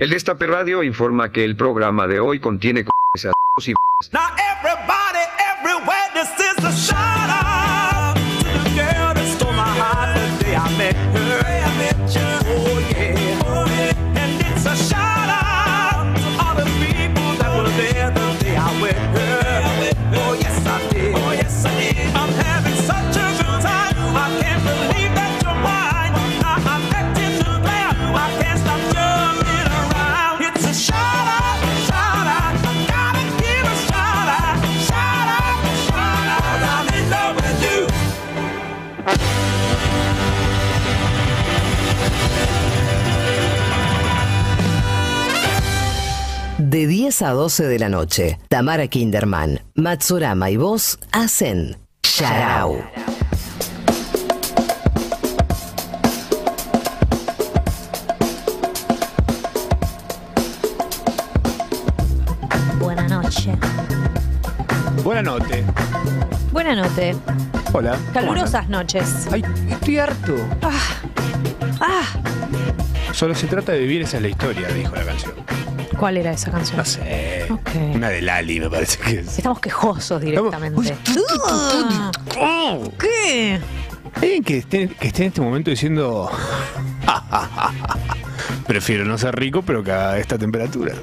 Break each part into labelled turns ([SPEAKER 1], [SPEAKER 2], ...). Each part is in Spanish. [SPEAKER 1] El Destape Radio informa que el programa de hoy contiene cosas y
[SPEAKER 2] Now everybody everywhere, this is a shout out to the girl that stole my heart the day I met her. Oh yeah, and it's a shout out to all the people that were there the day I met her. Oh yes I did. Oh yes I did. I'm having such a good time. I can't believe that you're mine. I, I'm acting the man. I can't stop jumping around. It's a shout out, shout out. I gotta give a shout out, shout out, shout out. I'm in love with you.
[SPEAKER 3] De 10 a 12 de la noche, Tamara Kinderman, Matsurama y vos hacen Sharau.
[SPEAKER 4] Buenas noches.
[SPEAKER 5] Buenas noches.
[SPEAKER 4] Buenas noches.
[SPEAKER 5] Hola.
[SPEAKER 4] Calurosas noches.
[SPEAKER 5] Ay, estoy harto.
[SPEAKER 4] Ah,
[SPEAKER 5] Solo se trata de vivir, esa es la historia, dijo la canción.
[SPEAKER 4] ¿cuál era esa canción?
[SPEAKER 5] No sé.
[SPEAKER 4] Ok.
[SPEAKER 5] Una de Lali, me parece que es.
[SPEAKER 4] Estamos quejosos directamente. Ah,
[SPEAKER 5] Oh.
[SPEAKER 4] ¿Qué?
[SPEAKER 5] Alguien que esté, que esté en este momento diciendo. Prefiero no ser rico, pero que a esta temperatura.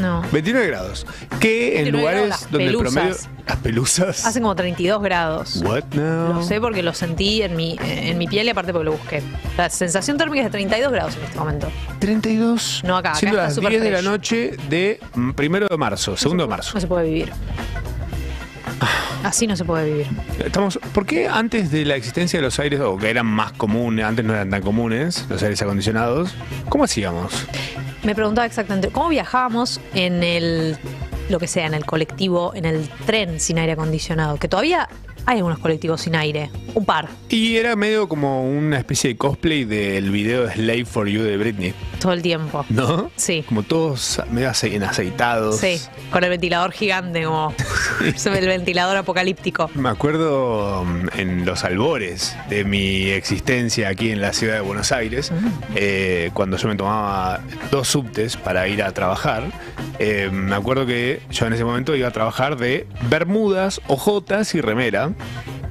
[SPEAKER 4] No.
[SPEAKER 5] 29 grados. Que en
[SPEAKER 4] 29 grados,
[SPEAKER 5] lugares
[SPEAKER 4] las
[SPEAKER 5] donde el
[SPEAKER 4] pelusas.
[SPEAKER 5] promedio. Las pelusas.
[SPEAKER 4] Hacen como 32 grados.
[SPEAKER 5] What now?
[SPEAKER 4] Lo sé porque lo sentí en mi, eh, en mi piel y aparte porque lo busqué. La sensación térmica es de 32 grados en este momento.
[SPEAKER 5] 32.
[SPEAKER 4] No, acá, acá
[SPEAKER 5] Siendo
[SPEAKER 4] está
[SPEAKER 5] las
[SPEAKER 4] super
[SPEAKER 5] 10 de la
[SPEAKER 4] fresh.
[SPEAKER 5] noche de mm, primero de marzo, segundo de marzo.
[SPEAKER 4] No se puede vivir. Ah. Así no se puede vivir.
[SPEAKER 5] Estamos, ¿Por qué antes de la existencia de los aires, o que eran más comunes, antes no eran tan comunes, los aires acondicionados, ¿cómo hacíamos?
[SPEAKER 4] Me preguntaba exactamente cómo viajábamos en el, lo que sea, en el colectivo, en el tren sin aire acondicionado, que todavía hay algunos colectivos sin aire, un par,
[SPEAKER 5] Y era medio como una especie de cosplay del video Slave for You de Britney,
[SPEAKER 4] todo el tiempo.
[SPEAKER 5] ¿no?
[SPEAKER 4] Sí.
[SPEAKER 5] Como todos medio ace- aceitados.
[SPEAKER 4] Sí, con el ventilador gigante, como el ventilador apocalíptico.
[SPEAKER 5] Me acuerdo mm, en los albores de mi existencia aquí en la ciudad de Buenos Aires, eh, cuando yo me tomaba dos subtes para ir a trabajar, eh, me acuerdo que yo en ese momento iba a trabajar de bermudas, ojotas y remera.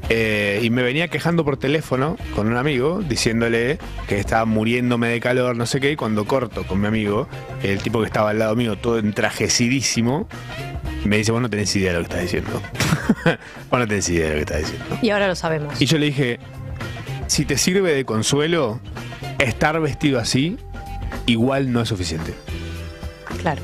[SPEAKER 5] eh, y me venía quejando por teléfono con un amigo diciéndole que estaba muriéndome de calor, no sé qué, y cuando corto con mi amigo, el tipo que estaba al lado mío, todo entrajecidísimo, me dice, vos no tenés idea de lo que estás diciendo. vos no tenés idea de lo que estás diciendo.
[SPEAKER 4] Y ahora lo sabemos.
[SPEAKER 5] Y yo le dije, si te sirve de consuelo, estar vestido así igual no es suficiente.
[SPEAKER 4] Claro.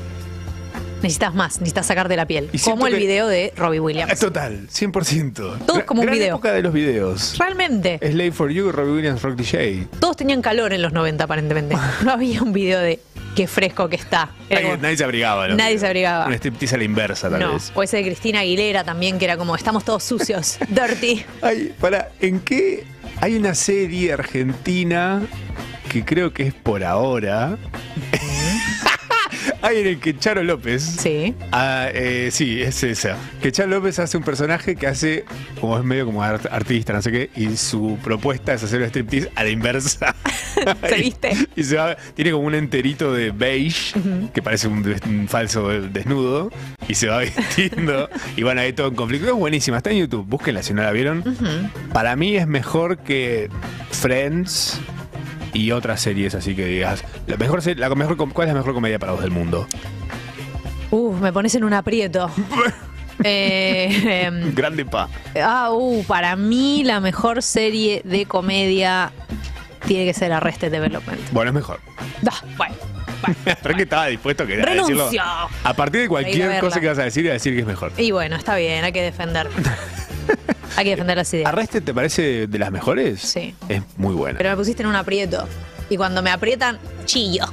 [SPEAKER 4] Necesitas más, necesitas sacarte la piel.
[SPEAKER 5] Y siento
[SPEAKER 4] Como el
[SPEAKER 5] que-
[SPEAKER 4] video de Robbie
[SPEAKER 5] Es
[SPEAKER 4] Williams.
[SPEAKER 5] total, 100%.
[SPEAKER 4] Todo es
[SPEAKER 5] Gra-
[SPEAKER 4] como un
[SPEAKER 5] gran
[SPEAKER 4] video.
[SPEAKER 5] época de los videos.
[SPEAKER 4] Realmente.
[SPEAKER 5] Slave for You, Robbie Williams, Rock DJ.
[SPEAKER 4] Todos tenían calor en los 90, aparentemente. No había un video de qué fresco que está. Era
[SPEAKER 5] Nadie,
[SPEAKER 4] como-
[SPEAKER 5] nadie se abrigaba. ¿no?
[SPEAKER 4] Nadie se abrigaba.
[SPEAKER 5] Una striptease a la inversa, tal
[SPEAKER 4] no.
[SPEAKER 5] vez.
[SPEAKER 4] O ese de Cristina Aguilera también, que era como, estamos todos sucios, dirty.
[SPEAKER 5] Ay, para, ¿en qué? Hay una serie argentina que creo que es por ahora. Hay en el que Charo López.
[SPEAKER 4] Sí.
[SPEAKER 5] Ah, eh, sí, es esa. Que Charo López hace un personaje que hace, como es medio como art- artista, no sé qué, y su propuesta es hacer un striptease a la inversa.
[SPEAKER 4] ¿Se viste?
[SPEAKER 5] Y se va- tiene como un enterito de beige, que parece un, des- un falso desnudo, y se va vistiendo, y van ahí todo en conflicto. Es buenísima, está en YouTube, búsquenla si no la vieron. Para mí es mejor que Friends y otras series, así que digas. La mejor, se- la mejor, com- ¿Cuál es la mejor comedia para vos del mundo?
[SPEAKER 4] Uf, me pones en un aprieto. Eh, em,
[SPEAKER 5] Grande pa.
[SPEAKER 4] ah, uh, para mí la mejor serie de comedia tiene que ser Arrested Development.
[SPEAKER 5] Bueno, es mejor.
[SPEAKER 4] Ah, bueno, bueno.
[SPEAKER 5] Re que estaba dispuesto que a
[SPEAKER 4] Renuncio.
[SPEAKER 5] decirlo. A partir
[SPEAKER 4] Para ir
[SPEAKER 5] de
[SPEAKER 4] a
[SPEAKER 5] cualquier
[SPEAKER 4] verla.
[SPEAKER 5] cosa que vas a decir, a decir que es mejor.
[SPEAKER 4] Y bueno, está bien, hay que defender. Hay que defender las ideas.
[SPEAKER 5] ¿Arreste te parece de las mejores?
[SPEAKER 4] Sí.
[SPEAKER 5] Es muy buena.
[SPEAKER 4] Pero me pusiste en un aprieto. Y cuando me aprietan, chillo.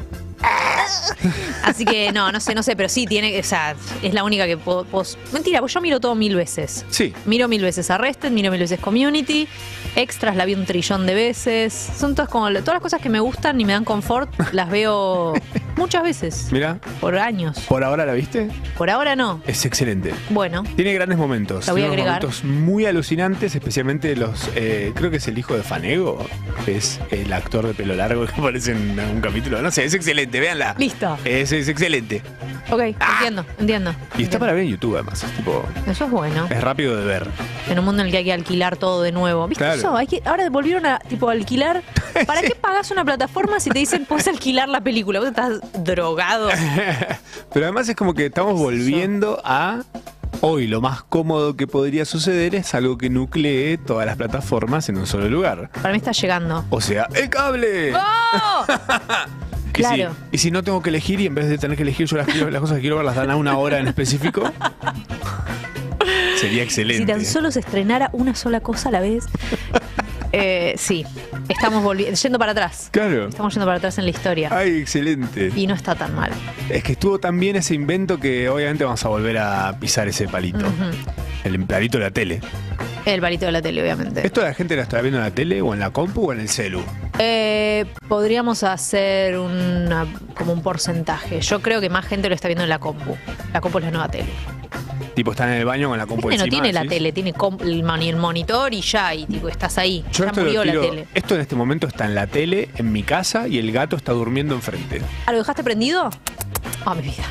[SPEAKER 4] Así que no, no sé, no sé, pero sí tiene que, o sea, es la única que puedo, puedo- Mentira, pues yo miro todo mil veces.
[SPEAKER 5] Sí.
[SPEAKER 4] Miro mil veces Arrested, miro mil veces Community, Extras la vi un trillón de veces. Son todas como todas las cosas que me gustan y me dan confort, las veo muchas veces
[SPEAKER 5] Mira,
[SPEAKER 4] por años.
[SPEAKER 5] por ahora la viste.
[SPEAKER 4] Por ahora no.
[SPEAKER 5] Es excelente.
[SPEAKER 4] Bueno,
[SPEAKER 5] Tiene grandes momentos.
[SPEAKER 4] La voy a
[SPEAKER 5] Tiene unos
[SPEAKER 4] agregar.
[SPEAKER 5] momentos muy alucinantes, especialmente los. eh, creo que es el hijo de Fanego, que es el actor de pelo largo que aparece en un capítulo. No sé, es excelente, véanla.
[SPEAKER 4] Listo.
[SPEAKER 5] Es, es excelente.
[SPEAKER 4] Ok, entiendo, entiendo.
[SPEAKER 5] Ah. Y está
[SPEAKER 4] Entiendo.
[SPEAKER 5] para ver en YouTube, además. Es, tipo,
[SPEAKER 4] Eso es bueno.
[SPEAKER 5] es rápido de ver.
[SPEAKER 4] En un mundo en el que hay que alquilar todo de nuevo. ¿Viste
[SPEAKER 5] Claro.
[SPEAKER 4] eso? Hay que, ahora volvieron a tipo alquilar. ¿Para qué pagas una plataforma si te dicen puedes alquilar la película? Vos estás drogado.
[SPEAKER 5] Pero además es como que estamos volviendo a hoy lo más cómodo que podría suceder es algo que nuclee todas las plataformas en un solo lugar.
[SPEAKER 4] Para mí está llegando.
[SPEAKER 5] O sea, el cable.
[SPEAKER 4] ¡Oh!
[SPEAKER 5] Y si-
[SPEAKER 4] Claro.
[SPEAKER 5] y si no tengo que elegir y en vez de tener que elegir yo las, quiero- las cosas que quiero ver las dan a una hora en específico, sería excelente.
[SPEAKER 4] Si tan solo se estrenara una sola cosa a la vez. Eh, sí, estamos volvi- yendo para atrás.
[SPEAKER 5] Claro.
[SPEAKER 4] Estamos yendo para atrás en la historia.
[SPEAKER 5] Ay, excelente.
[SPEAKER 4] Y no está tan mal.
[SPEAKER 5] Es que estuvo tan bien ese invento que obviamente vamos a volver a pisar ese palito. El palito de la tele.
[SPEAKER 4] El palito de la tele, obviamente.
[SPEAKER 5] ¿Esto la gente la está viendo en la tele o en la compu o en el celu?
[SPEAKER 4] Eh, podríamos hacer una, como un porcentaje. Yo creo que más gente lo está viendo en la compu. La compu es la nueva tele.
[SPEAKER 5] Tipo, están en el baño con la compu
[SPEAKER 4] Este no
[SPEAKER 5] encima,
[SPEAKER 4] tiene la
[SPEAKER 5] decís.
[SPEAKER 4] tele, tiene com- el, mon- el monitor y ya, y tipo, estás ahí.
[SPEAKER 5] Yo
[SPEAKER 4] ya
[SPEAKER 5] esto, lo
[SPEAKER 4] murió la
[SPEAKER 5] tiro-
[SPEAKER 4] tele.
[SPEAKER 5] esto en este momento está en la tele, en mi casa, y el gato está durmiendo enfrente.
[SPEAKER 4] ¿Ah, lo dejaste prendido? Ah, mi vida.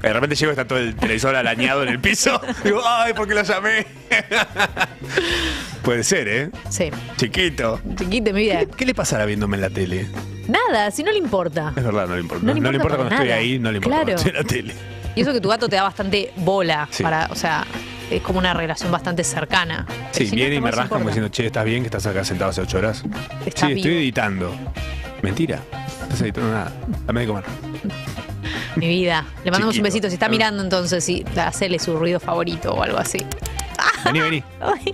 [SPEAKER 5] De repente llego y está todo el televisor arañado en el piso. Digo, ay, ¿por qué lo llamé? Puede ser, ¿eh?
[SPEAKER 4] Sí.
[SPEAKER 5] Chiquito.
[SPEAKER 4] Chiquita, mi vida.
[SPEAKER 5] ¿Qué le pasará viéndome en la tele?
[SPEAKER 4] Nada, si no le importa.
[SPEAKER 5] Es verdad, no le importa.
[SPEAKER 4] No le importa para
[SPEAKER 5] cuando estoy
[SPEAKER 4] nada.
[SPEAKER 5] ahí, no le importa
[SPEAKER 4] Claro.
[SPEAKER 5] cuando estoy en la tele.
[SPEAKER 4] Y eso que tu gato te da bastante bola
[SPEAKER 5] Sí.
[SPEAKER 4] para, o sea, es como una relación bastante cercana. Pero
[SPEAKER 5] Sí,
[SPEAKER 4] si no,
[SPEAKER 5] viene y
[SPEAKER 4] esto
[SPEAKER 5] me
[SPEAKER 4] no
[SPEAKER 5] rasca como
[SPEAKER 4] importa.
[SPEAKER 5] diciendo, che, ¿estás bien que estás acá sentado hace ocho horas?
[SPEAKER 4] Estás
[SPEAKER 5] sí, estoy
[SPEAKER 4] vivo.
[SPEAKER 5] editando. Mentira. No estás editando nada. Dame de comer.
[SPEAKER 4] Mi vida. Le mandamos
[SPEAKER 5] Chiquito.
[SPEAKER 4] un besito. Si está
[SPEAKER 5] Ah.
[SPEAKER 4] mirando entonces, y hacele su ruido favorito o algo así.
[SPEAKER 5] Vení, vení.
[SPEAKER 4] Ay,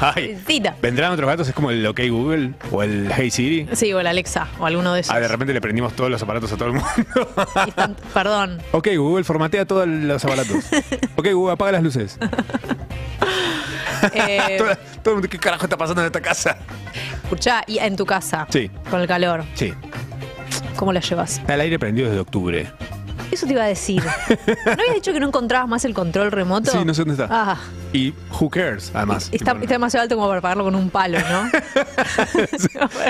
[SPEAKER 5] Ay.
[SPEAKER 4] Cita.
[SPEAKER 5] ¿Vendrán otros gatos? Es como el OK Google o el Hey Siri.
[SPEAKER 4] Sí, o el Alexa, o alguno de esos.
[SPEAKER 5] Ah, de repente le prendimos todos los aparatos a todo el mundo.
[SPEAKER 4] Y están- perdón.
[SPEAKER 5] ok, Google, formatea todos los aparatos. Ok, Google, apaga las luces.
[SPEAKER 4] Eh,
[SPEAKER 5] Todo, todo el mundo, ¿qué carajo está pasando en esta casa?
[SPEAKER 4] escuchá, y en tu casa.
[SPEAKER 5] Sí.
[SPEAKER 4] Con el calor.
[SPEAKER 5] Sí,
[SPEAKER 4] ¿Cómo la llevas?
[SPEAKER 5] está el aire prendido desde octubre.
[SPEAKER 4] Eso te iba a decir. ¿No habías dicho que no encontrabas más el control remoto?
[SPEAKER 5] Sí, no sé dónde está.
[SPEAKER 4] Ah,
[SPEAKER 5] Y who cares, además.
[SPEAKER 4] está,
[SPEAKER 5] Tipo,
[SPEAKER 4] está demasiado alto como para pagarlo con un palo, ¿no?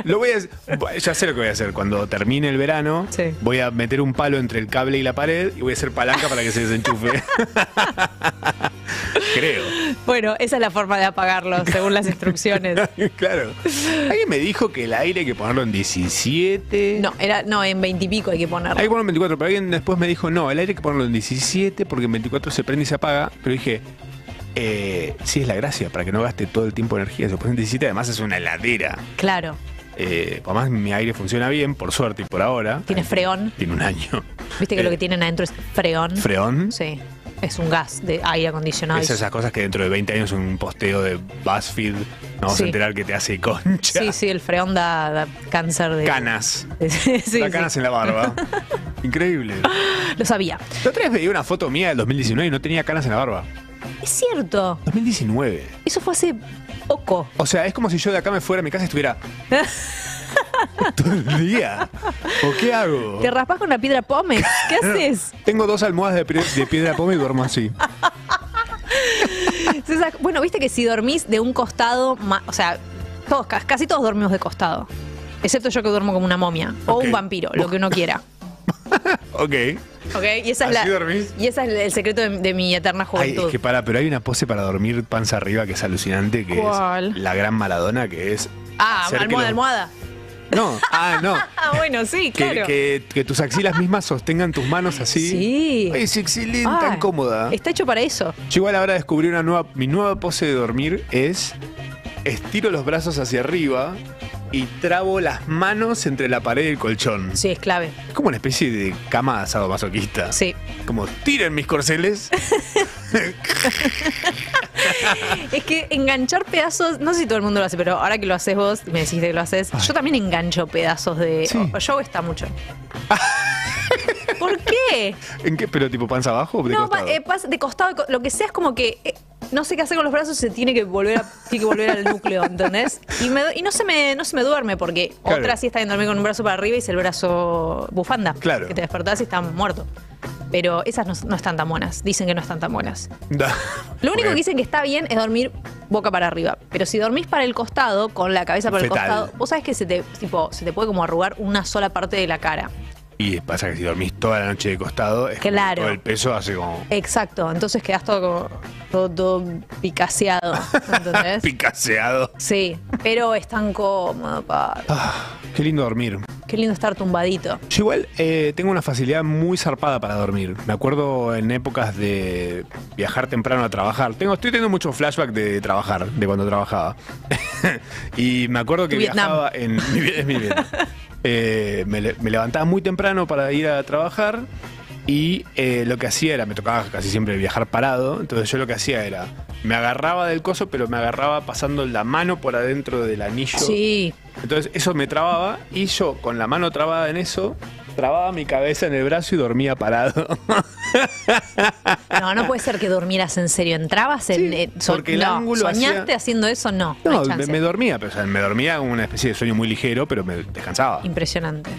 [SPEAKER 5] Lo voy a. bueno, Ya sé lo que voy a hacer. Cuando termine el verano,
[SPEAKER 4] Sí.
[SPEAKER 5] voy a meter un palo entre el cable y la pared y voy a hacer palanca para que se desenchufe. Creo.
[SPEAKER 4] Bueno, esa es la forma de apagarlo, según las instrucciones.
[SPEAKER 5] claro. Alguien me dijo que el aire hay que ponerlo en 17.
[SPEAKER 4] No, era, no, en veintipico hay que
[SPEAKER 5] Hay que
[SPEAKER 4] ponerlo.
[SPEAKER 5] ponerlo en 24, pero alguien después me dijo, no, el aire hay que ponerlo en 17 porque en 24 se prende y se apaga. Pero dije, eh, sí es la gracia, para que no gaste todo el tiempo energía. Se pone en 17, además es una heladera.
[SPEAKER 4] Claro,
[SPEAKER 5] Eh, además mi aire funciona bien, por suerte y por ahora.
[SPEAKER 4] tiene freón.
[SPEAKER 5] Tiene un año.
[SPEAKER 4] Viste que
[SPEAKER 5] Eh,
[SPEAKER 4] lo que tienen adentro es freón.
[SPEAKER 5] Freón.
[SPEAKER 4] Sí, es un gas de aire acondicionado.
[SPEAKER 5] Es esas cosas que dentro de 20 años un posteo de BuzzFeed nos vamos
[SPEAKER 4] Sí.
[SPEAKER 5] a enterar que te hace concha.
[SPEAKER 4] Sí, sí, el freón da, da cáncer de...
[SPEAKER 5] Canas.
[SPEAKER 4] Sí, sí.
[SPEAKER 5] Da canas en la barba. Increíble.
[SPEAKER 4] Lo sabía.
[SPEAKER 5] La otra vez veía una foto mía del 2019 y no tenía canas en la barba.
[SPEAKER 4] Es cierto,
[SPEAKER 5] 2019.
[SPEAKER 4] eso fue hace poco.
[SPEAKER 5] O sea, es como si yo de acá me fuera a mi casa y estuviera. todo el día. ¿O qué hago?
[SPEAKER 4] Te raspas con una piedra pome. ¿Qué haces?
[SPEAKER 5] Tengo dos almohadas de, pri- de piedra poma y duermo así.
[SPEAKER 4] Se saca- Bueno, viste que si dormís de un costado, ma- o sea, todos, ca- casi todos dormimos de costado. Excepto yo que duermo como una momia o
[SPEAKER 5] Ok.
[SPEAKER 4] un vampiro, lo que uno quiera.
[SPEAKER 5] Ok.
[SPEAKER 4] ¿Ok? Y esa
[SPEAKER 5] ¿Así
[SPEAKER 4] es la.
[SPEAKER 5] dormís?
[SPEAKER 4] Y ese es el secreto de, de mi eterna
[SPEAKER 5] Ay,
[SPEAKER 4] juventud.
[SPEAKER 5] es que para, pero hay una pose para dormir panza arriba que es alucinante, que es
[SPEAKER 4] ¿Cuál?
[SPEAKER 5] la gran Maradona, que es.
[SPEAKER 4] ah,
[SPEAKER 5] hacer que
[SPEAKER 4] almohada,
[SPEAKER 5] los-
[SPEAKER 4] almohada.
[SPEAKER 5] No, ah, no.
[SPEAKER 4] Ah, bueno, sí,
[SPEAKER 5] Que,
[SPEAKER 4] claro.
[SPEAKER 5] que- que tus axilas mismas sostengan tus manos así.
[SPEAKER 4] Sí.
[SPEAKER 5] Ay, es excelente,
[SPEAKER 4] Ah,
[SPEAKER 5] tan cómoda.
[SPEAKER 4] Está hecho para eso.
[SPEAKER 5] Yo igual ahora descubrí una nueva. Mi nueva pose de dormir es. Estiro los brazos hacia arriba y trabo las manos entre la pared y el colchón.
[SPEAKER 4] Sí, es clave.
[SPEAKER 5] Es como una especie de cama asado masoquista.
[SPEAKER 4] Sí.
[SPEAKER 5] Como tiren mis corceles.
[SPEAKER 4] Es que enganchar pedazos, no sé si todo el mundo lo hace, pero ahora que lo haces vos, me decís que lo haces, yo también engancho pedazos de.
[SPEAKER 5] Sí.
[SPEAKER 4] o- o yo está mucho. ¿Por qué?
[SPEAKER 5] ¿En qué? ¿Pero tipo panza abajo o de
[SPEAKER 4] No,
[SPEAKER 5] costado?
[SPEAKER 4] pa- eh, pas- de costado, co- lo que sea es como que eh, no sé qué hacer con los brazos, se tiene que volver, a- tiene que volver al núcleo, ¿entendés? Y, me do- y no, se me, no se me duerme porque
[SPEAKER 5] Claro.
[SPEAKER 4] otra sí está bien dormir con un brazo para arriba y es el brazo bufanda.
[SPEAKER 5] Claro.
[SPEAKER 4] Que te despertás y está muerto. Pero esas no, no están tan buenas. Dicen que no están tan buenas.
[SPEAKER 5] Da-
[SPEAKER 4] Lo único
[SPEAKER 5] Ok.
[SPEAKER 4] que dicen que está bien es dormir boca para arriba. Pero si dormís para el costado, con la cabeza para
[SPEAKER 5] Fetal.
[SPEAKER 4] el costado, vos sabés que se te, tipo, se te puede como arrugar una sola parte de la cara.
[SPEAKER 5] Y Y pasa que si dormís toda la noche de costado, es como
[SPEAKER 4] Claro.
[SPEAKER 5] todo el peso hace como
[SPEAKER 4] Exacto, entonces quedas todo como todo, todo picaseado, ¿entendés?
[SPEAKER 5] picaseado.
[SPEAKER 4] sí, pero es tan cómodo, pa.
[SPEAKER 5] Ah, qué lindo dormir.
[SPEAKER 4] Qué lindo estar tumbadito.
[SPEAKER 5] Yo igual eh, tengo una facilidad muy zarpada para dormir. Me acuerdo en épocas de viajar temprano a trabajar. Tengo, estoy teniendo mucho flashback de trabajar, de cuando trabajaba. y me acuerdo que
[SPEAKER 4] Tu Vietnam.
[SPEAKER 5] viajaba en mi, vi- es mi Vietnam. Eh, me, le- me levantaba muy temprano para ir a trabajar y eh, lo que hacía era, me tocaba casi siempre viajar parado, entonces yo lo que hacía era, me agarraba del coso, pero me agarraba pasando la mano por adentro del anillo
[SPEAKER 4] Sí,
[SPEAKER 5] entonces eso me trababa y yo con la mano trabada en eso, trababa mi cabeza en el brazo y dormía parado.
[SPEAKER 4] no, no puede ser que durmieras en serio. ¿Entrabas en.?
[SPEAKER 5] Sí,
[SPEAKER 4] eh, so-
[SPEAKER 5] porque el
[SPEAKER 4] no,
[SPEAKER 5] ángulo hacía-
[SPEAKER 4] ¿Soñaste haciendo eso? No, no,
[SPEAKER 5] No,
[SPEAKER 4] hay
[SPEAKER 5] me,
[SPEAKER 4] chance.
[SPEAKER 5] me dormía, pero o sea, me dormía como una especie de sueño muy ligero, pero me descansaba.
[SPEAKER 4] Impresionante.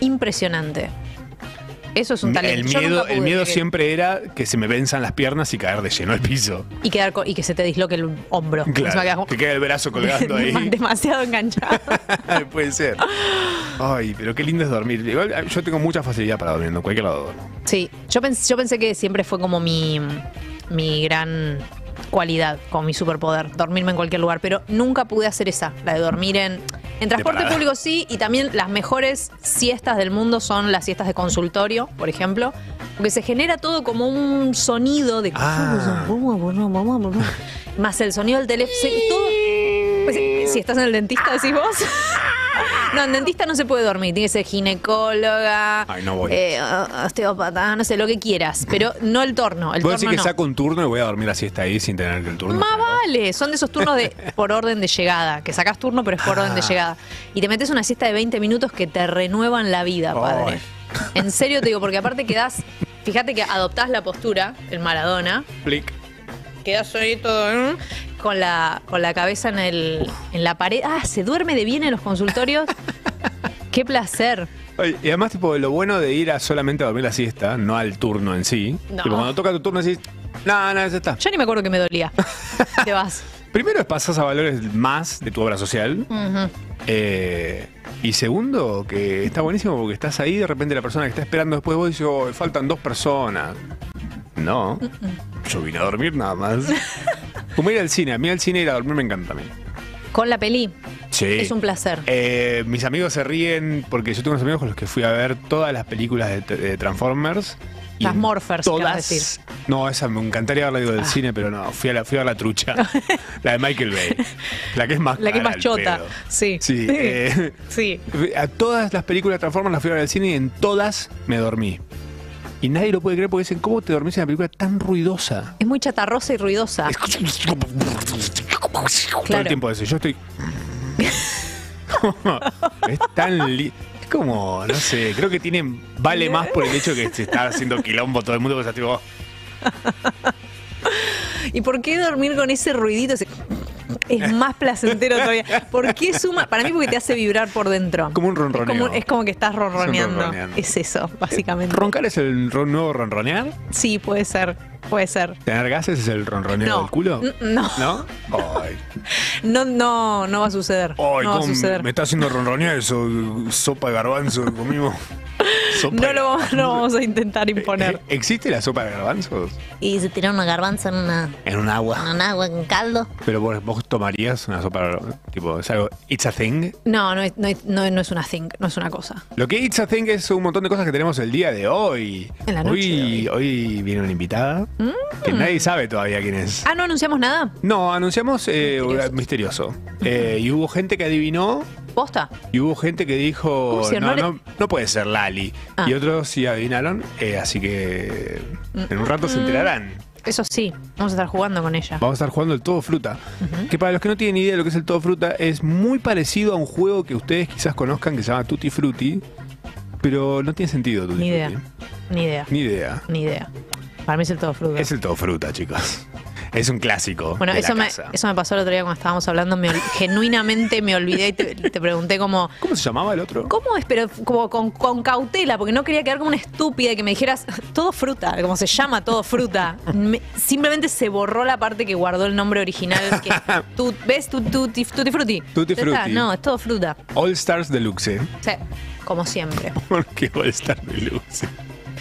[SPEAKER 4] Impresionante. Eso es un talento.
[SPEAKER 5] El
[SPEAKER 4] Yo
[SPEAKER 5] miedo,
[SPEAKER 4] nunca
[SPEAKER 5] el
[SPEAKER 4] pude
[SPEAKER 5] miedo
[SPEAKER 4] que-
[SPEAKER 5] siempre era que se me venzan las piernas y caer de lleno al piso.
[SPEAKER 4] Y, quedar co- y que se te disloque el hombro. Encima quedas
[SPEAKER 5] Claro,
[SPEAKER 4] como-
[SPEAKER 5] que queda el brazo colgando ahí.
[SPEAKER 4] Demasiado enganchado.
[SPEAKER 5] Puede ser. Ay, pero qué lindo es dormir. Igual, ah, yo tengo mucha facilidad para dormir, en cualquier lado duermo.
[SPEAKER 4] Sí, yo, pens- yo pensé que siempre fue como mi, mi gran cualidad, como mi superpoder, dormirme en cualquier lugar, pero nunca pude hacer esa, la de dormir en... En transporte
[SPEAKER 5] parada.
[SPEAKER 4] público sí, y también las mejores siestas del mundo son las siestas de consultorio, por ejemplo, porque se genera todo como un sonido de...
[SPEAKER 5] Ah.
[SPEAKER 4] Más el sonido del teléfono, todo... Pues, eh, si estás en el dentista, decís vos. No, en dentista no se puede dormir. Tiene que ser ginecóloga,
[SPEAKER 5] Ay, no voy.
[SPEAKER 4] eh, ah, osteópata, no sé, lo que quieras. Pero no el torno. El
[SPEAKER 5] Voy a
[SPEAKER 4] torno
[SPEAKER 5] decir que
[SPEAKER 4] no.
[SPEAKER 5] saco un turno y voy a dormir así hasta ahí sin tener que el turno.
[SPEAKER 4] Más
[SPEAKER 5] salgo.
[SPEAKER 4] vale. Son de esos turnos de por orden de llegada. Que sacas turno, pero es por orden de
[SPEAKER 5] Ah.
[SPEAKER 4] llegada. Y te metes una siesta de 20 minutos que te renuevan la vida,
[SPEAKER 5] Ay.
[SPEAKER 4] padre. En serio te digo, porque aparte quedás. Fíjate que adoptás la postura, el Maradona.
[SPEAKER 5] Plic.
[SPEAKER 4] Quedas ahí todo ¿eh? con la, con la cabeza en, el, en la pared. Ah, se duerme de bien en los consultorios. Qué placer.
[SPEAKER 5] Oye, y además, tipo, lo bueno de ir a solamente a dormir la siesta, no al turno en sí.
[SPEAKER 4] No.
[SPEAKER 5] Tipo, cuando toca tu turno decís, no, no, ya está.
[SPEAKER 4] Yo ni me acuerdo que me dolía. Te vas.
[SPEAKER 5] Primero es pasas a valores más de tu obra social.
[SPEAKER 4] Ujú.
[SPEAKER 5] eh, y segundo, que está buenísimo porque estás ahí de repente la persona que está esperando después vos dice, "Oh, faltan dos personas. No, yo vine a dormir nada más. Como ir al cine, a mí al cine ir a dormir me encanta a mí.
[SPEAKER 4] Con la peli.
[SPEAKER 5] Sí.
[SPEAKER 4] Es un placer.
[SPEAKER 5] Eh, mis amigos se ríen porque yo tengo unos amigos con los que fui a ver todas las películas de, de Transformers. y
[SPEAKER 4] Las Morphers,
[SPEAKER 5] todas.
[SPEAKER 4] querrás decir. Ah.
[SPEAKER 5] No, esa me encantaría haberla ido del cine, pero no. Fui a, la, fui a ver la trucha. la de Michael Bay. La que es más
[SPEAKER 4] La que es más
[SPEAKER 5] cara al
[SPEAKER 4] chota.
[SPEAKER 5] pedo.
[SPEAKER 4] Sí.
[SPEAKER 5] Sí.
[SPEAKER 4] Sí.
[SPEAKER 5] eh,
[SPEAKER 4] Sí.
[SPEAKER 5] a todas las películas de Transformers las fui a ver al cine y en todas me dormí. Y nadie lo puede creer porque dicen, ¿cómo te dormís en una película tan ruidosa?
[SPEAKER 4] Es muy chatarrosa y ruidosa.
[SPEAKER 5] Todo
[SPEAKER 4] Claro.
[SPEAKER 5] el tiempo eso. Yo estoy. es tan. li- Es como, no sé, creo que tienen. Vale más por el hecho que se está haciendo quilombo todo el mundo. Pues, tipo,
[SPEAKER 4] ¿Y por qué dormir con ese ruidito? ese- Es más placentero todavía. ¿Por qué suma? Para mí porque te hace vibrar por dentro.
[SPEAKER 5] Como un
[SPEAKER 4] Es
[SPEAKER 5] ronroneo.
[SPEAKER 4] como, es como que estás ronroneando. Es,
[SPEAKER 5] ronroneando. Eh,
[SPEAKER 4] eso, básicamente.
[SPEAKER 5] ¿Roncar es el ron- nuevo ronronear?
[SPEAKER 4] Sí, puede ser. Puede ser.
[SPEAKER 5] ¿Tener gases es el ronroneo
[SPEAKER 4] No. Mm,
[SPEAKER 5] del culo?
[SPEAKER 4] N- no.
[SPEAKER 5] ¿No? Ay,
[SPEAKER 4] No, no, no va a suceder.
[SPEAKER 5] ay,
[SPEAKER 4] no va a
[SPEAKER 5] cómo
[SPEAKER 4] suceder.
[SPEAKER 5] me está haciendo ronronear eso. Sopa de garbanzo que comimos. Sopa
[SPEAKER 4] No
[SPEAKER 5] de- Eh,
[SPEAKER 4] lo vamos, no vamos a intentar imponer.
[SPEAKER 5] ¿Existe la sopa de garbanzos?
[SPEAKER 4] Y se tiró una garbanza en una.
[SPEAKER 5] En un agua.
[SPEAKER 4] agua con caldo.
[SPEAKER 5] Pero vos, vos tomarías una sopa de garbanzos. Tipo, es algo. It's a thing.
[SPEAKER 4] No, no es, no, es- no- no es una thing, no es una cosa.
[SPEAKER 5] Lo que It's a Thing es un montón de cosas que tenemos el día de hoy.
[SPEAKER 4] En la noche Mm.
[SPEAKER 5] hoy, hoy viene una invitada que nadie sabe todavía quién es.
[SPEAKER 4] Ah, no anunciamos nada.
[SPEAKER 5] No, anunciamos eh, misterioso. Eh, y hubo gente que adivinó
[SPEAKER 4] Posta.
[SPEAKER 5] y hubo gente que dijo,
[SPEAKER 4] ¿Cómo se
[SPEAKER 5] no,
[SPEAKER 4] llama?
[SPEAKER 5] no, no puede ser Lali.
[SPEAKER 4] Ah. Mm.
[SPEAKER 5] Y otros sí adivinaron, eh, así que en un rato se enterarán.
[SPEAKER 4] Eso sí, vamos a estar jugando con ella.
[SPEAKER 5] Vamos a estar jugando el todo fruta. Que para los que no tienen idea de lo que es el todo fruta, es muy parecido a un juego que ustedes quizás conozcan que se llama Tutti Frutti, pero no tiene sentido Tutti
[SPEAKER 4] Ni idea.
[SPEAKER 5] Frutti.
[SPEAKER 4] Ni idea.
[SPEAKER 5] Ni idea.
[SPEAKER 4] Ni idea. Para mí es el todo fruto.
[SPEAKER 5] Es el todo fruta, chicos. Es un clásico.
[SPEAKER 4] Bueno,
[SPEAKER 5] de
[SPEAKER 4] eso me,
[SPEAKER 5] la casa.
[SPEAKER 4] eso me pasó el otro día cuando estábamos hablando. me ol- genuinamente me olvidé y te, te pregunté como,
[SPEAKER 5] ¿Cómo se llamaba el otro?
[SPEAKER 4] ¿cómo es? Pero como con, con cautela, porque no quería quedar como una estúpida y que me dijeras, todo fruta, como se llama, todo fruta. Me- simplemente se borró la parte que guardó el nombre original. Que, tú, ¿Ves? Tu- Tutti tutti frutti.
[SPEAKER 5] Tutti
[SPEAKER 4] Ya está,
[SPEAKER 5] frutti.
[SPEAKER 4] No, es todo fruta.
[SPEAKER 5] All Stars Deluxe. ¿eh?
[SPEAKER 4] O sea, como siempre.
[SPEAKER 5] ¿Por qué All Stars Deluxe?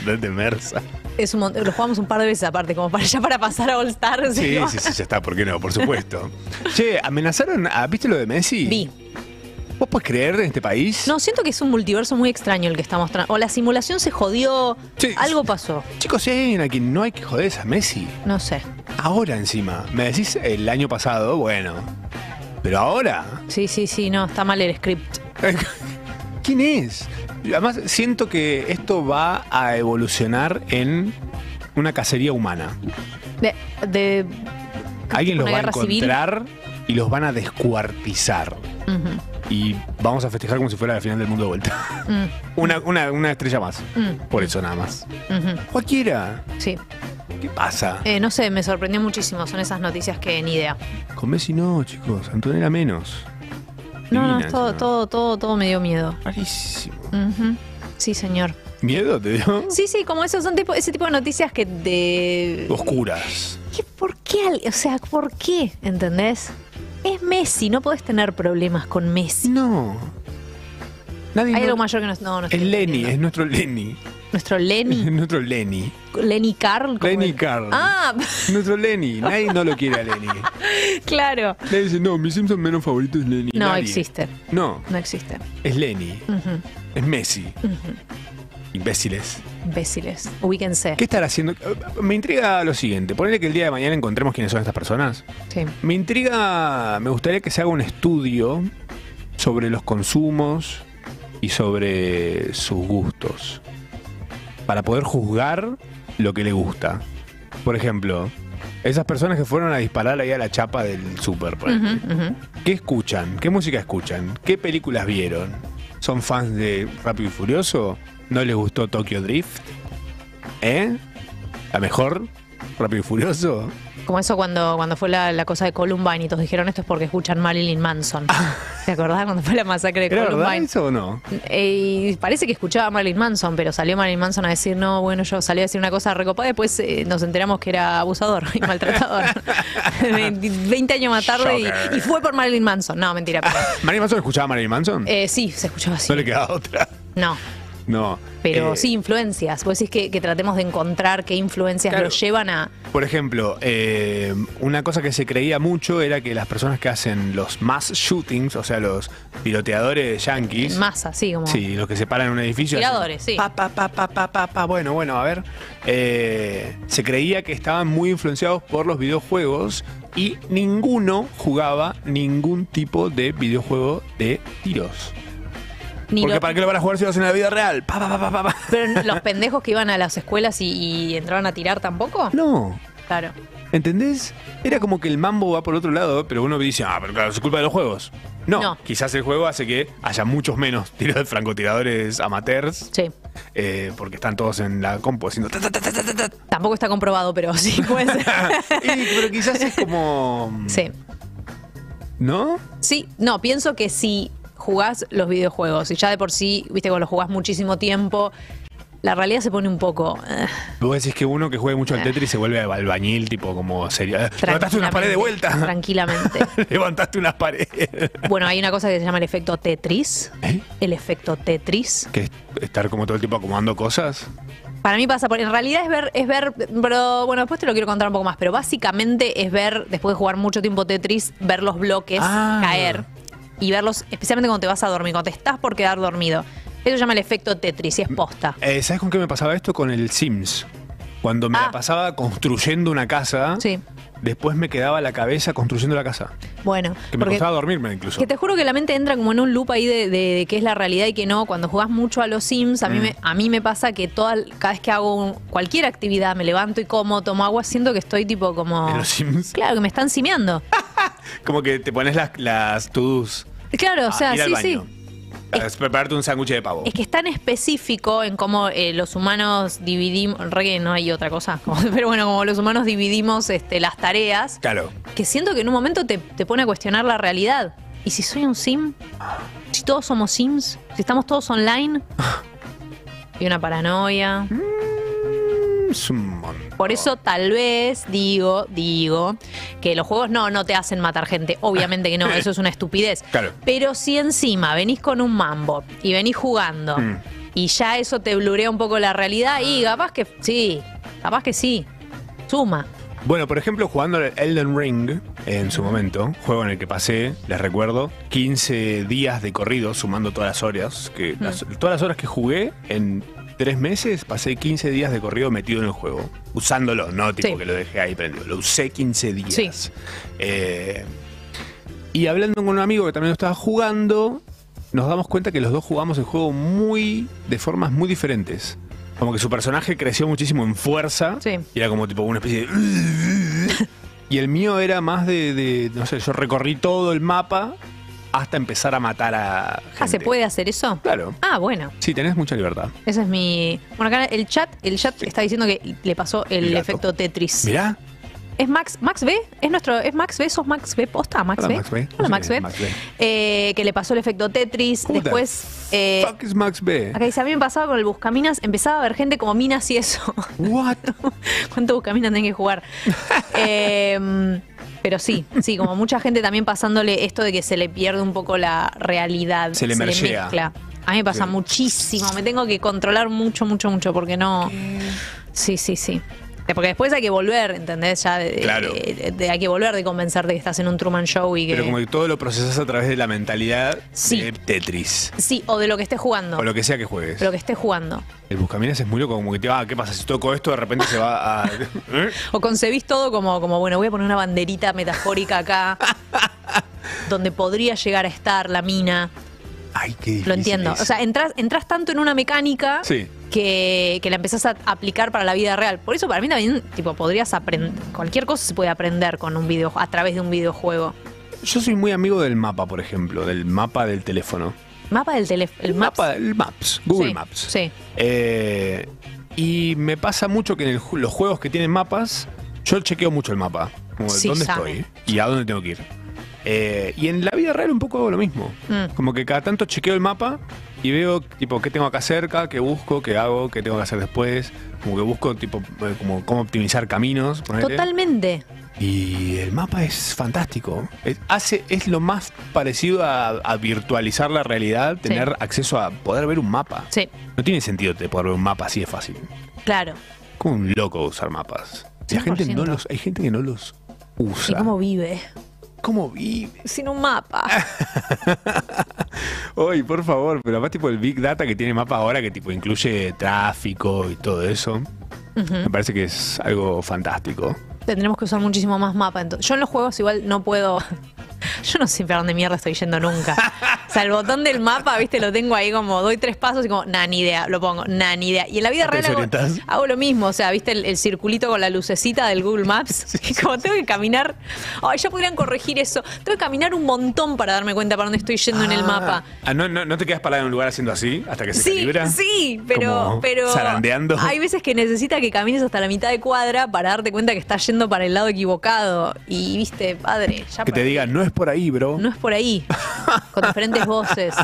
[SPEAKER 5] De Mersa.
[SPEAKER 4] Es un mon- lo jugamos un par de veces aparte, como para ya para pasar a All Stars.
[SPEAKER 5] Sí, sí, sí, ya está, ¿por qué no? Por supuesto. che, amenazaron a. ¿Viste lo de Messi?
[SPEAKER 4] Vi.
[SPEAKER 5] ¿Vos podés creer en este país?
[SPEAKER 4] No, siento que es un multiverso muy extraño el que está mostrando. O la simulación se jodió.
[SPEAKER 5] Sí.
[SPEAKER 4] Algo pasó.
[SPEAKER 5] Chicos, si hay alguien a quien no hay que joder es a Messi.
[SPEAKER 4] No sé.
[SPEAKER 5] Ahora encima. Me decís el año pasado, bueno. Pero ahora.
[SPEAKER 4] Sí, sí, sí, no, está mal el script.
[SPEAKER 5] ¿Quién es? Además, siento que esto va a evolucionar en una cacería humana.
[SPEAKER 4] De, de-
[SPEAKER 5] Alguien los
[SPEAKER 4] ¿Una
[SPEAKER 5] va a
[SPEAKER 4] guerra civil?
[SPEAKER 5] encontrar y los van a descuartizar.
[SPEAKER 4] ujú,
[SPEAKER 5] Y vamos a festejar como si fuera la final del mundo de vuelta.
[SPEAKER 4] mm,
[SPEAKER 5] una, una- una estrella más.
[SPEAKER 4] Mm.
[SPEAKER 5] Por eso nada más.
[SPEAKER 4] ujú,
[SPEAKER 5] Cualquiera.
[SPEAKER 4] sí.
[SPEAKER 5] ¿Qué pasa?
[SPEAKER 4] Eh, no sé, me sorprendió muchísimo. Son esas noticias que ni idea.
[SPEAKER 5] Con Messi no, chicos. Antonella menos.
[SPEAKER 4] No, no,
[SPEAKER 5] Divina
[SPEAKER 4] es todo,
[SPEAKER 5] encima.
[SPEAKER 4] todo, todo, todo me dio miedo.
[SPEAKER 5] Rarísimo.
[SPEAKER 4] Ujú. Sí, señor.
[SPEAKER 5] ¿Miedo te dio?
[SPEAKER 4] Sí, sí, como esos son tipo, ese tipo de noticias que de.
[SPEAKER 5] Oscuras.
[SPEAKER 4] ¿Qué- ¿Por qué? al- O sea, ¿por qué? ¿Entendés? Es Messi, no podés tener problemas con Messi.
[SPEAKER 5] No. Nadie
[SPEAKER 4] Hay
[SPEAKER 5] no-
[SPEAKER 4] algo mayor que nos. No, no
[SPEAKER 5] Es
[SPEAKER 4] estoy
[SPEAKER 5] Lenny,
[SPEAKER 4] entendiendo.
[SPEAKER 5] es nuestro Lenny.
[SPEAKER 4] Nuestro Lenny.
[SPEAKER 5] Es nuestro Lenny.
[SPEAKER 4] Lenny Carl. como
[SPEAKER 5] Lenny
[SPEAKER 4] el-
[SPEAKER 5] Carl.
[SPEAKER 4] Ah,
[SPEAKER 5] Nuestro Lenny. Nadie no lo quiere a Lenny.
[SPEAKER 4] claro.
[SPEAKER 5] Nadie dice, no, mi Simpson menos favorito es Lenny.
[SPEAKER 4] No
[SPEAKER 5] Nadie.
[SPEAKER 4] existe,
[SPEAKER 5] No,
[SPEAKER 4] no existe.
[SPEAKER 5] es Lenny.
[SPEAKER 4] Ujú,
[SPEAKER 5] Es Messi.
[SPEAKER 4] ujú.
[SPEAKER 5] Imbéciles.
[SPEAKER 4] Imbéciles. Ubíquense.
[SPEAKER 5] ¿Qué estará haciendo? Me intriga lo siguiente. Ponele que el día de mañana encontremos quiénes son estas personas.
[SPEAKER 4] Sí.
[SPEAKER 5] Me intriga, me gustaría que se haga un estudio sobre los consumos y sobre sus gustos. Para poder juzgar lo que le gusta. Por ejemplo, esas personas que fueron a disparar ahí a la chapa del súper. ponele.
[SPEAKER 4] Ujú, ujú.
[SPEAKER 5] ¿Qué escuchan? ¿Qué música escuchan? ¿Qué películas vieron? ¿Son fans de Rápido y Furioso? ¿No les gustó Tokyo Drift? ¿Eh? ¿La mejor? ¿Rápido y Furioso?
[SPEAKER 4] Como eso cuando, cuando fue la, la cosa de Columbine y todos dijeron esto es porque escuchan Marilyn Manson. ¿Te acordás cuando fue la masacre de
[SPEAKER 5] Ah. ¿Era verdad
[SPEAKER 4] Columbine?
[SPEAKER 5] eso o no?
[SPEAKER 4] Eh, y parece que escuchaba a Marilyn Manson, pero salió Marilyn Manson a decir, no, bueno, yo salí a decir una cosa recopada, después eh, nos enteramos que era abusador y maltratador. Ve- 20 años más tarde y, y fue por Marilyn Manson. No, mentira. pero-
[SPEAKER 5] ¿Marilyn Manson escuchaba a Marilyn Manson?
[SPEAKER 4] eh, sí, se escuchaba así.
[SPEAKER 5] No le quedaba otra.
[SPEAKER 4] No.
[SPEAKER 5] No.
[SPEAKER 4] Pero
[SPEAKER 5] Eh,
[SPEAKER 4] sí, influencias. Vos decís que, que tratemos de encontrar qué influencias
[SPEAKER 5] Claro.
[SPEAKER 4] nos llevan a.
[SPEAKER 5] Por ejemplo, eh, una cosa que se creía mucho era que las personas que hacen los mass shootings, o sea, los tiroteadores yankees.
[SPEAKER 4] En masa, sí, como.
[SPEAKER 5] Sí, los que se paran en un edificio. hacen
[SPEAKER 4] Tiradores, sí.
[SPEAKER 5] Pa, pa, pa, pa, pa, pa, pa. Bueno, bueno, a ver. Eh, se creía que estaban muy influenciados por los videojuegos y ninguno jugaba ningún tipo de videojuego de tiros.
[SPEAKER 4] Ni
[SPEAKER 5] Porque
[SPEAKER 4] lo-
[SPEAKER 5] ¿para qué lo van a jugar si lo hacen en la vida real? Pa, pa, pa, pa, pa, pa.
[SPEAKER 4] Pero los pendejos que iban a las escuelas y, y entraban a tirar tampoco.
[SPEAKER 5] No.
[SPEAKER 4] Claro.
[SPEAKER 5] ¿Entendés? Era como que el mambo va por otro lado, pero uno dice, ah, pero claro, es culpa de los juegos. No,
[SPEAKER 4] No.
[SPEAKER 5] quizás el juego hace que haya muchos menos tiros de francotiradores amateurs,
[SPEAKER 4] Sí.
[SPEAKER 5] eh, porque están todos en la compu haciendo... ta, ta, ta, ta, ta, ta.
[SPEAKER 4] Tampoco está comprobado, pero sí puede ser.
[SPEAKER 5] Y, pero quizás es como... mm,
[SPEAKER 4] sí.
[SPEAKER 5] ¿No?
[SPEAKER 4] Sí, no, pienso que si jugás los videojuegos y ya de por sí, viste, cuando los jugás muchísimo tiempo, la realidad se pone un poco. eh,
[SPEAKER 5] Vos decís que uno que juegue mucho al Tetris se vuelve albañil, tipo como serio. "Ah, Levantaste unas paredes de
[SPEAKER 4] tranquilamente,
[SPEAKER 5] vuelta.
[SPEAKER 4] Tranquilamente.
[SPEAKER 5] Levantaste unas paredes.
[SPEAKER 4] Bueno, hay una cosa que se llama el efecto Tetris.
[SPEAKER 5] ¿Eh?
[SPEAKER 4] El efecto Tetris.
[SPEAKER 5] Que es estar como todo el tiempo acomodando cosas.
[SPEAKER 4] Para mí pasa por. En realidad es ver, es ver. Pero bueno, después te lo quiero contar un poco más. Pero básicamente es ver, después de jugar mucho tiempo Tetris, ver los bloques
[SPEAKER 5] Ah.
[SPEAKER 4] caer. Y verlos, especialmente cuando te vas a dormir, cuando te estás por quedar dormido. Eso se llama el efecto Tetris y es posta.
[SPEAKER 5] Eh, ¿Sabes con qué me pasaba esto? Con el Sims. Cuando me la
[SPEAKER 4] Ah.
[SPEAKER 5] pasaba construyendo una casa,
[SPEAKER 4] Sí.
[SPEAKER 5] después me quedaba la cabeza construyendo la casa.
[SPEAKER 4] Bueno,
[SPEAKER 5] Que me
[SPEAKER 4] porque
[SPEAKER 5] costaba dormirme incluso.
[SPEAKER 4] que te juro que la mente entra como en un loop ahí de, de- de qué es la realidad y qué no. Cuando jugás mucho a los Sims, a
[SPEAKER 5] Mm.
[SPEAKER 4] mí, me, a mí me pasa que toda, cada vez que hago un- cualquier actividad, me levanto y como, tomo agua, siento que estoy tipo como.
[SPEAKER 5] En los Sims.
[SPEAKER 4] Claro, que me están cimeando.
[SPEAKER 5] Como que te pones las, las to-dos.
[SPEAKER 4] Claro, o
[SPEAKER 5] Ah,
[SPEAKER 4] sea,
[SPEAKER 5] ir al
[SPEAKER 4] sí, sí.
[SPEAKER 5] baño. Es prepararte un sándwich de pavo.
[SPEAKER 4] Es que es tan específico en cómo eh, los humanos dividimos, re que no hay otra cosa, como- pero bueno, como los humanos dividimos este, las tareas,
[SPEAKER 5] Claro.
[SPEAKER 4] que siento que en un momento te, te pone a cuestionar la realidad. ¿Y si soy un sim? ¿Si todos somos sims? ¿Si estamos todos online? Y una paranoia.
[SPEAKER 5] Mm. Es un montón.
[SPEAKER 4] Por eso tal vez digo, digo, que los juegos no, no te hacen matar gente. Obviamente que no, eso es una estupidez.
[SPEAKER 5] Claro.
[SPEAKER 4] Pero si encima venís con un mambo y venís jugando
[SPEAKER 5] Mm.
[SPEAKER 4] y ya eso te blurea un poco la realidad y
[SPEAKER 5] Ah.
[SPEAKER 4] capaz que sí, capaz que sí. Suma.
[SPEAKER 5] Bueno, por ejemplo, jugando al Elden Ring en su momento, juego en el que pasé, les recuerdo, 15 días de corrido, sumando todas las horas, que las- todas las horas que jugué en tres meses, pasé 15 días de corrido metido en el juego, usándolo, no tipo
[SPEAKER 4] Sí.
[SPEAKER 5] que lo dejé ahí prendido, lo usé 15 días.
[SPEAKER 4] Sí.
[SPEAKER 5] Eh, y hablando con un amigo que también lo estaba jugando, nos damos cuenta que los dos jugamos el juego muy de formas muy diferentes. Como que su personaje creció muchísimo en fuerza.
[SPEAKER 4] Sí.
[SPEAKER 5] Y era como tipo una especie de... y el mío era más de, de, no sé, yo recorrí todo el mapa hasta empezar a matar a... Gente.
[SPEAKER 4] Ah, ¿se puede hacer eso?
[SPEAKER 5] Claro.
[SPEAKER 4] Ah, bueno.
[SPEAKER 5] Sí, tenés mucha libertad.
[SPEAKER 4] Ese es mi. Bueno, acá el chat, el chat está diciendo que le pasó el,
[SPEAKER 5] El gato.
[SPEAKER 4] efecto Tetris.
[SPEAKER 5] Mirá.
[SPEAKER 4] ¿Es Max, Max B? ¿Es nuestro, es Max B? ¿Sos Max B? ¿Posta Max
[SPEAKER 5] Hola,
[SPEAKER 4] B?
[SPEAKER 5] Max B.
[SPEAKER 4] Hola,
[SPEAKER 5] Sí,
[SPEAKER 4] Max B.
[SPEAKER 5] Max B.
[SPEAKER 4] Eh, que le pasó el efecto Tetris.
[SPEAKER 5] Who the
[SPEAKER 4] Después, eh,
[SPEAKER 5] Fuck is Max B.
[SPEAKER 4] acá dice, a mí me pasaba con el Buscaminas, empezaba a ver gente como minas y eso.
[SPEAKER 5] What?
[SPEAKER 4] ¿Cuánto Buscaminas tenés que jugar? Eh, pero sí, sí, como mucha gente también pasándole esto de que se le pierde un poco la realidad.
[SPEAKER 5] Se le mergea.
[SPEAKER 4] mezcla. A mí me pasa
[SPEAKER 5] Sí.
[SPEAKER 4] muchísimo, me tengo que controlar mucho, mucho, mucho, porque no... Sí, sí, sí. Eh, Porque después hay que volver, ¿entendés? Ya de-
[SPEAKER 5] Claro.
[SPEAKER 4] de- de- hay que volver de convencerte que estás en un Truman Show y que...
[SPEAKER 5] Pero como que todo lo procesas a través de la mentalidad
[SPEAKER 4] Sí.
[SPEAKER 5] de Tetris.
[SPEAKER 4] Sí, o de lo que estés jugando.
[SPEAKER 5] O lo que sea que juegues.
[SPEAKER 4] Pero que estés jugando.
[SPEAKER 5] El buscaminas es muy loco, como que te va, ah, ¿qué pasa? Si toco esto, de repente se va a. ¿Eh?
[SPEAKER 4] O concebís todo como, como, bueno, voy a poner una banderita metafórica acá, donde podría llegar a estar la mina.
[SPEAKER 5] Ay, qué difícil.
[SPEAKER 4] Lo entiendo.
[SPEAKER 5] es.
[SPEAKER 4] O sea, entras, entras tanto en una mecánica
[SPEAKER 5] Sí.
[SPEAKER 4] que, que la empezás a aplicar para la vida real. Por eso para mí también, tipo, podrías aprender, cualquier cosa se puede aprender con un video, a través de un videojuego.
[SPEAKER 5] Yo soy muy amigo del mapa, por ejemplo, del mapa del teléfono.
[SPEAKER 4] Mapa del teléfono. El mapa.
[SPEAKER 5] Mapa, el Maps, Google
[SPEAKER 4] Sí,
[SPEAKER 5] Maps.
[SPEAKER 4] sí.
[SPEAKER 5] Eh, y me pasa mucho que en el ju- los juegos que tienen mapas, yo chequeo mucho el mapa. Como,
[SPEAKER 4] Sí,
[SPEAKER 5] ¿Dónde
[SPEAKER 4] sabe.
[SPEAKER 5] estoy? ¿Y a dónde tengo que ir? Eh, y en la vida real un poco hago lo mismo.
[SPEAKER 4] Mm.
[SPEAKER 5] Como que cada tanto chequeo el mapa y veo tipo qué tengo acá cerca, qué busco, qué hago, qué tengo que hacer después. Como que busco tipo eh, como cómo optimizar caminos. ponele.
[SPEAKER 4] Totalmente.
[SPEAKER 5] Y el mapa es fantástico. Es, hace, es lo más parecido a, a virtualizar la realidad, tener acceso a poder ver un mapa.
[SPEAKER 4] Sí,
[SPEAKER 5] No tiene sentido te poder ver un mapa así de fácil.
[SPEAKER 4] claro.
[SPEAKER 5] Como un loco usar mapas. Y la gente no
[SPEAKER 4] 100%.
[SPEAKER 5] los, hay gente que no los
[SPEAKER 4] ¿Y
[SPEAKER 5] usa.
[SPEAKER 4] cómo vive?
[SPEAKER 5] ¿Cómo vive?
[SPEAKER 4] Sin un mapa.
[SPEAKER 5] Oy, por favor, pero además tipo el Big Data que tiene mapas ahora que tipo incluye tráfico y todo eso. Me parece que es algo fantástico.
[SPEAKER 4] Tendremos que usar muchísimo más mapa. Entonces, yo en los juegos igual no puedo. Yo no sé para dónde mierda estoy yendo nunca. O sea, el botón del mapa, viste, lo tengo ahí como doy tres pasos y como, nah, ni idea, lo pongo, nah, ni idea. Y en la vida
[SPEAKER 5] ¿Te
[SPEAKER 4] real hago,
[SPEAKER 5] desorientás?
[SPEAKER 4] hago lo mismo, o sea, viste el, el circulito con la lucecita del Google Maps. Y como tengo que caminar, ay, ya podrían corregir eso. Tengo que caminar un montón para darme cuenta para dónde estoy yendo en el
[SPEAKER 5] Ah.
[SPEAKER 4] mapa.
[SPEAKER 5] Ah, no, no, no te quedas parada en un lugar haciendo así hasta que se
[SPEAKER 4] Sí,
[SPEAKER 5] calibra.
[SPEAKER 4] sí, pero,
[SPEAKER 5] Como
[SPEAKER 4] pero
[SPEAKER 5] zarandeando.
[SPEAKER 4] hay veces que necesita que camines hasta la mitad de cuadra para darte cuenta que estás yendo para el lado equivocado. Y viste, padre, ya
[SPEAKER 5] que te
[SPEAKER 4] perdí.
[SPEAKER 5] digan, no es por ahí, bro.
[SPEAKER 4] No es por ahí, con diferentes voces.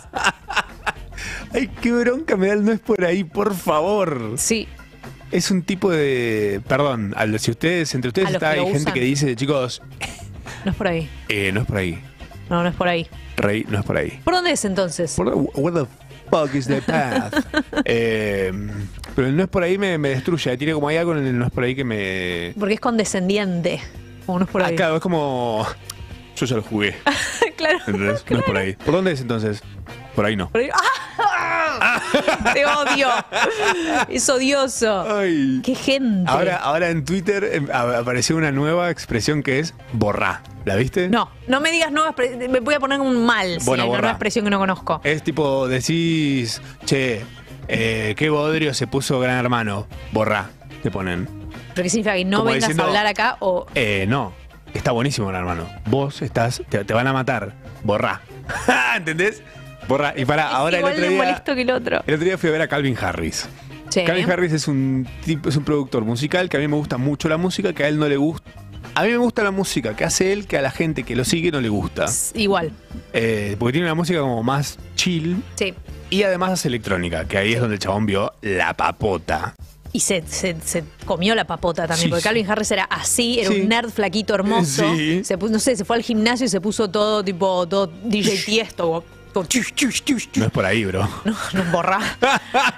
[SPEAKER 5] Ay, qué bronca me da el no es por ahí, por favor.
[SPEAKER 4] Sí,
[SPEAKER 5] Es un tipo de. Perdón, a los- si ustedes, entre ustedes
[SPEAKER 4] A los que
[SPEAKER 5] está, hay
[SPEAKER 4] lo
[SPEAKER 5] gente
[SPEAKER 4] usan.
[SPEAKER 5] que dice, chicos,
[SPEAKER 4] no es por ahí.
[SPEAKER 5] eh, no es por ahí.
[SPEAKER 4] No, no es por ahí.
[SPEAKER 5] Rey, no es por ahí.
[SPEAKER 4] ¿Por dónde es entonces?
[SPEAKER 5] Por- Where the fuck is the path? Eh, pero el no es por ahí me, me destruye. Tiene como hay algo en el no es por ahí que me.
[SPEAKER 4] Porque es condescendiente. Como no es por
[SPEAKER 5] Ah,
[SPEAKER 4] ahí.
[SPEAKER 5] claro, es como. Yo ya lo jugué.
[SPEAKER 4] claro.
[SPEAKER 5] ¿entendés? No es por ahí. ¿Por dónde es entonces? Por ahí no.
[SPEAKER 4] Por ahí. ¡Ah! Te odio. Es odioso.
[SPEAKER 5] Ay.
[SPEAKER 4] Qué gente.
[SPEAKER 5] Ahora, ahora en Twitter em, a- apareció una nueva expresión que es borrá. ¿La viste?
[SPEAKER 4] No, no me digas nuevas. pre- Me voy a poner un mal.
[SPEAKER 5] Bueno,
[SPEAKER 4] si hay una
[SPEAKER 5] borra.
[SPEAKER 4] nueva expresión que no conozco.
[SPEAKER 5] Es tipo, decís, che, eh, qué bodrio se puso Gran Hermano. Borrá, te ponen.
[SPEAKER 4] ¿Pero qué significa que no
[SPEAKER 5] Como
[SPEAKER 4] vengas
[SPEAKER 5] diciendo-
[SPEAKER 4] a hablar acá o
[SPEAKER 5] Eh, no, está buenísimo Gran Hermano. Vos estás, te, te van a matar. Borrá. ¿Entendés? Borra. Y para, ah, ahora el
[SPEAKER 4] Igual
[SPEAKER 5] otro
[SPEAKER 4] de
[SPEAKER 5] día.
[SPEAKER 4] molesto que el otro.
[SPEAKER 5] El otro día fui a ver a Calvin Harris.
[SPEAKER 4] Sí. ¿eh?
[SPEAKER 5] Calvin Harris es un tipo, es un productor musical que a mí me gusta mucho la música, que a él no le gusta. A mí me gusta la música que hace él que a la gente que lo sigue no le gusta.
[SPEAKER 4] Igual,
[SPEAKER 5] Eh, porque tiene una música como más chill
[SPEAKER 4] sí.
[SPEAKER 5] y además hace electrónica, que ahí es donde el chabón vio la papota.
[SPEAKER 4] Y se, se- se comió la papota también,
[SPEAKER 5] Sí,
[SPEAKER 4] porque
[SPEAKER 5] sí.
[SPEAKER 4] Calvin Harris era así, era
[SPEAKER 5] Sí.
[SPEAKER 4] un nerd flaquito hermoso.
[SPEAKER 5] Sí.
[SPEAKER 4] Se puso- no sé, se fue al gimnasio y se puso todo tipo todo DJ Tiesto. como- como chus, chus, chus, chus.
[SPEAKER 5] No es por ahí, bro.
[SPEAKER 4] No, no borra.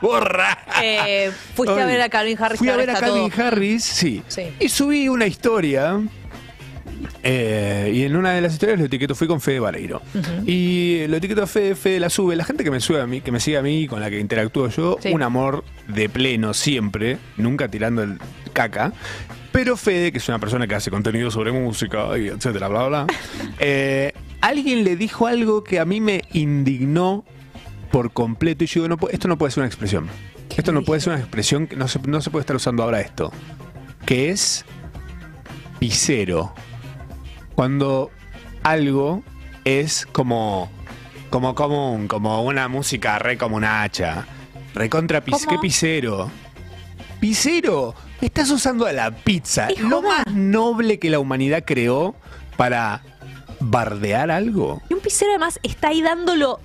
[SPEAKER 5] ¡Borra!
[SPEAKER 4] Eh, fuiste a
[SPEAKER 5] Ay.
[SPEAKER 4] ver a Calvin Harris.
[SPEAKER 5] Fui
[SPEAKER 4] que
[SPEAKER 5] a
[SPEAKER 4] ahora
[SPEAKER 5] ver a
[SPEAKER 4] está
[SPEAKER 5] Calvin
[SPEAKER 4] todo-
[SPEAKER 5] Harris, sí.
[SPEAKER 4] Sí.
[SPEAKER 5] Y subí una historia. eh, y en una de las historias lo etiqueto fui con Fede Vareiro. Y lo etiqueto a Fede, Fede la sube. La gente que me sube a mí, que me sigue a mí, con la que interactúo yo,
[SPEAKER 4] Sí.
[SPEAKER 5] un amor de pleno siempre, nunca tirando el caca. Pero Fede, que es una persona que hace contenido sobre música y etcétera, bla, bla, bla. eh, alguien le dijo algo que a mí me indignó por completo. Y yo digo, no, pu- esto no puede ser una expresión. Esto no puede ser una expresión que no se, no se puede estar usando ahora esto. Que es pisero. Cuando algo es como. como común, como una música re como una hacha. Recontra pis,
[SPEAKER 4] ¿Cómo?
[SPEAKER 5] ¿Qué pisero? Pisero, estás usando a la pizza,
[SPEAKER 4] Es
[SPEAKER 5] lo
[SPEAKER 4] joda.
[SPEAKER 5] más noble que la humanidad creó para bardear algo.
[SPEAKER 4] Y un pizzero además está ahí dándolo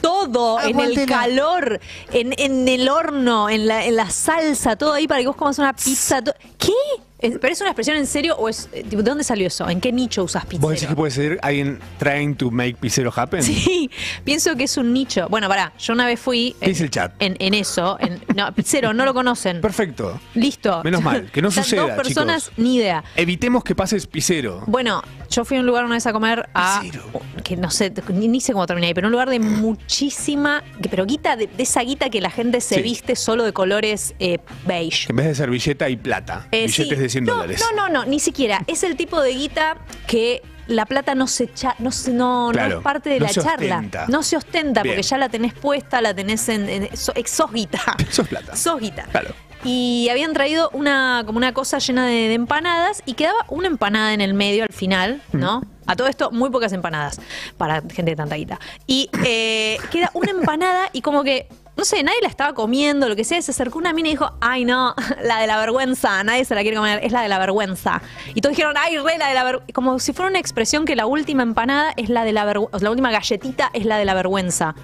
[SPEAKER 4] todo
[SPEAKER 5] Ah,
[SPEAKER 4] en el
[SPEAKER 5] Aguántela.
[SPEAKER 4] calor, en, en el horno, en la, en la salsa, todo ahí para que vos comas una pizza. to- ¿Qué? Es- ¿Pero es una expresión en serio o es eh, tipo, de dónde salió eso? ¿En qué nicho usas pizzero?
[SPEAKER 5] ¿Vos decís que puede ser alguien trying to make pisero happen?
[SPEAKER 4] Sí, pienso que es un nicho. Bueno, pará, yo una vez fui
[SPEAKER 5] ¿Qué dice el chat?
[SPEAKER 4] en, en eso, en, no, pizzero, no lo conocen.
[SPEAKER 5] Perfecto.
[SPEAKER 4] Listo.
[SPEAKER 5] Menos mal, que no
[SPEAKER 4] Están
[SPEAKER 5] suceda,
[SPEAKER 4] Dos personas,
[SPEAKER 5] chicos.
[SPEAKER 4] ni idea.
[SPEAKER 5] Evitemos que pases pisero.
[SPEAKER 4] Bueno, yo fui a un lugar una vez a comer a.
[SPEAKER 5] Cero.
[SPEAKER 4] que no sé, ni, ni sé cómo terminé ahí, pero un lugar de muchísima. que- pero guita, de, de esa guita que la gente se
[SPEAKER 5] Sí.
[SPEAKER 4] viste solo de colores eh, beige.
[SPEAKER 5] En vez de servilleta y plata,
[SPEAKER 4] Eh, sí.
[SPEAKER 5] billetes de 100
[SPEAKER 4] no,
[SPEAKER 5] dólares.
[SPEAKER 4] No, no, no, ni siquiera. Es el tipo de guita que. La plata no se cha- no, se- no, no
[SPEAKER 5] Claro,
[SPEAKER 4] es parte de
[SPEAKER 5] no
[SPEAKER 4] la
[SPEAKER 5] se
[SPEAKER 4] charla.
[SPEAKER 5] ostenta.
[SPEAKER 4] No se ostenta
[SPEAKER 5] Bien.
[SPEAKER 4] porque ya la tenés puesta, la tenés en. en- so- eh, sos guita.
[SPEAKER 5] Sos plata.
[SPEAKER 4] Sos guita.
[SPEAKER 5] Claro.
[SPEAKER 4] Y habían traído una, como una cosa llena de, de empanadas y quedaba una empanada en el medio al final,
[SPEAKER 5] Mm.
[SPEAKER 4] ¿no? A todo esto, muy pocas empanadas para gente de tanta guita. Y eh, queda una empanada y como que, no sé, nadie la estaba comiendo, lo que sea, y se acercó una mina y dijo, ay no, la de la vergüenza, nadie se la quiere comer, es la de la vergüenza. Y todos dijeron, ay, re la de la vergüenza. Como si fuera una expresión que la última empanada es la de la vergüenza, la última galletita es la de la vergüenza.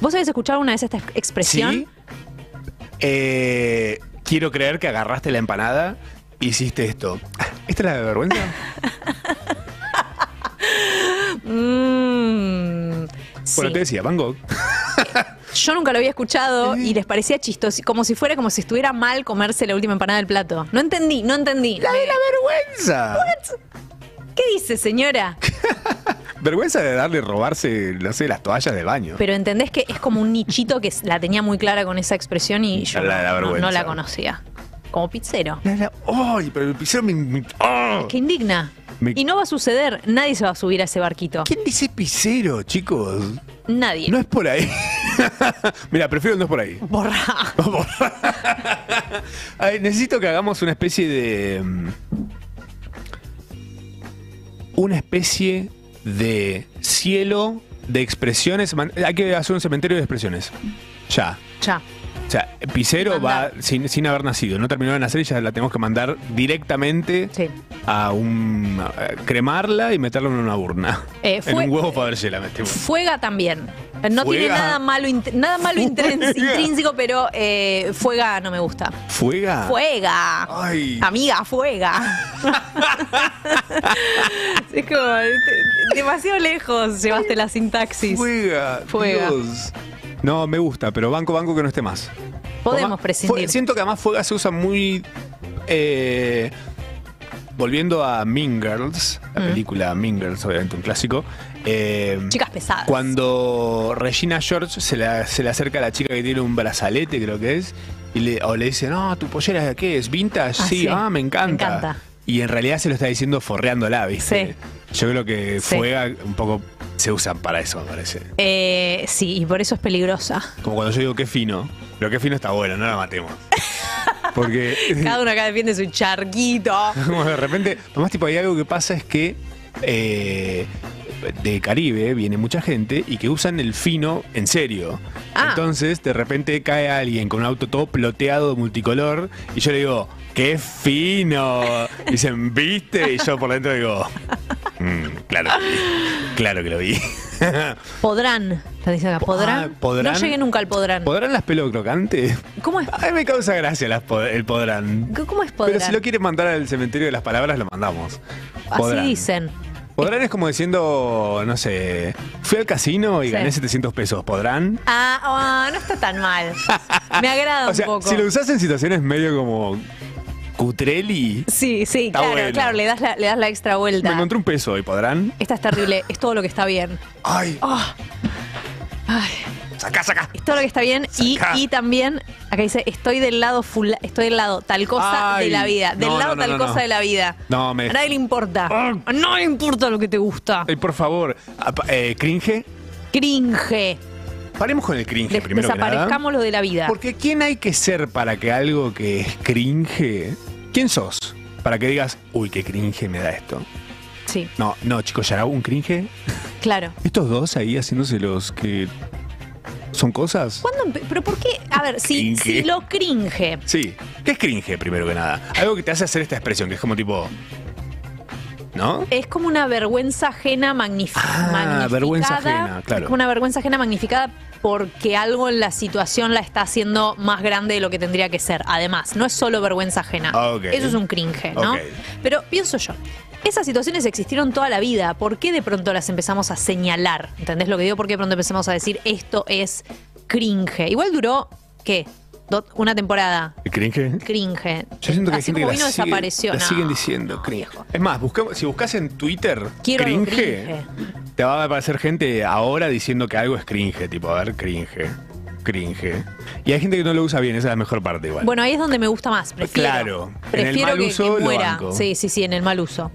[SPEAKER 4] ¿Vos habéis escuchado una vez esta ex- expresión?
[SPEAKER 5] Sí. Eh, quiero creer que agarraste la empanada y hiciste esto. ¿Esta es la de vergüenza?
[SPEAKER 4] Mm,
[SPEAKER 5] Bueno,
[SPEAKER 4] sí.
[SPEAKER 5] te decía, Van Gogh.
[SPEAKER 4] Yo nunca lo había escuchado y les parecía chistoso, como si fuera como si estuviera mal comerse la última empanada del plato. No entendí, no entendí. Eh,
[SPEAKER 5] ¡La de la vergüenza!
[SPEAKER 4] ¿Qué dice, señora?
[SPEAKER 5] Vergüenza de darle robarse, no sé, las toallas del baño.
[SPEAKER 4] Pero entendés que es como un nichito que la tenía muy clara con esa expresión y yo
[SPEAKER 5] La de la
[SPEAKER 4] no- no- no,
[SPEAKER 5] vergüenza.
[SPEAKER 4] la conocía. Como pizzero.
[SPEAKER 5] La- la- ¡Ay! Pero el pisero me. me- ¡Ah!
[SPEAKER 4] Qué indigna.
[SPEAKER 5] Me-
[SPEAKER 4] Y no va a suceder, nadie se va a subir a ese barquito.
[SPEAKER 5] ¿Quién dice pisero, chicos?
[SPEAKER 4] Nadie.
[SPEAKER 5] No es por ahí. Mira, prefiero el no es por ahí.
[SPEAKER 4] Borra.
[SPEAKER 5] Vamos. A ver, necesito que hagamos una especie de. mm, Una especie de cielo de expresiones. Man- Hay que hacer un cementerio de expresiones. Ya.
[SPEAKER 4] Ya.
[SPEAKER 5] O sea, Picero va
[SPEAKER 4] Mandar.
[SPEAKER 5] sin, sin haber nacido, no terminó de nacer y ya la tenemos que mandar directamente
[SPEAKER 4] Sí.
[SPEAKER 5] a un. a cremarla y meterla en una urna.
[SPEAKER 4] Eh,
[SPEAKER 5] en
[SPEAKER 4] fue-
[SPEAKER 5] un huevo para ver si la metemos.
[SPEAKER 4] Fuega también. No tiene
[SPEAKER 5] Fuega.
[SPEAKER 4] nada malo, int- nada malo intrins-
[SPEAKER 5] Fuega.
[SPEAKER 4] intrínseco, pero eh, fuega no me gusta.
[SPEAKER 5] ¿Fuega?
[SPEAKER 4] Fuega.
[SPEAKER 5] Ay.
[SPEAKER 4] Amiga, fuega. es como te- demasiado lejos llevaste la sintaxis.
[SPEAKER 5] Fuega.
[SPEAKER 4] Fuega.
[SPEAKER 5] Dios. No, me gusta, pero banco, banco que no esté más.
[SPEAKER 4] Podemos
[SPEAKER 5] Fue-
[SPEAKER 4] prescindir.
[SPEAKER 5] siento que además fuega se usa muy. eh, volviendo a Mean Girls, la película Mean Girls, obviamente un clásico. eh,
[SPEAKER 4] Mm. Chicas pesadas.
[SPEAKER 5] cuando Regina George se la- se le acerca a la chica que tiene un brazalete, creo que es, y le, o le dice, no, tu pollera, ¿qué es? ¿Vintage?
[SPEAKER 4] Ah,
[SPEAKER 5] sí,
[SPEAKER 4] sí.
[SPEAKER 5] ah, me encanta.
[SPEAKER 4] Me encanta.
[SPEAKER 5] Y en realidad se lo está diciendo forreándola, ¿viste? Yo creo que
[SPEAKER 4] Sí.
[SPEAKER 5] fuega un poco se usa para eso, me parece.
[SPEAKER 4] Eh, sí, y por eso es peligrosa.
[SPEAKER 5] Como cuando yo digo qué fino, pero qué fino está bueno, no la matemos. Porque
[SPEAKER 4] Cada uno acá defiende su charquito.
[SPEAKER 5] como de repente, además tipo hay algo que pasa es que eh, de Caribe, viene mucha gente, y que usan el fino en serio.
[SPEAKER 4] Ah.
[SPEAKER 5] Entonces, de repente cae alguien con un auto todo ploteado, multicolor, y yo le digo, ¡qué fino! Y dicen, ¿viste? Y yo por dentro digo, "Mm, claro, que vi, claro que lo vi.
[SPEAKER 4] Podrán, está diciendo acá,
[SPEAKER 5] Po-
[SPEAKER 4] podrán.
[SPEAKER 5] ah, podrán.
[SPEAKER 4] No llegué nunca al podrán.
[SPEAKER 5] ¿Podrán las pelo crocantes?
[SPEAKER 4] ¿Cómo es?
[SPEAKER 5] A mí me causa gracia las pod- el podrán.
[SPEAKER 4] ¿Cómo es podrán?
[SPEAKER 5] Pero si lo quieren mandar al cementerio de las palabras, lo mandamos. Podrán.
[SPEAKER 4] Así dicen.
[SPEAKER 5] Podrán es como diciendo, no sé, fui al casino y
[SPEAKER 4] Sí.
[SPEAKER 5] gané 700 pesos. ¿Podrán?
[SPEAKER 4] Ah, ah, no está tan mal. Me agrada
[SPEAKER 5] O sea,
[SPEAKER 4] un poco.
[SPEAKER 5] si lo usás en situaciones medio como cutreli,
[SPEAKER 4] Sí, sí,
[SPEAKER 5] Está
[SPEAKER 4] claro,
[SPEAKER 5] bueno.
[SPEAKER 4] claro, le das la, le das la extra
[SPEAKER 5] me
[SPEAKER 4] vuelta.
[SPEAKER 5] encontré un peso hoy, ¿podrán?
[SPEAKER 4] Esta es terrible, es todo lo que está bien.
[SPEAKER 5] ¡Ay!
[SPEAKER 4] Oh. Ay,
[SPEAKER 5] ¡Sacá, sacá!
[SPEAKER 4] es todo lo que está bien y,
[SPEAKER 5] Sacá.
[SPEAKER 4] y también acá dice estoy del lado fula- estoy del lado tal cosa
[SPEAKER 5] Ay.
[SPEAKER 4] de la vida, del
[SPEAKER 5] No,
[SPEAKER 4] lado
[SPEAKER 5] no, no,
[SPEAKER 4] tal
[SPEAKER 5] no,
[SPEAKER 4] cosa
[SPEAKER 5] no.
[SPEAKER 4] de la vida.
[SPEAKER 5] No, me-
[SPEAKER 4] A nadie le importa.
[SPEAKER 5] Ah. Eh.
[SPEAKER 4] A nadie le importa lo que te gusta.
[SPEAKER 5] Ay, por favor, apa- eh, cringe.
[SPEAKER 4] Cringe.
[SPEAKER 5] Paremos con el cringe
[SPEAKER 4] Des-
[SPEAKER 5] primero. que nada.
[SPEAKER 4] desaparezcamos lo de la vida.
[SPEAKER 5] Porque ¿quién hay que ser para que algo que es cringe? ¿Quién sos? Para que digas, uy, qué cringe me da esto.
[SPEAKER 4] Sí,
[SPEAKER 5] No, no, chicos, ya un cringe.
[SPEAKER 4] claro.
[SPEAKER 5] Estos dos ahí haciéndose los que son cosas.
[SPEAKER 4] ¿Cuándo empe- ¿Pero por qué? A ver, si,
[SPEAKER 5] Cringe.
[SPEAKER 4] si lo cringe.
[SPEAKER 5] Sí. ¿Qué es cringe primero que nada? Algo que te hace hacer esta expresión, que es como tipo. ¿No?
[SPEAKER 4] Es como una vergüenza ajena magnif-
[SPEAKER 5] Ah,
[SPEAKER 4] magnificada.
[SPEAKER 5] vergüenza ajena, claro.
[SPEAKER 4] Es como una vergüenza ajena magnificada porque algo en la situación la está haciendo más grande de lo que tendría que ser. Además, no es solo vergüenza ajena.
[SPEAKER 5] Ah, ok.
[SPEAKER 4] Eso es un cringe, ¿no?
[SPEAKER 5] Ok.
[SPEAKER 4] Pero pienso yo, esas situaciones existieron toda la vida. ¿Por qué de pronto las empezamos a señalar? ¿Entendés lo que digo? ¿Por qué de pronto empezamos a decir esto es cringe? Igual duró, ¿qué? Do- Una temporada.
[SPEAKER 5] ¿El cringe?
[SPEAKER 4] Cringe.
[SPEAKER 5] Yo siento que hay
[SPEAKER 4] Así
[SPEAKER 5] gente
[SPEAKER 4] como
[SPEAKER 5] que
[SPEAKER 4] vino,
[SPEAKER 5] la sigue-
[SPEAKER 4] desapareció.
[SPEAKER 5] la
[SPEAKER 4] No,
[SPEAKER 5] siguen diciendo cringe.
[SPEAKER 4] viejo.
[SPEAKER 5] Es más, busca- si buscas en Twitter
[SPEAKER 4] Quiero algo
[SPEAKER 5] cringe,
[SPEAKER 4] cringe.
[SPEAKER 5] te va a aparecer gente ahora diciendo que algo es cringe, tipo, a ver, cringe, cringe. Y hay gente que no lo usa bien, esa es la mejor parte igual.
[SPEAKER 4] Bueno, ahí es donde me gusta más, prefiero.
[SPEAKER 5] Claro, en el
[SPEAKER 4] prefiero
[SPEAKER 5] mal
[SPEAKER 4] que,
[SPEAKER 5] uso
[SPEAKER 4] que
[SPEAKER 5] lo
[SPEAKER 4] muera.
[SPEAKER 5] banco.
[SPEAKER 4] Sí, sí, sí, en el mal uso.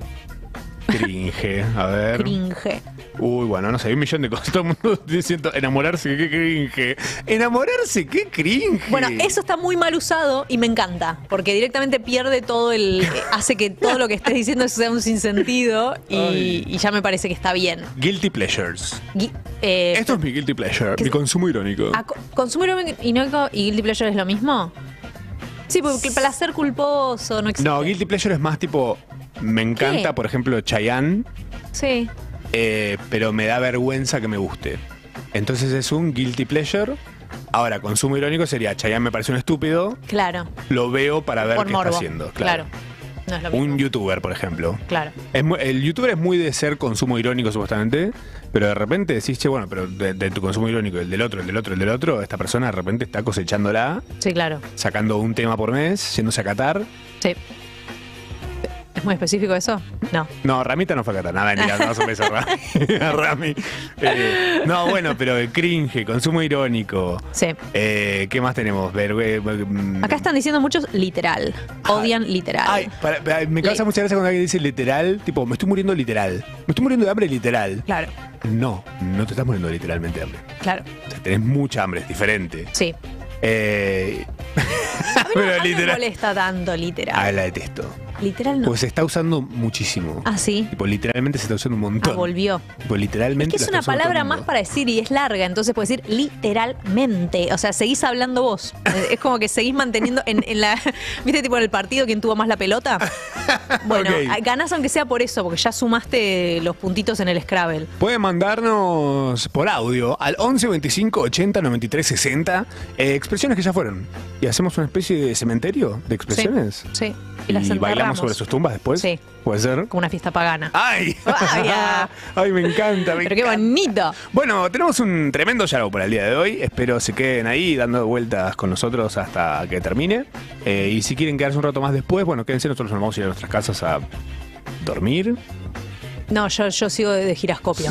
[SPEAKER 5] Cringe, a ver.
[SPEAKER 4] Cringe.
[SPEAKER 5] Uy, bueno, no sé, hay un millón de cosas. Todo el mundo diciendo enamorarse, qué cringe. Enamorarse, qué cringe.
[SPEAKER 4] Bueno, eso está muy mal usado y me encanta, porque directamente pierde todo el. hace que todo lo que estés diciendo sea un sinsentido y,
[SPEAKER 5] Ay.
[SPEAKER 4] y ya me parece que está bien.
[SPEAKER 5] Guilty pleasures.
[SPEAKER 4] Gui- eh,
[SPEAKER 5] Esto es mi guilty pleasure,
[SPEAKER 4] ¿Qué
[SPEAKER 5] mi
[SPEAKER 4] es-
[SPEAKER 5] consumo irónico.
[SPEAKER 4] ¿a co- ¿Consumo irónico y guilty pleasure es lo mismo? Sí, porque el placer culposo no existe.
[SPEAKER 5] No, guilty pleasure es más tipo, me encanta,
[SPEAKER 4] ¿Qué?
[SPEAKER 5] por ejemplo, Chayanne,
[SPEAKER 4] Sí.
[SPEAKER 5] eh, pero me da vergüenza que me guste. Entonces es un guilty pleasure. Ahora, consumo irónico sería, Chayanne me parece un estúpido,
[SPEAKER 4] Claro.
[SPEAKER 5] lo veo para ver
[SPEAKER 4] por
[SPEAKER 5] qué
[SPEAKER 4] morbo.
[SPEAKER 5] está haciendo.
[SPEAKER 4] claro.
[SPEAKER 5] Claro.
[SPEAKER 4] No es lo mismo.
[SPEAKER 5] Un youtuber, por ejemplo.
[SPEAKER 4] Claro.
[SPEAKER 5] Es mu- el youtuber es muy de ser consumo irónico, supuestamente, pero de repente decís, che, bueno, pero de, de tu consumo irónico, el del otro, el del otro, el del otro, esta persona de repente está cosechándola,
[SPEAKER 4] Sí, claro.
[SPEAKER 5] sacando un tema por mes, yéndose a Qatar.
[SPEAKER 4] Sí. ¿Es muy específico eso? No.
[SPEAKER 5] No, Ramita no fue a Qatar, nada, ni nada, un beso a Rami. a Rami. Eh, no, bueno, pero el cringe, consumo irónico.
[SPEAKER 4] Sí.
[SPEAKER 5] Eh, ¿Qué más tenemos? Vergüe- mm.
[SPEAKER 4] Acá están diciendo muchos literal. Odian literal.
[SPEAKER 5] Ay, para- para- me causa
[SPEAKER 4] Le-
[SPEAKER 5] mucha gracia cuando alguien dice literal, tipo, me estoy muriendo literal. Me estoy muriendo de hambre literal.
[SPEAKER 4] Claro,
[SPEAKER 5] No, no te estás muriendo literalmente de hambre.
[SPEAKER 4] claro.
[SPEAKER 5] O sea, tenés mucha hambre, es diferente.
[SPEAKER 4] Sí.
[SPEAKER 5] Eh,
[SPEAKER 4] A
[SPEAKER 5] pero
[SPEAKER 4] mí No me
[SPEAKER 5] literal.
[SPEAKER 4] molesta tanto literal.
[SPEAKER 5] Ah, la detesto.
[SPEAKER 4] Literal no.
[SPEAKER 5] Pues se está usando muchísimo.
[SPEAKER 4] Ah, sí.
[SPEAKER 5] Tipo, literalmente se está usando un
[SPEAKER 4] Ah,
[SPEAKER 5] montón.
[SPEAKER 4] volvió.
[SPEAKER 5] Tipo, literalmente.
[SPEAKER 4] Que es
[SPEAKER 5] la
[SPEAKER 4] una
[SPEAKER 5] está usando todo
[SPEAKER 4] palabra
[SPEAKER 5] el
[SPEAKER 4] más
[SPEAKER 5] mundo.
[SPEAKER 4] para decir y es larga, entonces puedes decir literalmente. O sea, seguís hablando vos. Eh, Es como que seguís manteniendo en, en la. ¿Viste, tipo en el partido, quién tuvo más la pelota? Bueno,
[SPEAKER 5] Ok.
[SPEAKER 4] a- ganás aunque sea por eso, porque ya sumaste los puntitos en el Scrabble.
[SPEAKER 5] Pueden mandarnos por audio al 11 25 80 93 60 eh, expresiones que ya fueron. Y hacemos una especie de cementerio de expresiones.
[SPEAKER 4] Sí. Y,
[SPEAKER 5] Y,
[SPEAKER 4] las
[SPEAKER 5] bailamos
[SPEAKER 4] enterramos.
[SPEAKER 5] sobre sus tumbas después.
[SPEAKER 4] Sí.
[SPEAKER 5] Puede ser.
[SPEAKER 4] Como una fiesta pagana.
[SPEAKER 5] ¡Ay!
[SPEAKER 4] Vaya.
[SPEAKER 5] ¡Ay, me encanta! Ah, me
[SPEAKER 4] Pero qué
[SPEAKER 5] encanta.
[SPEAKER 4] bonito.
[SPEAKER 5] Bueno, tenemos un tremendo yarao para el día de hoy. Espero se queden ahí dando vueltas con nosotros hasta que termine. Eh, y si quieren quedarse un rato más después, bueno, quédense. Nosotros nos vamos a ir a nuestras casas a dormir.
[SPEAKER 4] No, yo, yo sigo de, de girascopio.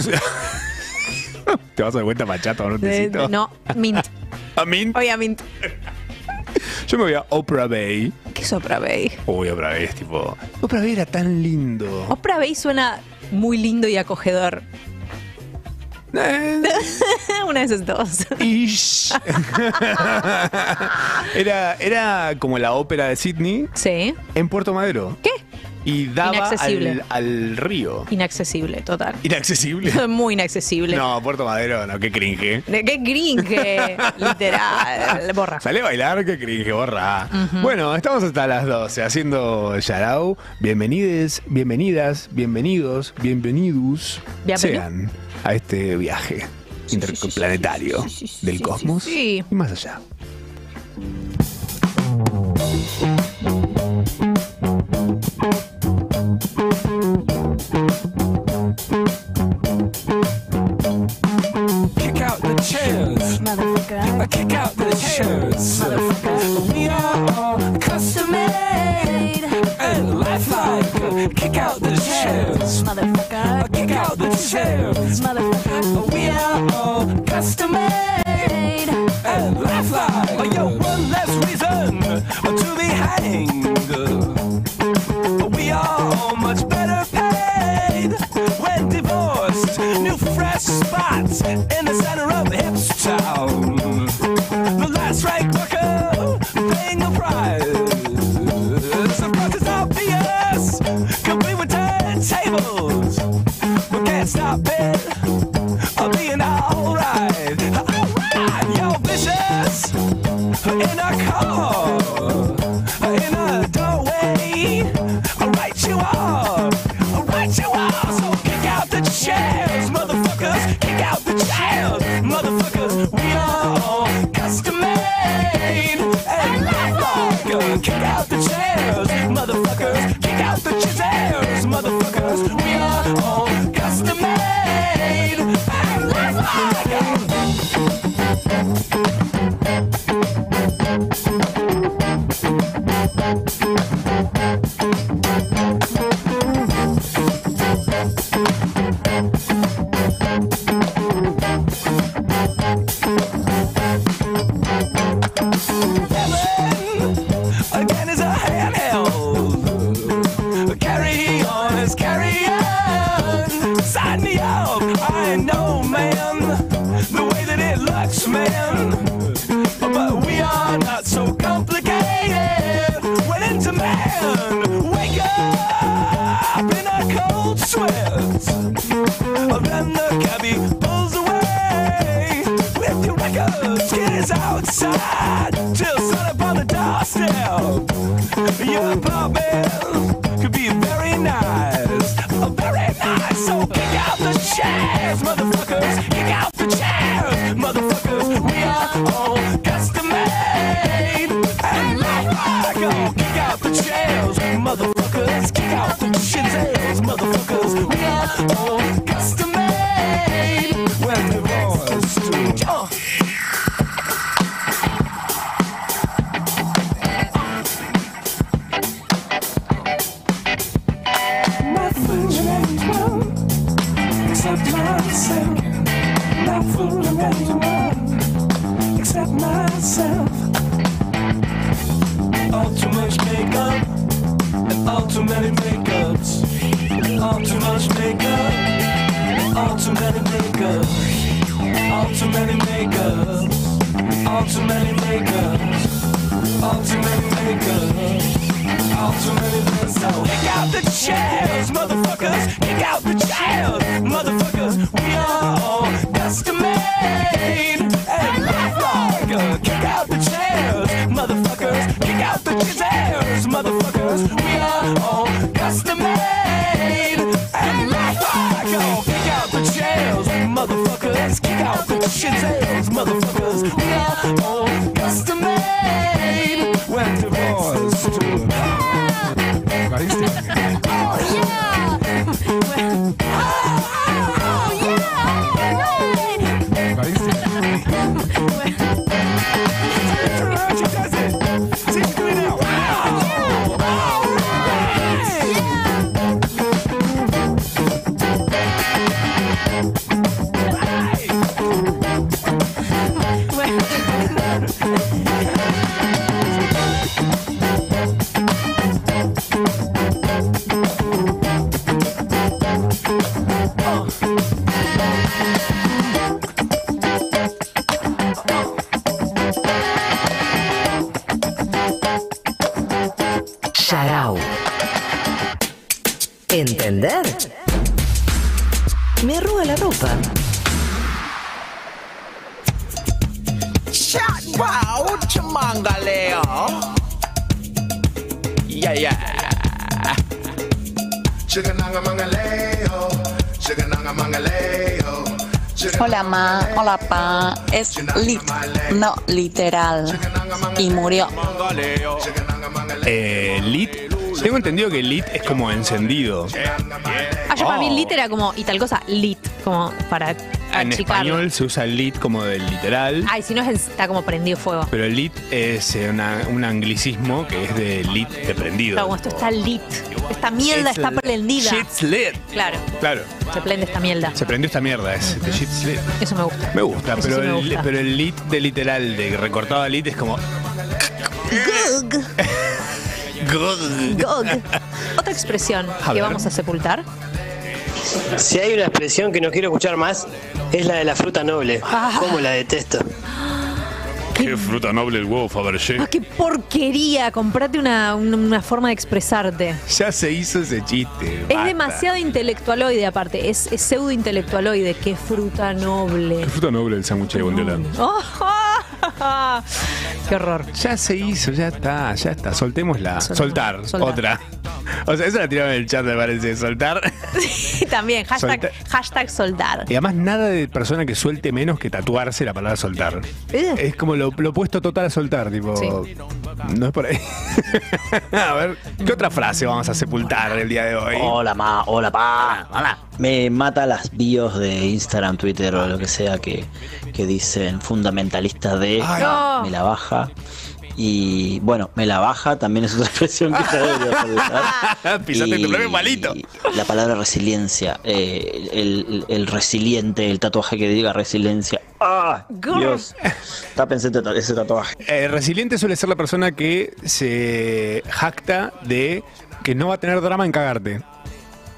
[SPEAKER 5] ¿Te vas a dar vuelta machata o no
[SPEAKER 4] De-
[SPEAKER 5] te
[SPEAKER 4] de- Eh, no, Mint. Oye, Mint.
[SPEAKER 5] Yo me voy a Oprah Bay.
[SPEAKER 4] ¿Qué es Oprah Bay?
[SPEAKER 5] Uy, Oprah Bay es tipo. Oprah Bay era tan lindo.
[SPEAKER 4] Oprah Bay suena muy lindo y acogedor.
[SPEAKER 5] Eh,
[SPEAKER 4] Una de esas dos.
[SPEAKER 5] ish. era, era como la ópera de Sydney
[SPEAKER 4] Sí.
[SPEAKER 5] en Puerto Madero.
[SPEAKER 4] ¿Qué?
[SPEAKER 5] y daba
[SPEAKER 4] Inaccesible.
[SPEAKER 5] al, al río.
[SPEAKER 4] Inaccesible, total.
[SPEAKER 5] Inaccesible.
[SPEAKER 4] Muy inaccesible.
[SPEAKER 5] No, Puerto Madero, no, qué cringe.
[SPEAKER 4] ¿De qué gringe? Literal. Borra.
[SPEAKER 5] Sale a bailar, qué cringe, borra. Bueno, estamos hasta las 12 haciendo Yarao. Bienvenides, bienvenidas, bienvenidos, bienvenidos
[SPEAKER 4] Bienveni-
[SPEAKER 5] sean a este viaje interplanetario del cosmos
[SPEAKER 4] sí.
[SPEAKER 5] y más allá.
[SPEAKER 6] kick out the chairs. I kick out the chairs. We are all custom made and lifelike. Kick out the chairs. I kick out the chairs. We are all custom made and lifelike. Oh, yo, one less reason to be hanged. We are all much better paid when divorced. New fresh spots in the center of Hipstown. The last rank worker paying the price. The price is obvious. Complete with turntables. We can't stop it. I'm being alright. Alright, yo, vicious. In a car, in a doorway, I'll write you up. I'll write you up. So kick out the chairs, motherfuckers. Kick out the chairs, motherfuckers. We are all custom made and lifelike. Kick out the chairs, motherfuckers. Kick out the chairs, motherfuckers. We are all custom made and lifelike. Again is a handheld. Carry on is carry on. Sign me up. I know, man, the way that it looks, man. But we are not so complicated. When in demand, wake up in a cold sweat. Then the cabbie pulls away with your records. Kid is outside till sun up on the doorstep. Your apartment could be very nice, uh, very nice. So kick out the chairs, motherfuckers. Kick out the chairs, motherfuckers. We are all custom made and like go kick out the chairs, motherfuckers. Kick out the chinzels, motherfuckers. We are all custom made. When divorced, oh. Nothing anyone except myself. Not fooling anyone except myself. All too much makeup and all too many makeups. All too much makeup and all too many makeups. All too many makeups. All too many makeups. All too many makeups. All too many makeups. So kick out the chairs, motherfuckers. Kick out the chairs, motherfuckers. We are all custom made and lifelike. Kick out the chairs, motherfuckers. Kick out the chairs, motherfuckers. We are all custom made and lifelike. Kick out the chairs, motherfuckers. Kick out the chairs, motherfuckers. We are all custom made when divorced. She does it. See, she's doing it now. Wow. All right.
[SPEAKER 3] Yarao. Me arruga la ropa.
[SPEAKER 2] Shout wow Chamangaleo. Yeah, yeah.
[SPEAKER 7] Hola ma, hola pa, es lit, no literal. Y murió.
[SPEAKER 5] Eh, lit. Tengo entendido que lit es como encendido.
[SPEAKER 4] Ah, yo para mí
[SPEAKER 5] Oh. Ah,
[SPEAKER 4] lit era como, y tal cosa, lit, como para
[SPEAKER 5] En
[SPEAKER 4] achicarlo.
[SPEAKER 5] español se usa lit como del literal.
[SPEAKER 4] Ay, si no es, en- está como prendido fuego.
[SPEAKER 5] Pero lit es eh, una- un anglicismo que es de lit de prendido.
[SPEAKER 4] Claro, como esto está lit. Esta mierda
[SPEAKER 5] It's
[SPEAKER 4] está
[SPEAKER 5] lit.
[SPEAKER 4] prendida.
[SPEAKER 5] Shit's lit.
[SPEAKER 4] Claro,
[SPEAKER 5] Claro,
[SPEAKER 4] se prende esta mierda.
[SPEAKER 5] se prendió esta mierda, es de shit's lit.
[SPEAKER 4] Eso me gusta.
[SPEAKER 5] Me gusta,
[SPEAKER 4] Eso
[SPEAKER 5] pero,
[SPEAKER 4] sí me
[SPEAKER 5] El,
[SPEAKER 4] gusta.
[SPEAKER 5] pero el lit de literal, de recortado a lit, es como.
[SPEAKER 4] Gog. Otra expresión que
[SPEAKER 5] ver.
[SPEAKER 4] vamos a sepultar.
[SPEAKER 8] Si hay una expresión que no quiero escuchar más, es la de la fruta noble.
[SPEAKER 4] Ah.
[SPEAKER 8] Cómo la detesto.
[SPEAKER 5] Qué fruta noble el huevo Fabergé.
[SPEAKER 4] Ah, qué porquería. Comprate una, un- una forma de expresarte.
[SPEAKER 5] Ya se hizo ese chiste.
[SPEAKER 4] Es
[SPEAKER 5] basta.
[SPEAKER 4] demasiado intelectualoide, aparte. Es, es pseudo intelectualoide. Qué fruta noble.
[SPEAKER 5] Qué fruta noble el sándwich de bondiola.
[SPEAKER 4] Oh, qué horror.
[SPEAKER 5] Ya se hizo, ya está, ya está. Soltémosla.
[SPEAKER 4] Soltemos,
[SPEAKER 5] Soltar,
[SPEAKER 4] soltar.
[SPEAKER 5] otra. O sea, eso la tiraron en el chat, me parece. Soltar.
[SPEAKER 4] Y también, hashtag,
[SPEAKER 5] Solta-
[SPEAKER 4] hashtag soldar.
[SPEAKER 5] Y además, nada de persona que suelte menos que tatuarse la palabra soltar.
[SPEAKER 4] Eh.
[SPEAKER 5] Es como lo, lo opuesto total a soltar, tipo.
[SPEAKER 4] Sí.
[SPEAKER 5] No es por ahí. a ver, ¿qué otra frase vamos a sepultar el día de hoy?
[SPEAKER 9] Hola, ma, hola, pa. Hola. Me mata las bios de Instagram, Twitter o lo que sea que, que dicen fundamentalista de.
[SPEAKER 5] Ay.
[SPEAKER 4] No.
[SPEAKER 9] Me la baja. Y bueno, me la baja también es otra expresión que no debería poder usar.
[SPEAKER 5] Pisaste
[SPEAKER 9] Y
[SPEAKER 5] tu propio palito.
[SPEAKER 9] La palabra resiliencia, eh, el, el- el resiliente, el tatuaje que diga resiliencia. ¡Ah!
[SPEAKER 4] Grr.
[SPEAKER 9] Dios, tápense ese tatu- ese tatuaje.
[SPEAKER 5] Eh, resiliente suele ser la persona que se jacta de que no va a tener drama en cagarte.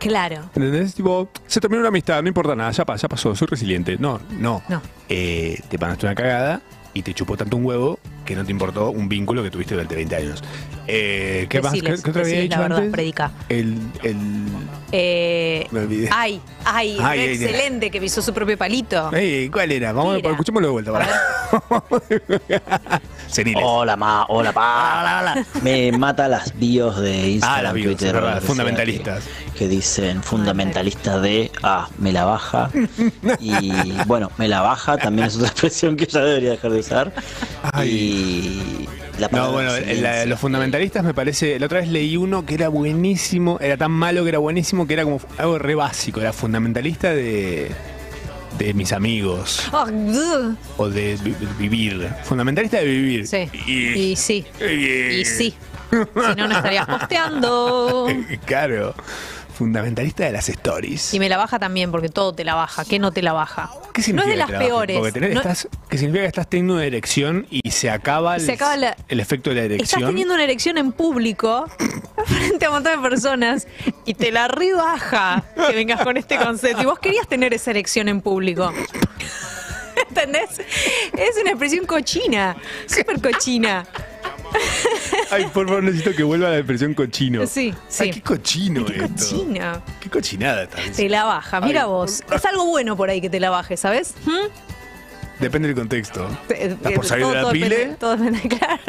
[SPEAKER 4] Claro.
[SPEAKER 5] ¿Entendés? Tipo, se terminó una amistad, no importa nada, ya, pa- ya pasó, soy resiliente. No, no.
[SPEAKER 4] No.
[SPEAKER 5] Eh, te panaste una cagada y te chupó tanto un huevo que no te importó un vínculo que tuviste durante 20 años. Eh, ¿Qué
[SPEAKER 4] Deciles,
[SPEAKER 5] más? ¿Qué, qué otra había
[SPEAKER 4] deciles la
[SPEAKER 5] dicho
[SPEAKER 4] verdad,
[SPEAKER 5] antes?
[SPEAKER 4] predica.
[SPEAKER 5] El, el...
[SPEAKER 4] Eh,
[SPEAKER 5] Me olvidé.
[SPEAKER 4] ay, ay,
[SPEAKER 5] Ay,
[SPEAKER 4] un
[SPEAKER 5] ay, ay. ¿Eh?
[SPEAKER 4] excelente que pisó su propio palito.
[SPEAKER 5] Ey, ¿Cuál era? Vamos,
[SPEAKER 4] Mira.
[SPEAKER 5] escuchémoslo de vuelta. Para. Seniles.
[SPEAKER 9] Hola, ma, hola, pa. Me mata las bios de Instagram,
[SPEAKER 5] Ah, las bios,
[SPEAKER 9] Twitter,
[SPEAKER 5] es verdad,
[SPEAKER 9] o lo que
[SPEAKER 5] fundamentalistas.
[SPEAKER 9] sea Que, que dicen fundamentalista de, ah, me la baja. Y bueno, me la baja también es otra expresión que ya debería dejar de usar. Y la palabra
[SPEAKER 5] No, bueno, el-
[SPEAKER 9] resiliencia.
[SPEAKER 5] la- los fundamentalistas me parece. La otra vez leí uno que era buenísimo, era tan malo que era buenísimo, que era como algo re básico. Era fundamentalista de. de mis amigos.
[SPEAKER 4] Oh, ugh.
[SPEAKER 5] O de vi- vivir. Fundamentalista de vivir.
[SPEAKER 4] sí.
[SPEAKER 5] Y, eh,
[SPEAKER 4] Y sí.
[SPEAKER 5] y-
[SPEAKER 4] Y sí. Si no, no estarías posteando.
[SPEAKER 5] Claro. Fundamentalista de las stories.
[SPEAKER 4] Y me la baja también, porque todo te la baja. ¿Qué no te la baja? no
[SPEAKER 5] ¿Qué
[SPEAKER 4] es
[SPEAKER 5] significa
[SPEAKER 4] de las
[SPEAKER 5] que te la bajen?
[SPEAKER 4] peores.
[SPEAKER 5] Porque tener-
[SPEAKER 4] No-
[SPEAKER 5] estás, que significa que estás teniendo una erección y se acaba,
[SPEAKER 4] Se
[SPEAKER 5] el,
[SPEAKER 4] acaba la-
[SPEAKER 5] el efecto de la
[SPEAKER 4] Estás
[SPEAKER 5] erección.
[SPEAKER 4] teniendo una erección en público frente a un montón de personas y te la rebaja que vengas con este concepto. Y vos querías tener esa erección en público. ¿Entendés? Es una expresión cochina, súper cochina.
[SPEAKER 5] Ay, por favor, necesito que vuelva la depresión cochino.
[SPEAKER 4] Sí,
[SPEAKER 5] Ay,
[SPEAKER 4] sí.
[SPEAKER 5] qué cochino
[SPEAKER 4] Qué
[SPEAKER 5] esto.
[SPEAKER 4] cochina.
[SPEAKER 5] Qué cochinada estás.
[SPEAKER 4] Te la baja, mira
[SPEAKER 5] Ay.
[SPEAKER 4] vos. Es algo bueno por ahí que te la baje, ¿sabes? ¿Mm?
[SPEAKER 5] Depende del contexto.
[SPEAKER 4] Te-
[SPEAKER 5] Estás
[SPEAKER 4] eh,
[SPEAKER 5] por salir
[SPEAKER 4] todo-
[SPEAKER 5] de la
[SPEAKER 4] todo depende-
[SPEAKER 5] pile,
[SPEAKER 4] todo depende, claro.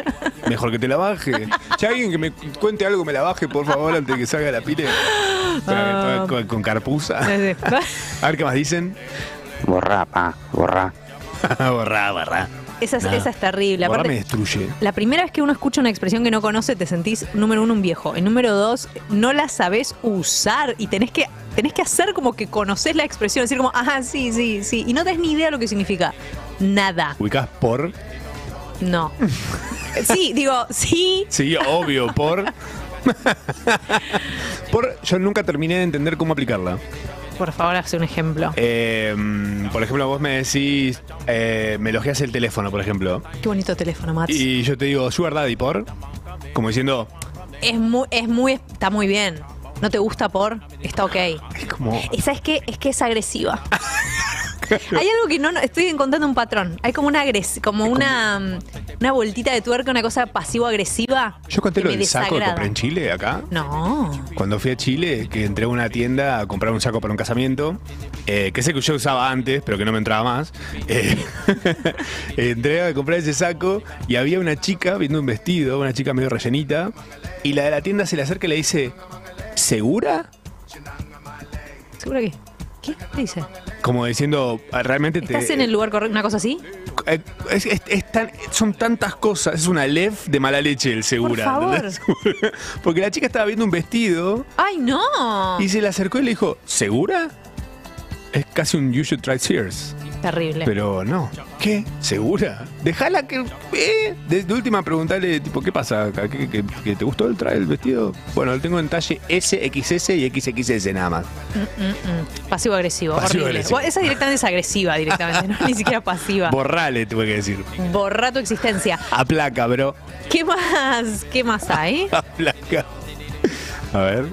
[SPEAKER 5] mejor que te la baje. Si hay alguien que me cuente algo, me la baje, por favor, antes de que salga de la pile.
[SPEAKER 4] Ah.
[SPEAKER 5] Con- con, con carpusa. A ver qué más dicen.
[SPEAKER 10] Borrá, pa, borrá.
[SPEAKER 5] borra, borra.
[SPEAKER 4] Esa es, esa es terrible.
[SPEAKER 5] Borra
[SPEAKER 4] Aparte,
[SPEAKER 5] me destruye.
[SPEAKER 4] La primera vez que uno escucha una expresión que no conoce, te sentís, número uno, un viejo. En número dos, no la sabés usar y tenés que, tenés que hacer como que conocés la expresión, decir como, ah, sí, sí, sí. Y no tenés ni idea lo que significa. Nada.
[SPEAKER 5] Ubicás por.
[SPEAKER 4] No. Sí, digo, sí.
[SPEAKER 5] Sí, obvio, por. por. Yo nunca terminé de entender cómo aplicarla.
[SPEAKER 4] Por favor, hace un ejemplo.
[SPEAKER 5] Eh, mm, por ejemplo, vos me decís. eh, me elogias el teléfono, por ejemplo.
[SPEAKER 4] Qué bonito teléfono, Mats.
[SPEAKER 5] Y yo te digo, Sugar Daddy, por. Como diciendo.
[SPEAKER 4] Es muy, es muy, está muy bien. No te gusta por, está ok.
[SPEAKER 5] Es como.
[SPEAKER 4] Eh, Esa es que es que es agresiva. Hay algo que no, no- estoy encontrando un patrón. Hay como una agres, como una mm, una vueltita de tuerca, una cosa pasivo agresiva.
[SPEAKER 5] Yo conté
[SPEAKER 4] que
[SPEAKER 5] lo
[SPEAKER 4] me
[SPEAKER 5] del saco que
[SPEAKER 4] desagrada.
[SPEAKER 5] compré en Chile, acá.
[SPEAKER 4] No.
[SPEAKER 5] Cuando fui a Chile, que entré a una tienda a comprar un saco para un casamiento, eh, que es el que yo usaba antes, pero que no me entraba más. Eh, entré a comprar ese saco y había una chica viendo un vestido, una chica medio rellenita, y la de la tienda se le acerca y le dice, ¿segura?
[SPEAKER 4] ¿Seguro que? ¿Qué te dice?
[SPEAKER 5] Como diciendo, "Ah, realmente te...
[SPEAKER 4] ¿Estás en el lugar correcto? ¿Una cosa así?
[SPEAKER 5] eh, es- es- es tan- son tantas cosas, es una lef de mala leche el segura.
[SPEAKER 4] favor.
[SPEAKER 5] ¿entendés? Porque la chica estaba viendo un vestido
[SPEAKER 4] ¡Ay, no!
[SPEAKER 5] y se le acercó y le dijo, ¿segura? Es casi un You Should Try Sears.
[SPEAKER 4] Terrible.
[SPEAKER 5] Pero no. ¿Qué? ¿Segura? Dejala que. eh, De, de última preguntarle, tipo, ¿qué pasa? acá? ¿Qué, qué, qué te gustó el traje, el vestido? Bueno, lo tengo en talle SXS y XXS nada más.
[SPEAKER 4] Pasivo agresivo, Mm.
[SPEAKER 5] Pasivo
[SPEAKER 4] horrible.
[SPEAKER 5] agresivo.
[SPEAKER 4] Bueno, Esa directamente es agresiva directamente, no, ni siquiera pasiva.
[SPEAKER 5] Borrale, tuve que decir.
[SPEAKER 4] Borra tu existencia.
[SPEAKER 5] Aplaca, bro.
[SPEAKER 4] ¿Qué más? ¿Qué más hay?
[SPEAKER 5] Aplaca. A ver.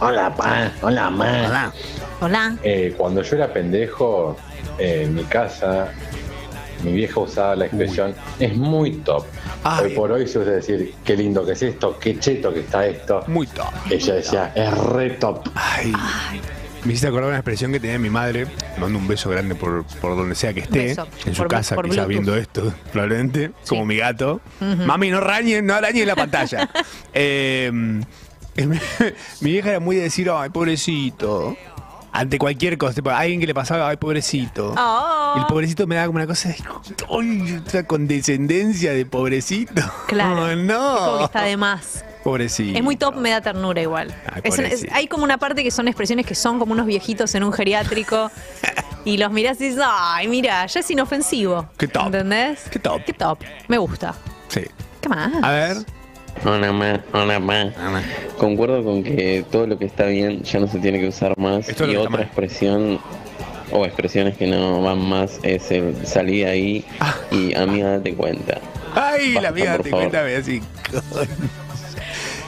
[SPEAKER 11] Hola, pa. Hola, ma.
[SPEAKER 4] Hola.
[SPEAKER 11] Eh, cuando yo era pendejo, eh, en mi casa, mi vieja usaba la expresión, es muy top.
[SPEAKER 5] Ah,
[SPEAKER 11] hoy por hoy se usa decir, qué lindo que es esto, qué cheto que está esto.
[SPEAKER 5] Muy top.
[SPEAKER 11] Ella decía, es re top.
[SPEAKER 5] Ay. Me hiciste acordar una expresión que tenía mi madre. Le mando un beso grande por, por donde sea que esté.
[SPEAKER 11] Beso.
[SPEAKER 5] En su
[SPEAKER 11] Por-
[SPEAKER 5] casa,
[SPEAKER 11] por
[SPEAKER 5] quizás
[SPEAKER 11] Bluetooth.
[SPEAKER 5] viendo esto, probablemente. Como mi gato. Mami, no rañes, no arañes la pantalla. Eh, mi vieja era muy de decir, ay, pobrecito. Ante cualquier cosa, tipo, alguien que le pasaba, ay, pobrecito.
[SPEAKER 11] Ah,
[SPEAKER 4] Oh.
[SPEAKER 5] Y el pobrecito me daba como una cosa de, ay, esa condescendencia de pobrecito.
[SPEAKER 4] Claro.
[SPEAKER 5] Oh,
[SPEAKER 4] Es como que
[SPEAKER 5] no.
[SPEAKER 4] está de más.
[SPEAKER 5] Pobrecito.
[SPEAKER 4] Es muy top, me da ternura igual.
[SPEAKER 5] Ay,
[SPEAKER 4] Es una- es-
[SPEAKER 5] pobrecito.
[SPEAKER 4] hay como una parte que son expresiones que son como unos viejitos en un geriátrico y los mirás y dices, ay, mira, ya es inofensivo.
[SPEAKER 5] Qué top.
[SPEAKER 4] ¿Entendés?
[SPEAKER 5] Qué top.
[SPEAKER 4] Qué top. Me gusta.
[SPEAKER 5] Sí.
[SPEAKER 4] ¿Qué más?
[SPEAKER 5] A ver.
[SPEAKER 12] Hola, ma, hola, ma. Concuerdo con que todo lo que está bien ya no se tiene que usar más.
[SPEAKER 5] Esto es
[SPEAKER 12] y
[SPEAKER 5] lo que está
[SPEAKER 12] otra expresión o expresiones que no van más es el salir ahí
[SPEAKER 5] Ah.
[SPEAKER 12] y amiga date cuenta.
[SPEAKER 5] Ay,
[SPEAKER 12] Basta,
[SPEAKER 5] la amiga
[SPEAKER 12] por
[SPEAKER 5] te
[SPEAKER 12] favor.
[SPEAKER 5] cuenta, me así.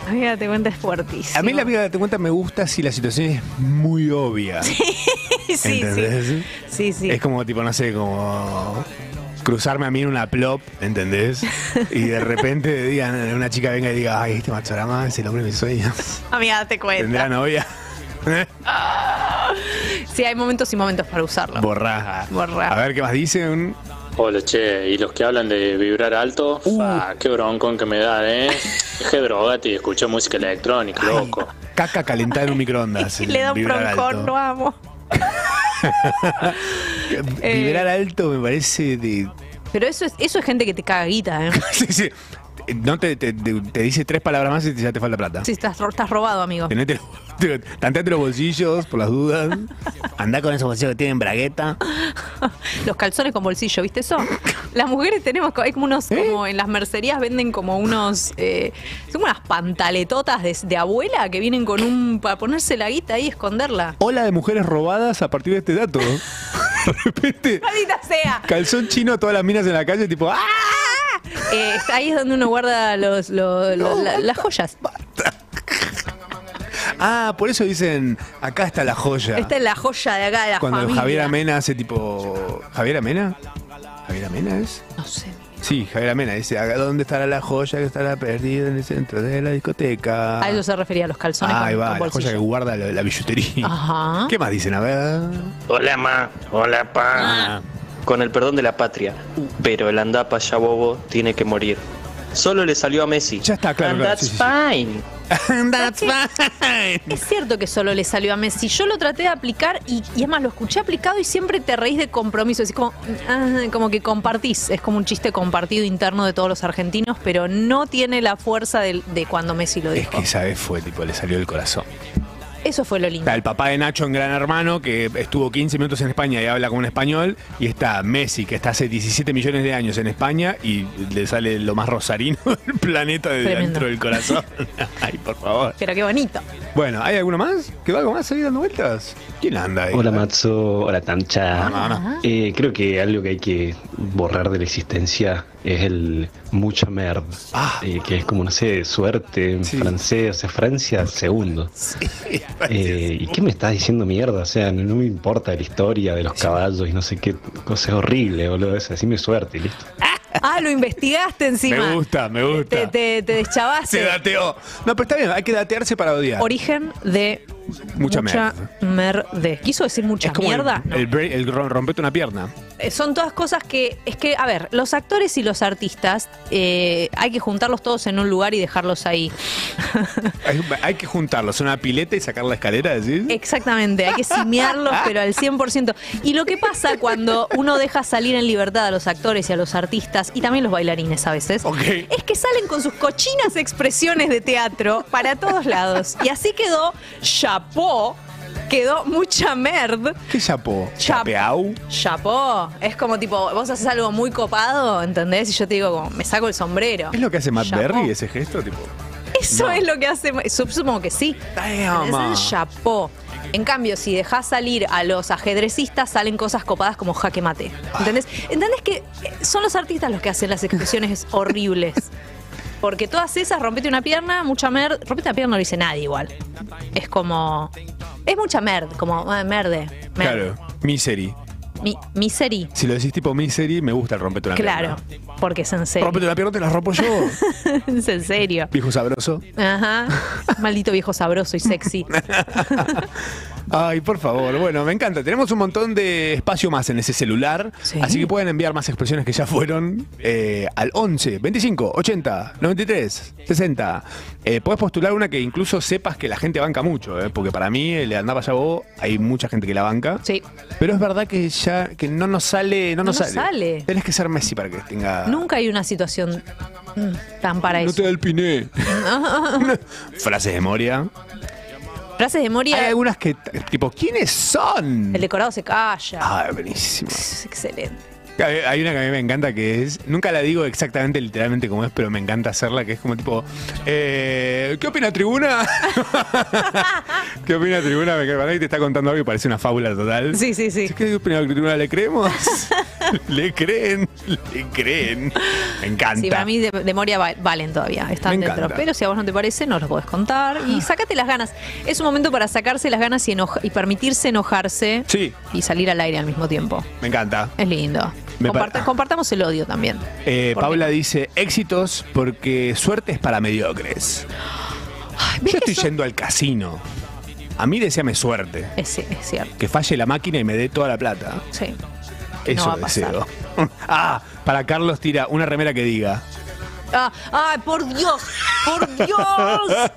[SPEAKER 4] Amiga, te cuenta es fuertísimo.
[SPEAKER 5] A mí la amiga te cuenta me gusta si la situación es muy obvia.
[SPEAKER 4] sí, sí.
[SPEAKER 5] ¿Entendés?
[SPEAKER 4] Sí, sí.
[SPEAKER 5] Es como tipo, no sé, como cruzarme a mí en una plop, ¿entendés? Y de repente digan, una chica venga y diga, ay, este machorama es el hombre de mis sueños.
[SPEAKER 4] Amiga, te cuenta.
[SPEAKER 5] Tendrá novia.
[SPEAKER 4] Sí, hay momentos y momentos para usarlo.
[SPEAKER 5] Borraja. A ver qué más dicen.
[SPEAKER 13] Hola, che, y los que hablan de vibrar alto,
[SPEAKER 5] Uh.
[SPEAKER 13] fa, qué broncón que me da, ¿eh? Qué drogate y escuché música electrónica, loco.
[SPEAKER 5] Caca calentada en un microondas.
[SPEAKER 4] Le da un
[SPEAKER 5] Vibrar
[SPEAKER 4] broncón,
[SPEAKER 5] alto.
[SPEAKER 4] lo amo. Eh.
[SPEAKER 5] Vibrar alto me parece de
[SPEAKER 4] Pero eso es, eso es gente que te caga guita, ¿eh?
[SPEAKER 5] sí, sí. Eh, No te, te- te- te dice tres palabras más y te- ya te falta plata.
[SPEAKER 4] Sí, estás, ro- estás robado, amigo.
[SPEAKER 5] Tenete los- te- tanteate los bolsillos por las dudas. Andá con esos bolsillos que tienen bragueta.
[SPEAKER 4] Los calzones con bolsillo, ¿viste eso? Las mujeres tenemos, co- hay como
[SPEAKER 5] ¿Eh?
[SPEAKER 4] unos, como en las mercerías venden como unos, eh, son unas pantaletotas de, de abuela que vienen con un, para ponerse la guita ahí y esconderla.
[SPEAKER 5] Ola de mujeres robadas a partir de este dato.
[SPEAKER 4] ¡Maldita sea!
[SPEAKER 5] Calzón chino, todas las minas en la calle, tipo ¡ah!
[SPEAKER 4] Eh, ahí es donde uno guarda los, los- los- la- las joyas.
[SPEAKER 5] Ah, por eso dicen, acá está la joya.
[SPEAKER 4] Esta es la joya de acá de la
[SPEAKER 5] Cuando
[SPEAKER 4] familia.
[SPEAKER 5] Javier Amena hace tipo. ¿Javier Amena? ¿Javier Amena es?
[SPEAKER 4] No sé.
[SPEAKER 5] Sí, Javier Amena dice, "Acá ¿dónde estará la joya que estará perdida en el centro de la discoteca?
[SPEAKER 4] A eso se refería, los calzones
[SPEAKER 5] Ahí
[SPEAKER 4] con,
[SPEAKER 5] va,
[SPEAKER 4] con
[SPEAKER 5] la
[SPEAKER 4] bolsillo.
[SPEAKER 5] joya que guarda la, la billutería.
[SPEAKER 4] Ajá.
[SPEAKER 5] ¿Qué más dicen? A ver.
[SPEAKER 9] Hola, ma. Hola,
[SPEAKER 5] Ah.
[SPEAKER 9] pa. Con el perdón de la patria, pero el andapa ya bobo tiene que morir. Solo le salió a Messi. Ya
[SPEAKER 5] está, claro,
[SPEAKER 9] And
[SPEAKER 5] claro,
[SPEAKER 9] that's
[SPEAKER 5] sí, sí,
[SPEAKER 9] fine.
[SPEAKER 4] Es cierto que solo le salió a Messi. Yo lo traté de aplicar y, y es más, lo escuché aplicado y siempre te reís de compromiso. Es como, ah, como que compartís. Es como un chiste compartido interno de todos los argentinos, pero no tiene la fuerza del- de, cuando Messi lo
[SPEAKER 5] Es
[SPEAKER 4] dijo.
[SPEAKER 5] que esa vez fue, tipo, le salió el corazón.
[SPEAKER 4] Eso fue lo lindo.
[SPEAKER 5] Está el papá de Nacho en Gran Hermano, que estuvo 15 minutos en España y habla como un español. Y está Messi, que está hace 17 millones de años en España y le sale lo más rosarino del planeta de
[SPEAKER 4] Tremendo.
[SPEAKER 5] dentro del corazón. Ay, por favor.
[SPEAKER 4] Pero qué bonito.
[SPEAKER 5] Bueno, ¿hay alguno más? ¿Que va algo más ahí dando vueltas? ¿Quién anda ahí?
[SPEAKER 14] Hola Matzo, hola Tamcha.
[SPEAKER 5] No, no, no.
[SPEAKER 14] Eh, creo que algo que hay que borrar de la existencia es el mucha merd,
[SPEAKER 5] Ah.
[SPEAKER 14] eh, que es como, no sé, suerte en francés, o sea, Francia, segundo. Eh, ¿Y qué me estás diciendo mierda? O sea, no, no me importa la historia de los caballos y no sé qué cosa es horrible, boludo, es así mi suerte y listo.
[SPEAKER 4] Ah, lo investigaste encima.
[SPEAKER 5] Me gusta, me gusta.
[SPEAKER 4] Te, te, te deschavaste.
[SPEAKER 5] Se dateó. No, pero está bien, hay que datearse para odiar.
[SPEAKER 4] Origen de
[SPEAKER 5] Mucha
[SPEAKER 4] mucha merde. ¿Quiso decir mucha
[SPEAKER 5] Es como el-
[SPEAKER 4] mierda?
[SPEAKER 5] El, bre- el rom- rompete una pierna.
[SPEAKER 4] Eh, Son todas cosas que, es que, a ver, los actores y los artistas eh, hay que juntarlos todos en un lugar y dejarlos ahí.
[SPEAKER 5] Hay, hay que juntarlos, una pileta y sacar la escalera, decís.
[SPEAKER 4] Eh, Exactamente, hay que cimearlos, pero al 100%. Y lo que pasa cuando uno deja salir en libertad a los actores y a los artistas, y también los bailarines a veces, es que salen con sus cochinas expresiones de teatro para todos lados. Y así quedó Chapó, quedó mucha merd.
[SPEAKER 5] ¿Qué chapó?
[SPEAKER 4] Chap-
[SPEAKER 5] ¿Chapeau?
[SPEAKER 4] Chapó, es como tipo, vos haces algo muy copado, ¿entendés? Y yo te digo, como, me saco el sombrero.
[SPEAKER 5] ¿Es lo que hace Matt
[SPEAKER 4] Chapó.
[SPEAKER 5] Berry ese gesto? Tipo,
[SPEAKER 4] Eso es lo que hace. Supongo que sí. Es
[SPEAKER 5] ma.
[SPEAKER 4] el chapó. En cambio, si dejas salir a los ajedrecistas, salen cosas copadas como jaque mate. ¿Entendés? ¿Entendés que eh, son los artistas los que hacen las expresiones horribles? Porque todas esas, rompete una pierna, mucha merd. Rompete una pierna no lo dice nadie igual. Es como. Es mucha merd, como ah, merde. merd.
[SPEAKER 5] claro, misery.
[SPEAKER 4] Mi- misery.
[SPEAKER 5] Si lo decís tipo misery, me gusta el rompete una
[SPEAKER 4] Claro.
[SPEAKER 5] pierna.
[SPEAKER 4] Porque es en serio.
[SPEAKER 5] Rompete una pierna, te la rompo yo.
[SPEAKER 4] es en serio.
[SPEAKER 5] Viejo sabroso.
[SPEAKER 4] Ajá. Maldito viejo sabroso y sexy.
[SPEAKER 5] Ay, por favor, bueno, me encanta. Tenemos un montón de espacio más en ese celular, así que pueden enviar más expresiones que ya fueron eh, al 11, 25, 80, 93, 60. Eh, puedes postular una que incluso sepas que la gente banca mucho, eh, porque para mí el andaba ya vos, hay mucha gente que la banca.
[SPEAKER 4] Sí.
[SPEAKER 5] Pero es verdad que ya que no nos sale, no,
[SPEAKER 4] No
[SPEAKER 5] nos
[SPEAKER 4] nos
[SPEAKER 5] sale.
[SPEAKER 4] sale.
[SPEAKER 5] Tenés que ser Messi para que tenga
[SPEAKER 4] Nunca hay una situación mm, tan para
[SPEAKER 5] No
[SPEAKER 4] eso.
[SPEAKER 5] te da el piné. Frases de Moria.
[SPEAKER 4] Frases de Moria.
[SPEAKER 5] Hay algunas que t- tipo ¿quiénes son?
[SPEAKER 4] El decorado se calla.
[SPEAKER 5] Ah, buenísimo.
[SPEAKER 4] Es excelente.
[SPEAKER 5] Hay hay una que a mí me encanta que es. Nunca la digo exactamente literalmente como es, pero me encanta hacerla, que es como tipo. eh, ¿Qué opina tribuna? ¿Qué opina tribuna? Me parece que te está contando algo y parece una fábula total. Sí,
[SPEAKER 4] sí, sí.
[SPEAKER 5] ¿Qué opina tribuna? ¿Le creemos? ¿Le creen? ¿Le creen? Me encanta.
[SPEAKER 4] Sí, para mí de, de Moria va- valen todavía, están
[SPEAKER 5] Me
[SPEAKER 4] dentro.
[SPEAKER 5] encanta. Ah.
[SPEAKER 4] Pero si a vos no te parece, no los podés contar. Y sacate las ganas. Es un momento para sacarse las ganas y, enoja- y permitirse enojarse
[SPEAKER 5] Sí.
[SPEAKER 4] y salir al aire al mismo tiempo.
[SPEAKER 5] Me encanta.
[SPEAKER 4] Es lindo.
[SPEAKER 5] Me pa-
[SPEAKER 4] Comparta- compartamos el odio también.
[SPEAKER 5] Eh,
[SPEAKER 4] ¿Por
[SPEAKER 5] Paula dice: éxitos porque suerte es para mediocres. Yo estoy yendo al casino. A mí deseame suerte.
[SPEAKER 4] Es, es cierto.
[SPEAKER 5] Que falle la máquina y me dé toda la plata.
[SPEAKER 4] Sí. Que no
[SPEAKER 5] Eso
[SPEAKER 4] va a pasar.
[SPEAKER 5] deseo. ah, para Carlos tira una remera que diga.
[SPEAKER 4] Ah, ¡Ay, por Dios! ¡Por Dios!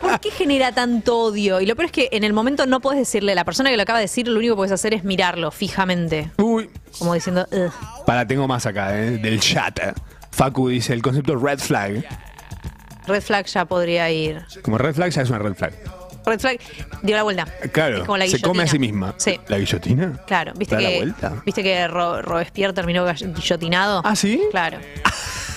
[SPEAKER 4] ¿Por qué genera tanto odio? Y lo peor es que en el momento no puedes decirle a la persona que lo acaba de decir, lo único que puedes hacer es mirarlo fijamente.
[SPEAKER 5] Uy.
[SPEAKER 4] Como diciendo, "Ugh".
[SPEAKER 5] Para, tengo más acá, eh, del chat. Facu dice el concepto red flag.
[SPEAKER 4] red flag ya podría ir.
[SPEAKER 5] Como red flag ya es una red flag.
[SPEAKER 4] Red flag dio la vuelta.
[SPEAKER 5] Claro.
[SPEAKER 4] Es como la
[SPEAKER 5] se come
[SPEAKER 4] guillotina.
[SPEAKER 5] a sí misma.
[SPEAKER 4] Sí.
[SPEAKER 5] ¿La guillotina?
[SPEAKER 4] Claro, viste
[SPEAKER 5] ¿Da la
[SPEAKER 4] que,
[SPEAKER 5] vuelta?
[SPEAKER 4] viste que Ro- Robespierre terminó gallo- guillotinado. ¿Ah,
[SPEAKER 5] sí?
[SPEAKER 4] Claro.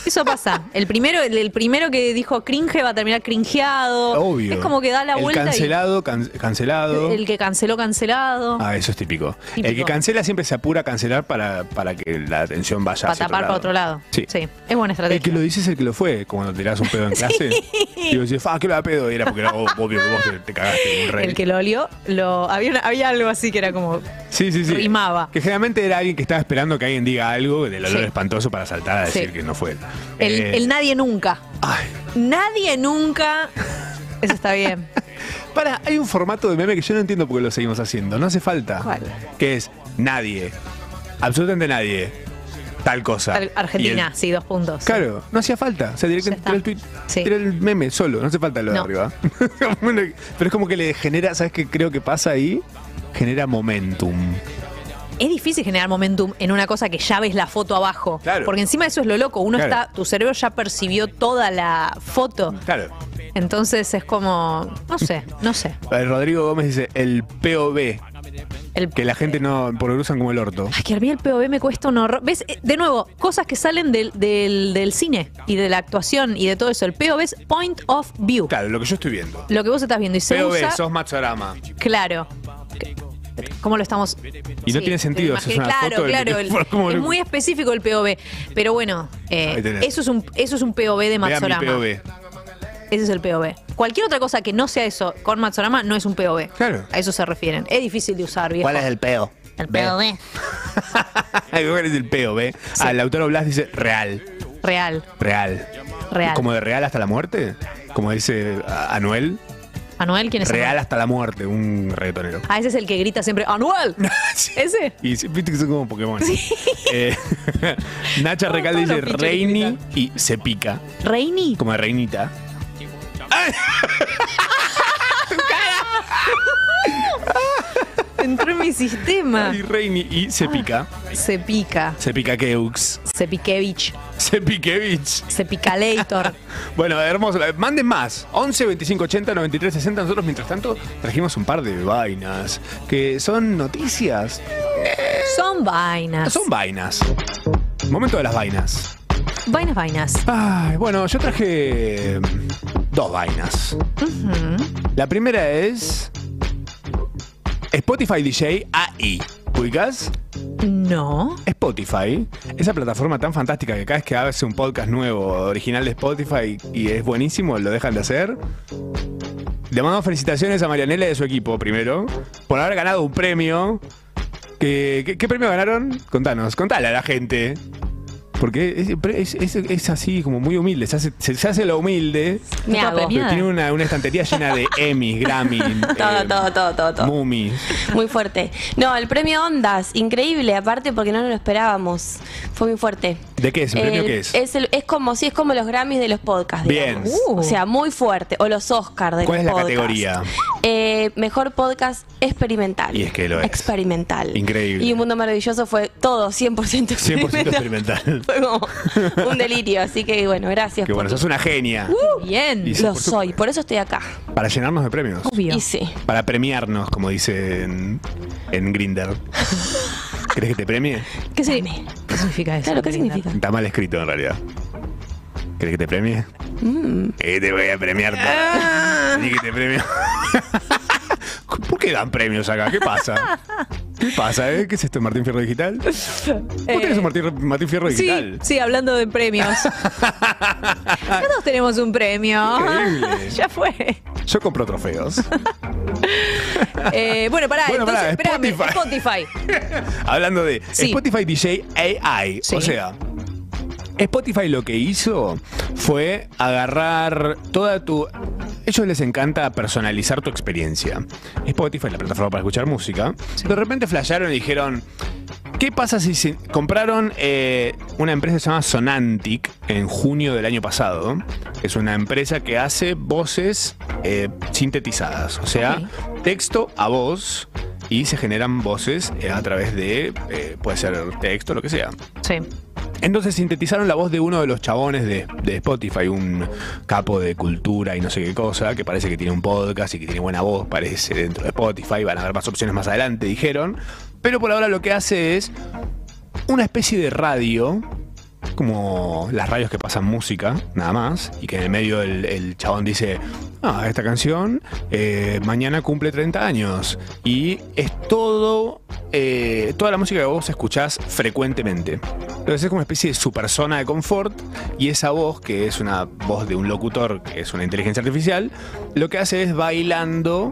[SPEAKER 4] Eso pasa. El primero, el, el primero que dijo cringe va a terminar cringeado.
[SPEAKER 5] Obvio.
[SPEAKER 4] Es como que da la
[SPEAKER 5] el
[SPEAKER 4] vuelta
[SPEAKER 5] Cancelado, can-
[SPEAKER 4] y
[SPEAKER 5] cancelado.
[SPEAKER 4] el que canceló, cancelado.
[SPEAKER 5] Ah, eso es típico.
[SPEAKER 4] Típico.
[SPEAKER 5] El que cancela siempre se apura a cancelar para, para que la atención vaya
[SPEAKER 4] para
[SPEAKER 5] hacia
[SPEAKER 4] tapar para otro lado.
[SPEAKER 5] Sí.
[SPEAKER 4] Es buena
[SPEAKER 5] El
[SPEAKER 4] estrategia.
[SPEAKER 5] que lo dice es el que lo fue. Como Cuando tirás un pedo en clase. Y vos decís, ah, ¿qué lo da pedo? Y era porque era obvio que vos te, te cagaste un rey.
[SPEAKER 4] El que lo olió, lo, había, una- había algo así que era como.
[SPEAKER 5] Sí, sí, sí.
[SPEAKER 4] Rimaba.
[SPEAKER 5] Que generalmente era alguien que estaba esperando que alguien diga algo del olor
[SPEAKER 4] Sí.
[SPEAKER 5] espantoso para saltar a decir
[SPEAKER 4] Sí.
[SPEAKER 5] que no fue él.
[SPEAKER 4] El,
[SPEAKER 5] Eh,
[SPEAKER 4] el nadie nunca. Nadie nunca. Eso está bien.
[SPEAKER 5] Para, hay un formato de meme que yo no entiendo por qué lo seguimos haciendo. No hace falta.
[SPEAKER 4] ¿Cuál?
[SPEAKER 5] Que es nadie. Absolutamente nadie. Tal cosa.
[SPEAKER 4] Al- Argentina,
[SPEAKER 5] Y el-
[SPEAKER 4] sí, dos puntos.
[SPEAKER 5] Claro, no hacía falta. O sea, directamente tiró el tweet, tiró el meme solo. No hace falta lo de
[SPEAKER 4] No.
[SPEAKER 5] arriba. Bueno, Pero es como que le genera, ¿sabes qué creo que pasa ahí? Genera momentum.
[SPEAKER 4] Es difícil generar momentum en una cosa que ya ves la foto abajo. Porque encima eso es lo loco. Uno
[SPEAKER 5] Claro.
[SPEAKER 4] está, tu cerebro ya percibió toda la foto.
[SPEAKER 5] Claro.
[SPEAKER 4] Entonces es como, no sé, no sé.
[SPEAKER 5] Eh, Rodrigo Gómez dice el POV. que la gente no progrusan como el orto.
[SPEAKER 4] Ay, que a mí el POV me cuesta un horror. ¿Ves? Eh, De nuevo, cosas que salen del, del- del cine y de la actuación y de todo eso. El POV es point of view.
[SPEAKER 5] Claro, lo que yo estoy viendo.
[SPEAKER 4] Lo que vos estás viendo y se
[SPEAKER 5] POV,
[SPEAKER 4] usa.
[SPEAKER 5] sos Matsurama.
[SPEAKER 4] Claro. Que- ¿Cómo lo estamos?
[SPEAKER 5] Y no
[SPEAKER 4] Sí,
[SPEAKER 5] tiene sentido, eso es
[SPEAKER 4] imagino-
[SPEAKER 5] una
[SPEAKER 4] claro,
[SPEAKER 5] foto del
[SPEAKER 4] claro. el-
[SPEAKER 5] micrófono, como
[SPEAKER 4] es
[SPEAKER 5] lo-
[SPEAKER 4] muy específico el POV. Pero bueno, eh,
[SPEAKER 5] Ahí tenés.
[SPEAKER 4] eso, es un, eso es un POV de
[SPEAKER 5] Vea mi
[SPEAKER 4] Matsorama.
[SPEAKER 5] POV.
[SPEAKER 4] Ese es el POV. Cualquier otra cosa que no sea eso con Matsorama no es un POV.
[SPEAKER 5] Claro.
[SPEAKER 4] A eso se refieren. Es difícil de usar, viejo.
[SPEAKER 5] ¿Cuál es el peo?
[SPEAKER 4] El
[SPEAKER 5] Ve.
[SPEAKER 4] POV.
[SPEAKER 5] ¿Cuál es el POV? Ah, Lautaro Blas dice real,
[SPEAKER 4] Real,
[SPEAKER 5] real.
[SPEAKER 4] real.
[SPEAKER 5] ¿Como de real hasta la muerte? Como dice a- Anuel.
[SPEAKER 4] ¿Anuel quién es?
[SPEAKER 5] Real
[SPEAKER 4] Anuel?
[SPEAKER 5] hasta la muerte, un reggaetonero.
[SPEAKER 4] Ah, ese es el que grita siempre, ¡Anuel! ¿Ese?
[SPEAKER 5] Y sí, viste que son como Pokémon. Eh, Nacha Recalde dice
[SPEAKER 4] todos los pinches que
[SPEAKER 5] Reini y se pica.
[SPEAKER 4] ¿Reini?
[SPEAKER 5] Como de reinita.
[SPEAKER 4] Entró en mi sistema.
[SPEAKER 5] Y Reini y se pica.
[SPEAKER 4] Se pica.
[SPEAKER 5] Se pica Keux.
[SPEAKER 4] Se piquevich.
[SPEAKER 5] Se piquevich.
[SPEAKER 4] Se picalator.
[SPEAKER 5] Bueno, hermoso. Manden más. 11, 25, 80, 93, 60. Nosotros, mientras tanto, trajimos un par de vainas que son noticias.
[SPEAKER 4] Son vainas.
[SPEAKER 5] Son vainas. Momento de las vainas.
[SPEAKER 4] Vainas, vainas.
[SPEAKER 5] Ay, bueno, yo traje mm, dos vainas. La primera es Spotify DJ AI. ¿Ubicás?
[SPEAKER 4] No.
[SPEAKER 5] Spotify, esa plataforma tan fantástica que cada vez que hace un podcast nuevo, original de Spotify, y es buenísimo, lo dejan de hacer. Le mando felicitaciones a Marianela y a su equipo, primero, por haber ganado un premio. ¿Qué, qué- qué premio ganaron? Contanos, contale a la gente. Porque es, es- es- es así, como muy humilde, se hace, se- se hace lo humilde.
[SPEAKER 7] Me
[SPEAKER 5] Pero
[SPEAKER 7] hago.
[SPEAKER 5] Tiene una, una estantería llena de eh, Emmy, Grammy,
[SPEAKER 7] Todo, todo, todo, todo, todo.
[SPEAKER 5] Mummy.
[SPEAKER 7] Muy fuerte. No, el premio Ondas, increíble, aparte porque no nos lo esperábamos. Fue muy fuerte.
[SPEAKER 5] ¿De qué es? ¿El premio
[SPEAKER 7] El-
[SPEAKER 5] qué es?
[SPEAKER 7] el- Eh, es como sí, es como los Grammys de los podcasts.
[SPEAKER 5] Bien.
[SPEAKER 7] digamos. O sea, muy fuerte. O los Oscars de
[SPEAKER 5] ¿Cuál es
[SPEAKER 7] los
[SPEAKER 5] la
[SPEAKER 7] podcasts.
[SPEAKER 5] categoría?
[SPEAKER 7] Eh, mejor podcast experimental.
[SPEAKER 5] Y es que lo es.
[SPEAKER 7] Experimental.
[SPEAKER 5] Increíble.
[SPEAKER 7] Y un mundo maravilloso fue todo 100%
[SPEAKER 5] 100%
[SPEAKER 7] experimental.
[SPEAKER 5] experimental.
[SPEAKER 7] fue como un delirio. Así que bueno, gracias.
[SPEAKER 5] Que bueno,
[SPEAKER 7] por-
[SPEAKER 5] sos una genia.
[SPEAKER 7] Uh,
[SPEAKER 4] Bien.
[SPEAKER 5] Y sí,
[SPEAKER 7] Lo
[SPEAKER 5] por supuesto.
[SPEAKER 7] soy, por eso estoy acá.
[SPEAKER 5] Para llenarnos de premios.
[SPEAKER 7] Y sí.
[SPEAKER 5] Para premiarnos, como dicen en Grinder. ¿Crees que te premie?
[SPEAKER 4] ¿Qué, se- ¿Qué significa eso?
[SPEAKER 7] Claro, ¿qué significa?
[SPEAKER 5] Está mal escrito en realidad. ¿Crees que te premie?
[SPEAKER 7] Mm.
[SPEAKER 5] Eh, te voy a premiar.
[SPEAKER 7] Ah.
[SPEAKER 5] Ni que te premio. ¿Por qué dan premios acá? ¿Qué pasa? ¿Qué pasa? eh? ¿Qué es esto, Martín Fierro Digital? ¿Vos
[SPEAKER 7] Eh.
[SPEAKER 5] tenés un Martín, Martín Fierro
[SPEAKER 4] Sí,
[SPEAKER 5] Digital?
[SPEAKER 4] sí, hablando de premios. Todos tenemos un premio.
[SPEAKER 7] Ah.
[SPEAKER 5] Increíble.
[SPEAKER 4] ya fue.
[SPEAKER 5] Yo compro trofeos.
[SPEAKER 4] Eh, bueno, pará,
[SPEAKER 5] Bueno,
[SPEAKER 4] entonces,
[SPEAKER 5] pará,
[SPEAKER 4] espérame,
[SPEAKER 5] Spotify.
[SPEAKER 4] Spotify.
[SPEAKER 5] Hablando de
[SPEAKER 4] Sí.
[SPEAKER 5] Spotify DJ AI. O sea, Spotify lo que hizo fue agarrar toda tu... Ellos les encanta personalizar tu experiencia. Spotify, la plataforma para escuchar música. De repente flashearon y dijeron, ¿qué pasa si se- compraron eh, una empresa que se llama Sonantic en junio del año pasado? Es una empresa que hace voces eh, sintetizadas, o sea, texto a voz y se generan voces eh, a través de, eh, puede ser texto, lo que sea.
[SPEAKER 4] Sí.
[SPEAKER 5] Entonces sintetizaron la voz de uno de los chabones de, de Spotify, un capo de cultura y no sé qué cosa, que parece que tiene un podcast y que tiene buena voz, parece, dentro de Spotify. Van a haber más opciones más adelante, dijeron. Pero por ahora lo que hace es una especie de radio, como las radios que pasan música, nada más, y que en el medio el, el chabón dice, ah, esta canción eh, mañana cumple 30 años, y es todo, eh, toda la música que vos escuchás frecuentemente. Entonces es como una especie de super zona de confort, y esa voz, que es una voz de un locutor, que es una inteligencia artificial, lo que hace es bailando,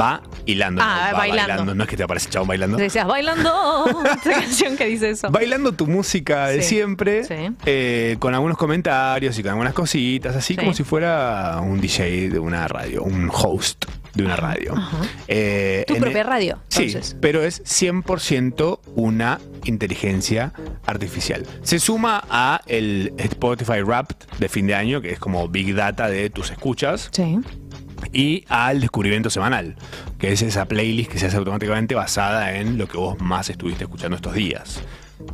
[SPEAKER 5] va hilando.
[SPEAKER 4] Ah,
[SPEAKER 5] no, va
[SPEAKER 4] bailando.
[SPEAKER 5] No es que te aparece el chabón bailando.
[SPEAKER 4] Te decías, bailando. Esa canción que dice eso.
[SPEAKER 5] Bailando tu música de
[SPEAKER 4] Sí,
[SPEAKER 5] siempre,
[SPEAKER 4] sí.
[SPEAKER 5] eh, con algunos comentarios y con algunas cositas, así como si fuera un DJ de una radio, un host de una radio. Eh,
[SPEAKER 4] Tu
[SPEAKER 5] en
[SPEAKER 4] propia
[SPEAKER 5] el-
[SPEAKER 4] radio,
[SPEAKER 5] Sí,
[SPEAKER 4] entonces.
[SPEAKER 5] pero es 100% una inteligencia artificial. Se suma a el Spotify Wrapped de fin de año, que es como Big Data de tus escuchas
[SPEAKER 4] Sí.
[SPEAKER 5] y al descubrimiento semanal, que es esa playlist que se hace automáticamente basada en lo que vos más estuviste escuchando estos días.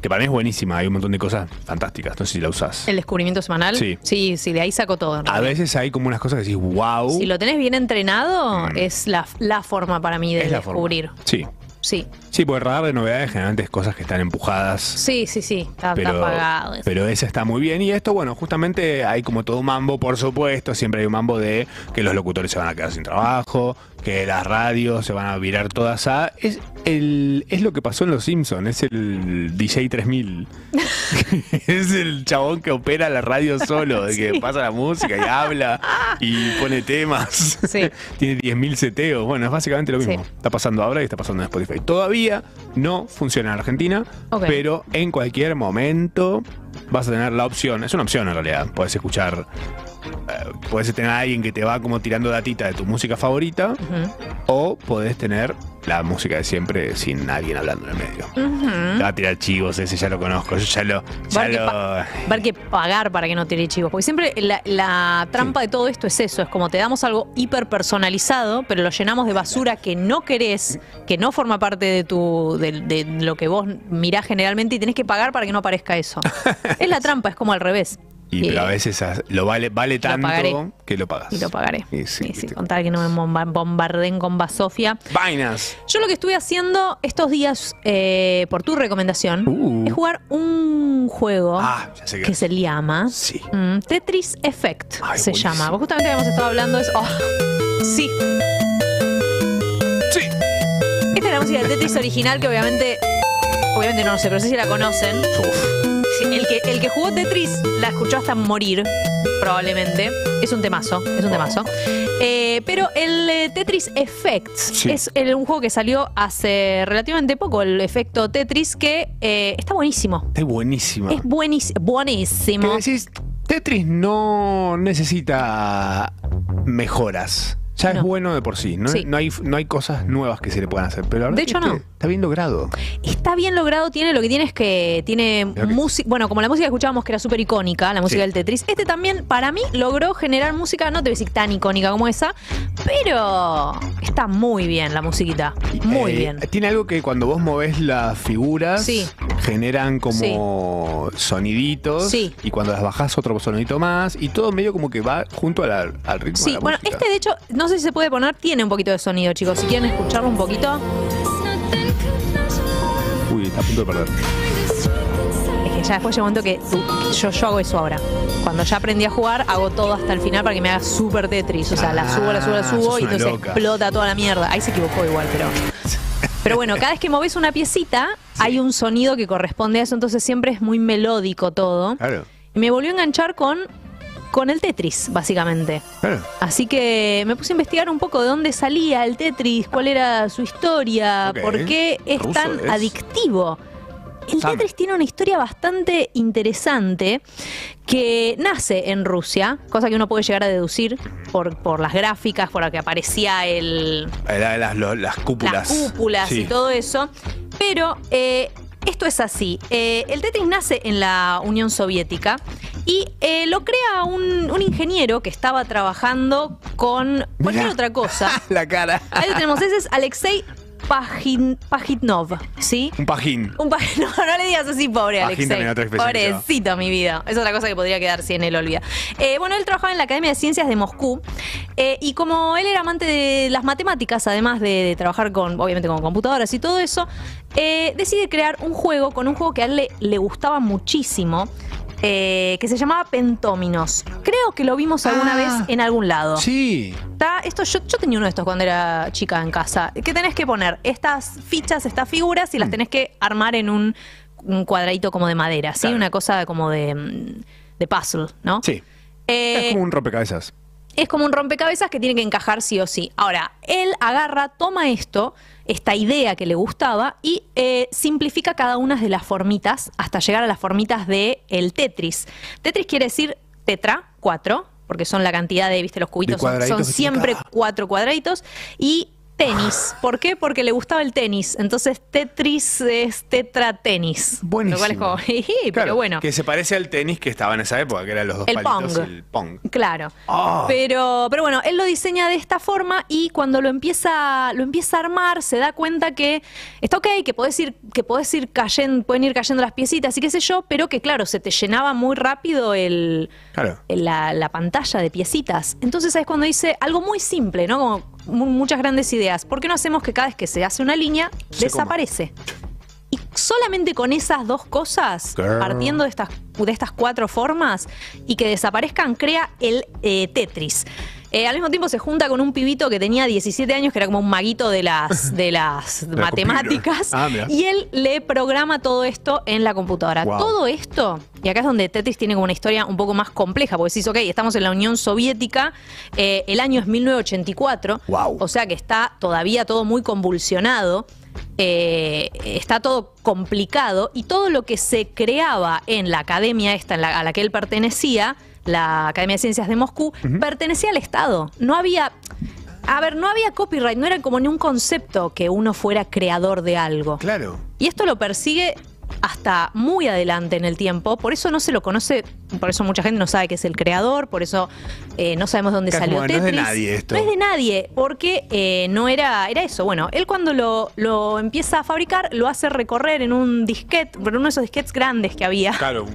[SPEAKER 5] Que para mí es buenísima, hay un montón de cosas fantásticas, no sé si la usás.
[SPEAKER 4] El descubrimiento semanal.
[SPEAKER 5] Sí. Ah,
[SPEAKER 4] Sí, sí, de ahí saco todo. en
[SPEAKER 5] A
[SPEAKER 4] realidad.
[SPEAKER 5] veces hay como unas cosas que decís, wow,
[SPEAKER 4] Si lo tenés bien entrenado, es la, la forma para mí de
[SPEAKER 5] Mm. es la forma.
[SPEAKER 4] descubrir.
[SPEAKER 5] Sí.
[SPEAKER 4] Sí,
[SPEAKER 5] Sí, porque el radar de novedades generalmente es cosas que están empujadas.
[SPEAKER 4] sí, sí, sí. Está, está
[SPEAKER 5] Pero,
[SPEAKER 4] apagado. eso.
[SPEAKER 5] pero esa está muy bien. Y esto, bueno, justamente hay como todo un mambo, por supuesto. Siempre hay un mambo de que los locutores se van a quedar sin trabajo, que las radios se van a virar todas a. Es, el, es lo que pasó en Los Simpsons, es el DJ 3000. es el chabón que opera la radio solo, de que
[SPEAKER 15] Sí.
[SPEAKER 5] pasa la música y habla y pone temas. Tiene 10.000 seteos. Bueno, es básicamente lo mismo.
[SPEAKER 4] Sí.
[SPEAKER 5] Está pasando ahora y está pasando en Spotify. Todavía no funciona en Argentina,
[SPEAKER 4] Ok.
[SPEAKER 5] pero en cualquier momento vas a tener la opción. Es una opción en realidad. Podés escuchar. eh, podés tener a alguien que te va como tirando datita de tu música favorita. O podés tener la música de siempre sin alguien hablando en el medio. Te va a tirar chivos, ese ya lo conozco. Yo ya lo. Ya
[SPEAKER 4] Bar que
[SPEAKER 5] lo
[SPEAKER 4] pa- Va a haber que pagar para que no tire chivos. Porque siempre la, la trampa de todo esto es eso: es como te damos algo hiper personalizado, pero lo llenamos de basura que no querés, que no forma parte de tu de, de lo que vos mirás generalmente y tenés que pagar para que no aparezca eso. es la trampa, es como al revés. Eh,
[SPEAKER 5] y pero a veces as- lo vale, vale
[SPEAKER 4] pagaré.
[SPEAKER 5] tanto que lo pagas.
[SPEAKER 4] Y lo pagaré.
[SPEAKER 5] Y sí,
[SPEAKER 4] Sí, contar que no me bomba- bombarden con basofia.
[SPEAKER 5] Vainas.
[SPEAKER 4] Yo lo que estuve haciendo estos días, eh, por tu recomendación,
[SPEAKER 5] Uh.
[SPEAKER 4] es jugar un juego
[SPEAKER 5] Ah, sé qué
[SPEAKER 4] Oh. que se llama mm, Tetris Effect. se llama. Vos justamente habíamos estado hablando de eso. Oh, sí.
[SPEAKER 5] Sí.
[SPEAKER 4] Esta es la música de Tetris original que obviamente. Obviamente no lo sé, pero no sé si la conocen. Sí, El que, el que jugó Tetris la escuchó hasta morir, probablemente. Es un temazo, es un temazo. Eh, pero el eh, Tetris Effects es el- un juego que salió hace relativamente poco, el efecto Tetris, que eh, está buenísimo.
[SPEAKER 5] Está buenísima.
[SPEAKER 4] Es buenis- buenísimo.
[SPEAKER 5] Tetris no necesita mejoras. Ya es bueno de por sí. No,
[SPEAKER 4] Sí.
[SPEAKER 5] no hay, no hay cosas nuevas que se le puedan hacer. Pero la verdad
[SPEAKER 4] De
[SPEAKER 5] que
[SPEAKER 4] hecho,
[SPEAKER 5] este
[SPEAKER 4] no.
[SPEAKER 5] Está bien logrado.
[SPEAKER 4] Está bien logrado, tiene lo que tiene es que tiene música. Bueno, como la música que escuchábamos que era súper icónica, la música
[SPEAKER 5] Sí.
[SPEAKER 4] del Tetris, este también para mí logró generar música, no te voy a decir tan icónica como esa, pero está muy bien la musiquita. Muy
[SPEAKER 5] Eh,
[SPEAKER 4] bien.
[SPEAKER 5] Tiene algo que cuando vos movés las figuras
[SPEAKER 4] Sí.
[SPEAKER 5] generan como soniditos.
[SPEAKER 4] Sí.
[SPEAKER 5] Y cuando las bajás otro sonidito más. Y todo medio como que va junto a la- al ritmo. de
[SPEAKER 4] Sí,
[SPEAKER 5] la
[SPEAKER 4] bueno,
[SPEAKER 5] música.
[SPEAKER 4] este de hecho, no sé si se puede poner, tiene un poquito de sonido, chicos. Si quieren escucharlo un poquito,
[SPEAKER 5] Uy, está a punto de perder.
[SPEAKER 4] es que ya después llega un momento que tú- yo, yo hago eso ahora. Cuando ya aprendí a jugar, hago todo hasta el final para que me haga súper Tetris. O sea, la subo, la subo, la
[SPEAKER 5] Ah,
[SPEAKER 4] subo
[SPEAKER 5] sos
[SPEAKER 4] y
[SPEAKER 5] una
[SPEAKER 4] entonces
[SPEAKER 5] loca.
[SPEAKER 4] explota toda la mierda. Ahí se equivocó igual, pero. Pero bueno, cada vez que moves una piecita, hay un sonido que corresponde a eso, entonces siempre es muy melódico todo.
[SPEAKER 5] Claro.
[SPEAKER 4] Y me volvió a enganchar con, con el Tetris, básicamente.
[SPEAKER 5] Claro.
[SPEAKER 4] Así que me puse a investigar un poco de dónde salía el Tetris, cuál era su historia,
[SPEAKER 5] Ok.
[SPEAKER 4] por qué es
[SPEAKER 5] Ruso
[SPEAKER 4] tan
[SPEAKER 5] es.
[SPEAKER 4] adictivo. El
[SPEAKER 5] Sabe.
[SPEAKER 4] Tetris tiene una historia bastante interesante que nace en Rusia, cosa que uno puede llegar a deducir por, por las gráficas, por la que aparecía el,
[SPEAKER 5] Era de Eh, las, lo- las cúpulas.
[SPEAKER 4] las cúpulas
[SPEAKER 5] Sí.
[SPEAKER 4] y todo eso. Pero eh, esto es así. Eh, el Tetris nace en la Unión Soviética y eh, lo crea un, un ingeniero que estaba trabajando con cualquier otra cosa.
[SPEAKER 5] La cara.
[SPEAKER 4] Ahí lo tenemos, ese es Alexei Pajin- Pajitnov, ¿sí?
[SPEAKER 5] Un pajín.
[SPEAKER 4] Un pa- no, no le digas así, pobre
[SPEAKER 5] Pajín
[SPEAKER 4] Alexei.
[SPEAKER 5] también otra expresión que lleva.
[SPEAKER 4] Pobrecito, mi vida. Es otra cosa que podría quedar si en él olvida. Eh, bueno, él trabajaba en la Academia de Ciencias de Moscú. eh, y como él era amante de las matemáticas, además de, de trabajar con, obviamente, con computadoras y todo eso, eh, decide crear un juego con un juego que a él le, le gustaba muchísimo. eh, que se llamaba Pentóminos. Creo que lo vimos alguna
[SPEAKER 5] Ah.
[SPEAKER 4] vez en algún lado.
[SPEAKER 5] Sí.
[SPEAKER 4] Está- esto, yo, yo tenía uno de estos cuando era chica en casa. Que tenés que poner estas fichas, estas figuras, y las tenés que armar en un, un cuadradito como de madera, ¿sí? Una cosa como de, mm, de puzzle, ¿no?
[SPEAKER 5] Sí.
[SPEAKER 4] Eh,
[SPEAKER 5] es como un rompecabezas.
[SPEAKER 4] es como un rompecabezas que tiene que encajar sí o sí. Ahora, él agarra, toma esto, esta idea que le gustaba, y eh, simplifica cada una de las formitas hasta llegar a las formitas de el Tetris. Tetris quiere decir tetra, cuatro, porque son la cantidad de, viste, los cubitos, son- son,
[SPEAKER 16] cuadraditos que tiene
[SPEAKER 4] siempre cuatro cuadraditos, y tenis. ¿Por qué? Porque le gustaba el tenis. Entonces, Tetris es tetra tenis. Lo cual es como, jeje, pero bueno.
[SPEAKER 5] Que se parece al tenis que estaba en esa época, que eran los dos
[SPEAKER 4] El
[SPEAKER 5] palitos
[SPEAKER 4] pong.
[SPEAKER 5] y el pong.
[SPEAKER 4] Claro.
[SPEAKER 5] Ah.
[SPEAKER 4] Pero, pero bueno, él lo diseña de esta forma y cuando lo empieza, lo empieza a armar, se da cuenta que está ok, que podés ir, que podés ir cayendo, pueden ir cayendo las piecitas y qué sé yo, pero que claro, se te llenaba muy rápido el,
[SPEAKER 5] Claro.
[SPEAKER 4] la, la pantalla de piecitas. Entonces ahí es cuando dice algo muy simple, ¿no? Como mu- muchas grandes ideas. ¿Por qué no hacemos que cada vez que se hace una línea,
[SPEAKER 5] Se coma.
[SPEAKER 4] desaparece? Y solamente con esas dos cosas,
[SPEAKER 5] Girl.
[SPEAKER 4] partiendo de estas, de estas cuatro formas, y que desaparezcan, crea el eh, Tetris. Eh, al mismo tiempo se junta con un pibito que tenía 17 años, que era como un maguito de las, de las
[SPEAKER 15] De la
[SPEAKER 4] matemáticas,
[SPEAKER 15] computer. Ah, mira.
[SPEAKER 4] y él le programa todo esto en la computadora.
[SPEAKER 15] Wow.
[SPEAKER 4] Todo esto, y acá es donde Tetris tiene como una historia un poco más compleja, porque decís, ok, estamos en la Unión Soviética, eh, el año es 1984, o sea que está todavía todo muy convulsionado. eh, está todo complicado y todo lo que se creaba en la academia esta en la- a la que él pertenecía, la Academia de Ciencias de Moscú, pertenecía al Estado. No había, a ver, no había copyright, no era como ni un concepto que uno fuera creador de algo.
[SPEAKER 5] Claro.
[SPEAKER 4] Y esto lo persigue hasta muy adelante en el tiempo, por eso no se lo conoce, por eso mucha gente no sabe que es el creador, por eso eh, no sabemos dónde
[SPEAKER 5] Claro,
[SPEAKER 4] salió
[SPEAKER 5] como, no es
[SPEAKER 4] Tetris.
[SPEAKER 5] de nadie esto.
[SPEAKER 4] No es de nadie, porque eh, no era, era eso. Bueno, él cuando lo, lo empieza a fabricar, lo hace recorrer en un disquete, en uno de esos disquetes grandes que había.
[SPEAKER 5] Claro, un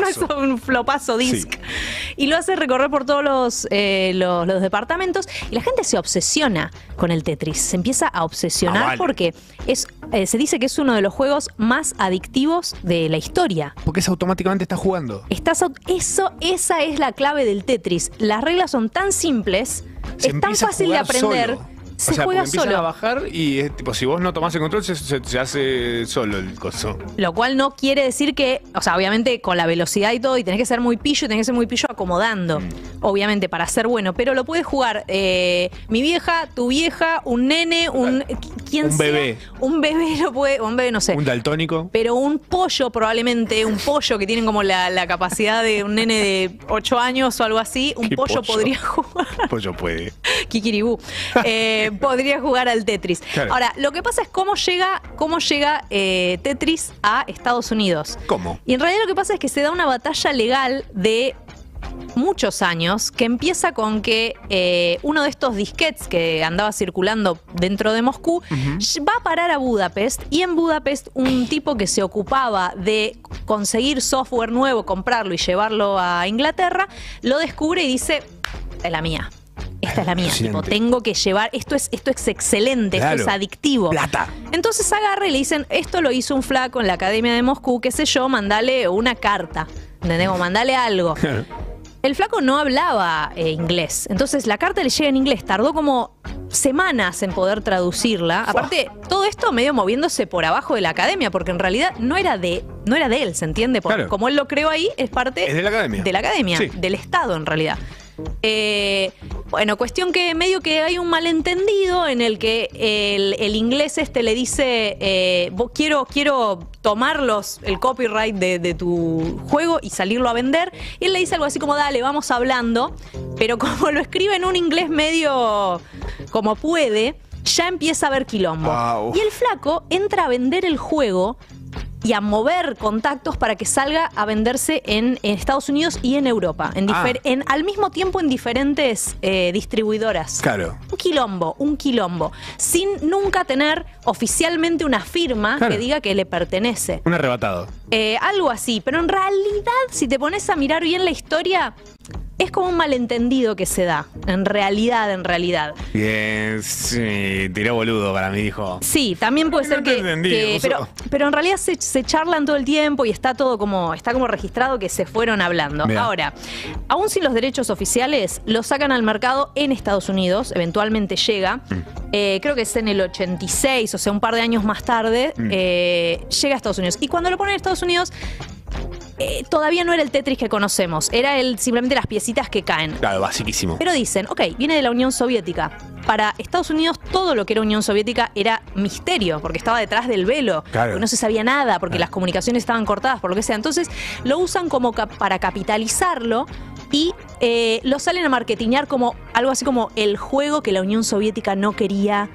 [SPEAKER 4] no es un flopazo disc. Y lo hace recorrer por todos los, eh, los, los departamentos. Y la gente se obsesiona con el Tetris. Se empieza a obsesionar
[SPEAKER 15] Ah, vale.
[SPEAKER 4] porque es, eh, se dice que es uno de los juegos más adictivos de la historia.
[SPEAKER 5] Porque es automáticamente está jugando.
[SPEAKER 4] Estás au- eso, esa es la clave del Tetris. Las reglas son tan simples, es tan
[SPEAKER 5] empieza a
[SPEAKER 4] fácil de
[SPEAKER 5] jugar
[SPEAKER 4] aprender.
[SPEAKER 5] solo.
[SPEAKER 4] Se
[SPEAKER 5] o sea,
[SPEAKER 4] juega
[SPEAKER 5] porque empiezan a
[SPEAKER 4] solo.
[SPEAKER 5] bajar y es tipo, si vos no tomás el control, se, se- se hace solo el coso.
[SPEAKER 4] Lo cual no quiere decir que, o sea, obviamente con la velocidad y todo, y tenés que ser muy pillo, y tenés que ser muy pillo
[SPEAKER 5] Mm.
[SPEAKER 4] acomodando, obviamente, para ser bueno, pero lo puedes jugar eh, mi vieja, tu vieja, un nene, un. ¿Quién
[SPEAKER 5] Un
[SPEAKER 4] sea?
[SPEAKER 5] bebé.
[SPEAKER 4] Un bebé lo puede, o un bebé no sé.
[SPEAKER 5] Un daltónico.
[SPEAKER 4] Pero un pollo, probablemente, un pollo que tienen como la, la capacidad de un nene de 8 años o algo así, un
[SPEAKER 5] ¿Qué
[SPEAKER 4] pollo,
[SPEAKER 5] pollo?
[SPEAKER 4] podría jugar.
[SPEAKER 5] Pues yo puede.
[SPEAKER 4] Kikiribú. Eh, podría jugar al Tetris.
[SPEAKER 5] Claro.
[SPEAKER 4] Ahora, lo que pasa es cómo llega, cómo llega eh, Tetris a Estados Unidos.
[SPEAKER 5] ¿Cómo?
[SPEAKER 4] Y en realidad lo que pasa es que se da una batalla legal de muchos años que empieza con que eh, uno de estos disquets que andaba circulando dentro de Moscú va a parar a Budapest y en Budapest un tipo que se ocupaba de conseguir software nuevo, comprarlo y llevarlo a Inglaterra, lo descubre y dice, "Esta es la mía. Esta es la mía, tipo,
[SPEAKER 15] Excelente.
[SPEAKER 4] tengo que llevar, esto es, esto es excelente,
[SPEAKER 15] Claro.
[SPEAKER 4] esto es adictivo.
[SPEAKER 15] Plata.
[SPEAKER 4] Entonces agarra y le dicen, esto lo hizo un flaco en la Academia de Moscú, qué sé yo, mandale una carta, ¿entendés? O mandale algo. El flaco no hablaba eh, inglés, entonces la carta le llega en inglés, tardó como semanas en poder traducirla. Aparte, todo esto medio moviéndose por abajo de la academia, porque en realidad no era de, no era de él, ¿se entiende? Porque
[SPEAKER 15] Claro.
[SPEAKER 4] como él lo creó ahí, es parte
[SPEAKER 15] Es de la academia.
[SPEAKER 4] de la academia,
[SPEAKER 15] Sí.
[SPEAKER 4] del Estado en realidad. Eh, bueno, cuestión que medio que hay un malentendido en el que el, el inglés este le dice, eh, "Vos quiero, quiero tomar los- el copyright de, de tu juego y salirlo a vender. Y él le dice algo así como, dale, vamos hablando, pero como lo escribe en un inglés medio como puede, ya empieza a haber quilombo.
[SPEAKER 15] Ah, uf.
[SPEAKER 4] y el flaco entra a vender el juego y a mover contactos para que salga a venderse en, en Estados Unidos y en Europa, en difer-
[SPEAKER 15] Ah.
[SPEAKER 4] en- al mismo tiempo en diferentes eh, distribuidoras.
[SPEAKER 5] Claro.
[SPEAKER 4] Un quilombo, un quilombo, sin nunca tener oficialmente una firma
[SPEAKER 5] Claro.
[SPEAKER 4] que diga que le pertenece.
[SPEAKER 5] Un arrebatado.
[SPEAKER 4] Eh, algo así, pero en realidad si te pones a mirar bien la historia, es como un malentendido que se da, en realidad, en realidad.
[SPEAKER 5] Bien, sí, tiró boludo para mí, dijo.
[SPEAKER 4] Sí, también puede
[SPEAKER 5] No
[SPEAKER 4] ser
[SPEAKER 5] te
[SPEAKER 4] que,
[SPEAKER 5] entendí,
[SPEAKER 4] que-
[SPEAKER 5] vos
[SPEAKER 4] pero,
[SPEAKER 5] sos-
[SPEAKER 4] pero en realidad se, se charlan todo el tiempo y está todo como está como registrado que se fueron hablando.
[SPEAKER 15] Mirá.
[SPEAKER 4] Ahora, aún sin los derechos oficiales, lo sacan al mercado en Estados Unidos, eventualmente llega. Eh, creo que es en el 86, o sea, un par de años más tarde,
[SPEAKER 15] Mm.
[SPEAKER 4] eh, llega a Estados Unidos. Y cuando lo ponen en Estados Unidos, eh, todavía no era el Tetris que conocemos, era el, simplemente las piecitas que caen.
[SPEAKER 5] Claro, basiquísimo.
[SPEAKER 4] Pero dicen, ok, viene de la Unión Soviética. Para Estados Unidos todo lo que era Unión Soviética era misterio, porque estaba detrás del velo,
[SPEAKER 15] Claro.
[SPEAKER 4] porque no se sabía nada, porque las comunicaciones estaban cortadas, por lo que sea. Entonces lo usan como cap- para capitalizarlo y eh, lo salen a marketinear como algo así como el juego que la Unión Soviética no quería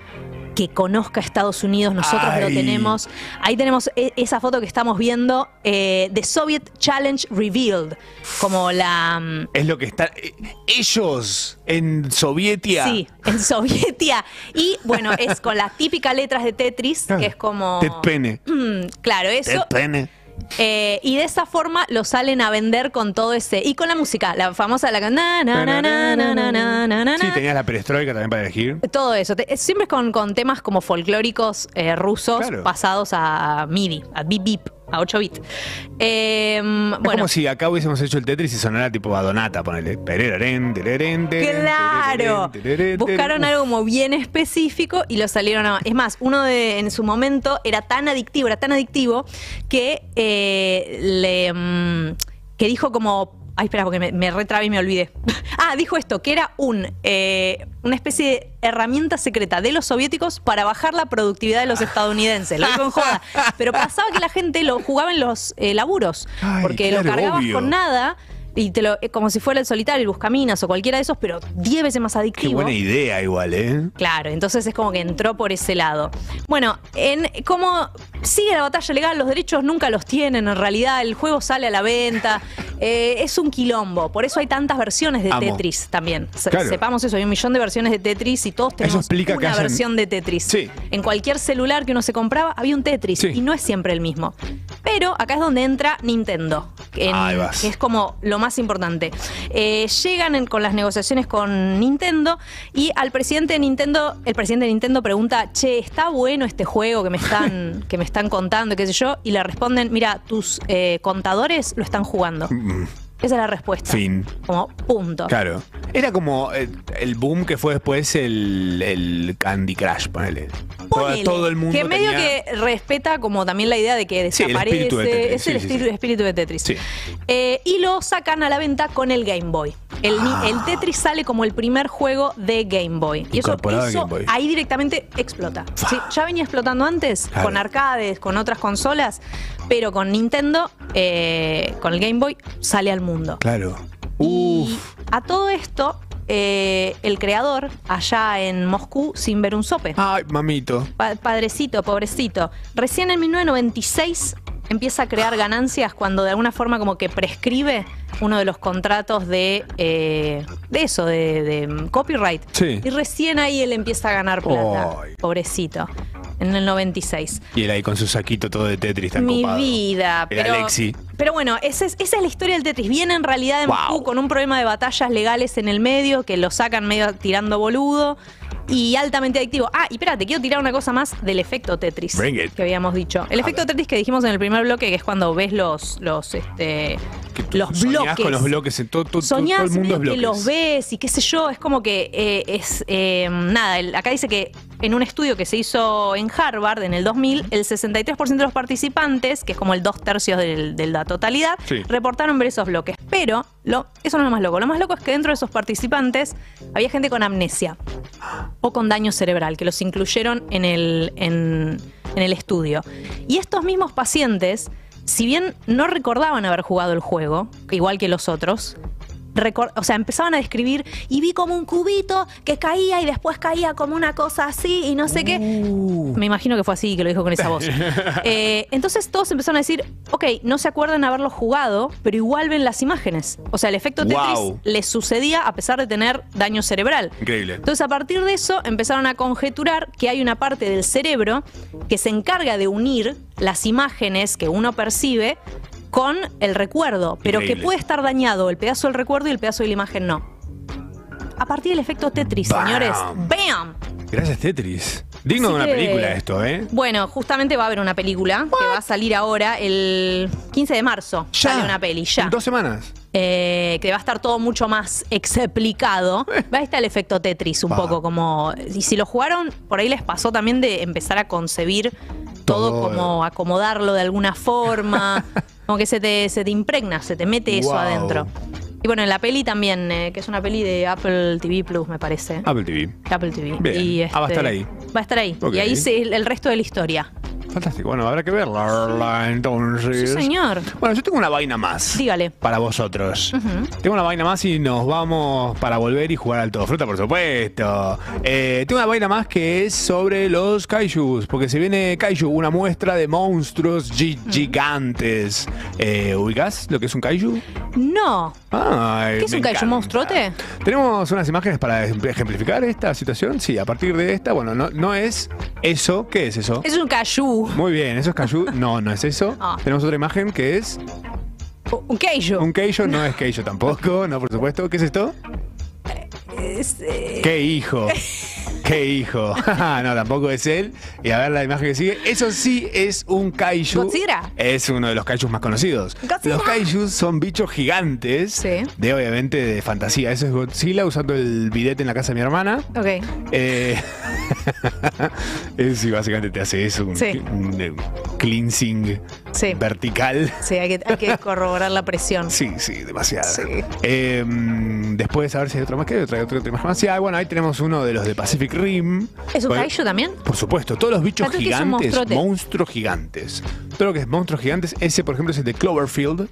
[SPEAKER 4] que conozca Estados Unidos, nosotros lo
[SPEAKER 15] Ay.
[SPEAKER 4] tenemos. Ahí tenemos e- esa foto que estamos viendo eh, de Soviet Challenge Revealed, como la... mm,
[SPEAKER 5] Es lo que está. eh, Ellos en Sovietia.
[SPEAKER 4] Sí, en Sovietia. Y bueno, es con las típicas letras de Tetris, que es como.
[SPEAKER 5] Ted Pene.
[SPEAKER 4] Mm, claro,
[SPEAKER 5] Ted
[SPEAKER 4] eso.
[SPEAKER 5] Pene.
[SPEAKER 4] Eh, y de esa forma lo salen a vender con todo ese. Y con la música, la famosa la can- na, na, na, na, na, na, na, na, na.
[SPEAKER 5] Sí, tenías la perestroika también para elegir.
[SPEAKER 4] Todo eso. Te- es- siempre es con, con temas como folclóricos eh, rusos
[SPEAKER 5] Claro.
[SPEAKER 4] pasados a MIDI, a bip bip, a 8 bit. Eh,
[SPEAKER 5] Es
[SPEAKER 4] bueno,
[SPEAKER 5] como si acá hubiésemos hecho el Tetris y sonara tipo a Donata, ponele. Perereren, tereren, tereren,
[SPEAKER 4] Claro.
[SPEAKER 5] tereren, tereren,
[SPEAKER 4] buscaron
[SPEAKER 5] tereren.
[SPEAKER 4] algo como bien específico y lo salieron a. Es más, uno de, en su momento era tan adictivo, era tan adictivo que eh, le. mm, que dijo como. Ay, espera, porque me, me retrabé y me olvidé. ah, dijo esto, que era un, eh, una especie de herramienta secreta de los soviéticos para bajar la productividad de los estadounidenses. Lo digo en joda. Pero pasaba que la gente lo jugaba en los eh, laburos. porque lo
[SPEAKER 15] claro,
[SPEAKER 4] cargabas
[SPEAKER 15] obvio.
[SPEAKER 4] con nada y te lo, eh, como si fuera el solitario, el buscaminas o cualquiera de esos, pero 10 veces más
[SPEAKER 5] Qué
[SPEAKER 4] adictivo.
[SPEAKER 5] buena idea igual, ¿eh?
[SPEAKER 4] Claro, entonces es como que entró por ese lado. Bueno, en cómo sigue la batalla legal, los derechos nunca los tienen en realidad, el juego sale a la venta, eh, es un quilombo, por eso hay tantas versiones de
[SPEAKER 5] Amo.
[SPEAKER 4] Tetris también. Se-
[SPEAKER 5] Claro.
[SPEAKER 4] Sepamos eso, hay un millón de versiones de Tetris y todos tenemos
[SPEAKER 5] explica que
[SPEAKER 4] una
[SPEAKER 5] hayan-
[SPEAKER 4] versión de Tetris.
[SPEAKER 5] Sí.
[SPEAKER 4] En cualquier celular que uno se compraba había un Tetris y no es siempre el mismo. Pero acá es donde entra Nintendo, en-
[SPEAKER 5] Ahí vas.
[SPEAKER 4] que es como lo más importante. Eh, llegan en- con las negociaciones con Nintendo y al presidente de Nintendo, el presidente de Nintendo pregunta, che, ¿está bueno este juego que me están, que me están contando, qué sé yo? Y le responden, mira, tus eh, contadores lo están jugando.
[SPEAKER 5] Mm,
[SPEAKER 4] Esa es la respuesta.
[SPEAKER 5] Fin.
[SPEAKER 4] Como punto.
[SPEAKER 5] Claro. Era como eh, el boom que fue después el, el Candy Crush, ponele. Todo-
[SPEAKER 4] Ponele,
[SPEAKER 5] todo el mundo
[SPEAKER 4] Que medio
[SPEAKER 5] tenía-
[SPEAKER 4] que respeta como también la idea de que
[SPEAKER 5] Sí, el
[SPEAKER 4] desaparece.
[SPEAKER 5] espíritu de Tetris,
[SPEAKER 4] es el
[SPEAKER 5] sí, sí,
[SPEAKER 4] estil-
[SPEAKER 5] sí.
[SPEAKER 4] espíritu de Tetris.
[SPEAKER 5] Sí.
[SPEAKER 4] Eh, y lo sacan a la venta con el Game Boy. El, ni-
[SPEAKER 5] Ah.
[SPEAKER 4] el Tetris sale como el primer juego de Game Boy. Y eso,
[SPEAKER 5] Incorporado a
[SPEAKER 4] eso
[SPEAKER 5] Game Boy.
[SPEAKER 4] ahí directamente explota. Sí, ya venía explotando antes
[SPEAKER 5] Claro.
[SPEAKER 4] con arcades, con otras consolas, pero con Nintendo, eh, con el Game Boy, sale al mundo.
[SPEAKER 5] Claro.
[SPEAKER 4] A todo esto, eh, el creador, allá en Moscú, sin ver un sope.
[SPEAKER 5] Ay, mamito.
[SPEAKER 4] Pa- padrecito, pobrecito. Recién en 1996 empieza a crear ganancias cuando de alguna forma como que prescribe uno de los contratos de, eh, de eso, de, de, mm, copyright.
[SPEAKER 5] Sí.
[SPEAKER 4] Y recién ahí él empieza a ganar plata. Pobrecito. En el 96.
[SPEAKER 5] Y él ahí con su saquito todo de Tetris tan
[SPEAKER 4] Mi
[SPEAKER 5] copado.
[SPEAKER 4] vida,
[SPEAKER 5] El
[SPEAKER 4] pero.
[SPEAKER 5] Alexi.
[SPEAKER 4] Pero bueno, esa es, esa es la historia del Tetris. Viene en realidad de Moscú con un problema de batallas legales en el medio, que lo sacan medio tirando boludo y altamente adictivo. Ah, y espera, te quiero tirar una cosa más del efecto Tetris
[SPEAKER 5] Bring it.
[SPEAKER 4] que habíamos dicho. El efecto Tetris que dijimos en el primer bloque, que es cuando ves los, los, este, los
[SPEAKER 5] Soñás
[SPEAKER 4] bloques.
[SPEAKER 5] con los bloques. en Todo, todo, todo-
[SPEAKER 4] Soñás
[SPEAKER 5] todo el mundo es
[SPEAKER 4] medio que
[SPEAKER 5] bloques.
[SPEAKER 4] los ves y qué sé yo, es como que eh, es eh, nada, el- acá dice que en un estudio que se hizo en Harvard en el 2000, el 63% de los participantes, que es como el dos tercios del- de la totalidad,
[SPEAKER 15] Sí.
[SPEAKER 4] reportaron ver esos bloques. Pero lo, eso no es lo más loco, lo más loco es que dentro de esos participantes había gente con amnesia o con daño cerebral, que los incluyeron en el, en, en el estudio. Y estos mismos pacientes, si bien no recordaban haber jugado el juego, igual que los otros, recor- o sea, empezaban a describir y vi como un cubito que caía y después caía como una cosa así y no sé qué.
[SPEAKER 5] Uh.
[SPEAKER 4] Me imagino que fue así, que lo dijo con esa voz. Eh, entonces todos empezaron a decir, ok, no se acuerdan haberlo jugado, pero igual ven las imágenes. O sea, el efecto Tetris
[SPEAKER 5] Wow.
[SPEAKER 4] les sucedía a pesar de tener daño cerebral.
[SPEAKER 5] Increíble.
[SPEAKER 4] Entonces, a partir de eso, empezaron a conjeturar que hay una parte del cerebro que se encarga de unir las imágenes que uno percibe con el recuerdo, pero que
[SPEAKER 15] Increíble.
[SPEAKER 4] puede estar dañado el pedazo del recuerdo y el pedazo de la imagen no. A partir del efecto Tetris,
[SPEAKER 5] Bam.
[SPEAKER 4] señores. ¡Bam!
[SPEAKER 5] Gracias, Tetris. Digno
[SPEAKER 4] Así
[SPEAKER 5] de una
[SPEAKER 4] que-
[SPEAKER 5] película esto, ¿eh?
[SPEAKER 4] Bueno, justamente va a haber una película que va a salir ahora el 15 de marzo. Ya. Sale una peli, ya.
[SPEAKER 5] En dos semanas.
[SPEAKER 4] Eh, que va a estar todo mucho más explicado. Va a estar el efecto Tetris un poco como... Y si lo jugaron, por ahí les pasó también de empezar a concebir todo,
[SPEAKER 15] Todo.
[SPEAKER 4] como acomodarlo de alguna forma. como que se te, se te impregna, se te mete eso
[SPEAKER 5] Wow.
[SPEAKER 4] adentro. Y bueno, en la peli también, eh, que es una peli de Apple TV Plus, me parece.
[SPEAKER 5] Apple TV.
[SPEAKER 4] Apple TV.
[SPEAKER 5] Ah, Bien.
[SPEAKER 4] Y, este,
[SPEAKER 5] Ah, va a estar ahí.
[SPEAKER 4] Va a estar ahí.
[SPEAKER 5] Ok.
[SPEAKER 4] Y ahí se- el, el resto de la historia.
[SPEAKER 5] Fantástico. Bueno, habrá que verla
[SPEAKER 4] Sí,
[SPEAKER 5] entonces.
[SPEAKER 4] señor.
[SPEAKER 5] Bueno, yo tengo una vaina más.
[SPEAKER 4] Dígale.
[SPEAKER 5] Para vosotros. Tengo una vaina más y nos vamos para volver y jugar al todo fruta, por supuesto. Eh, tengo una vaina más que es sobre los kaijus, porque se viene kaiju, una muestra de monstruos gi- gigantes. Eh, ¿Ubicás lo que es un kaiju?
[SPEAKER 4] No.
[SPEAKER 5] Ay,
[SPEAKER 4] ¿Qué es
[SPEAKER 5] me
[SPEAKER 4] un callo
[SPEAKER 5] encanta.
[SPEAKER 4] monstruote?
[SPEAKER 5] Tenemos unas imágenes para ejemplificar esta situación. Sí, a partir de esta, bueno, no, no es eso. ¿Qué es eso?
[SPEAKER 4] Es un cayú. cayú.
[SPEAKER 5] Muy bien, eso es cayú. No, no es eso.
[SPEAKER 4] Ah.
[SPEAKER 5] Tenemos otra imagen que es.
[SPEAKER 4] Un queijo.
[SPEAKER 5] Un queijo no es queijo tampoco, no, por supuesto. ¿Qué es esto?
[SPEAKER 4] Es, eh,
[SPEAKER 5] ¡Qué hijo! ¡Qué hijo! no, tampoco es él. Y a ver la imagen que sigue. Eso sí es un kaiju.
[SPEAKER 4] Godzilla.
[SPEAKER 5] Es uno de los kaijus más conocidos.
[SPEAKER 4] Godzilla.
[SPEAKER 5] Los kaijus son bichos gigantes de, obviamente, de fantasía. Eso es Godzilla usando el bidete en la casa de mi hermana.
[SPEAKER 4] Ok.
[SPEAKER 5] Eh, eh, sí, básicamente te hace eso, un,
[SPEAKER 4] Sí.
[SPEAKER 5] un, eh, cleansing
[SPEAKER 4] Sí.
[SPEAKER 5] vertical.
[SPEAKER 4] Sí, hay que, hay que corroborar la presión.
[SPEAKER 5] Sí, sí, demasiado.
[SPEAKER 4] Sí.
[SPEAKER 5] Eh, después, a ver si hay otro más que otra, otra, otra imagen más. Sí, ah, bueno, ahí tenemos uno de los de Pacific Rim.
[SPEAKER 4] ¿Es un
[SPEAKER 5] Porque-
[SPEAKER 4] kaiju también?
[SPEAKER 5] Por supuesto, todos los bichos
[SPEAKER 4] Tanto que es un
[SPEAKER 5] gigantes,
[SPEAKER 4] monstruote.
[SPEAKER 5] monstruos gigantes. Todo lo que es monstruos gigantes, ese por ejemplo es el de Cloverfield.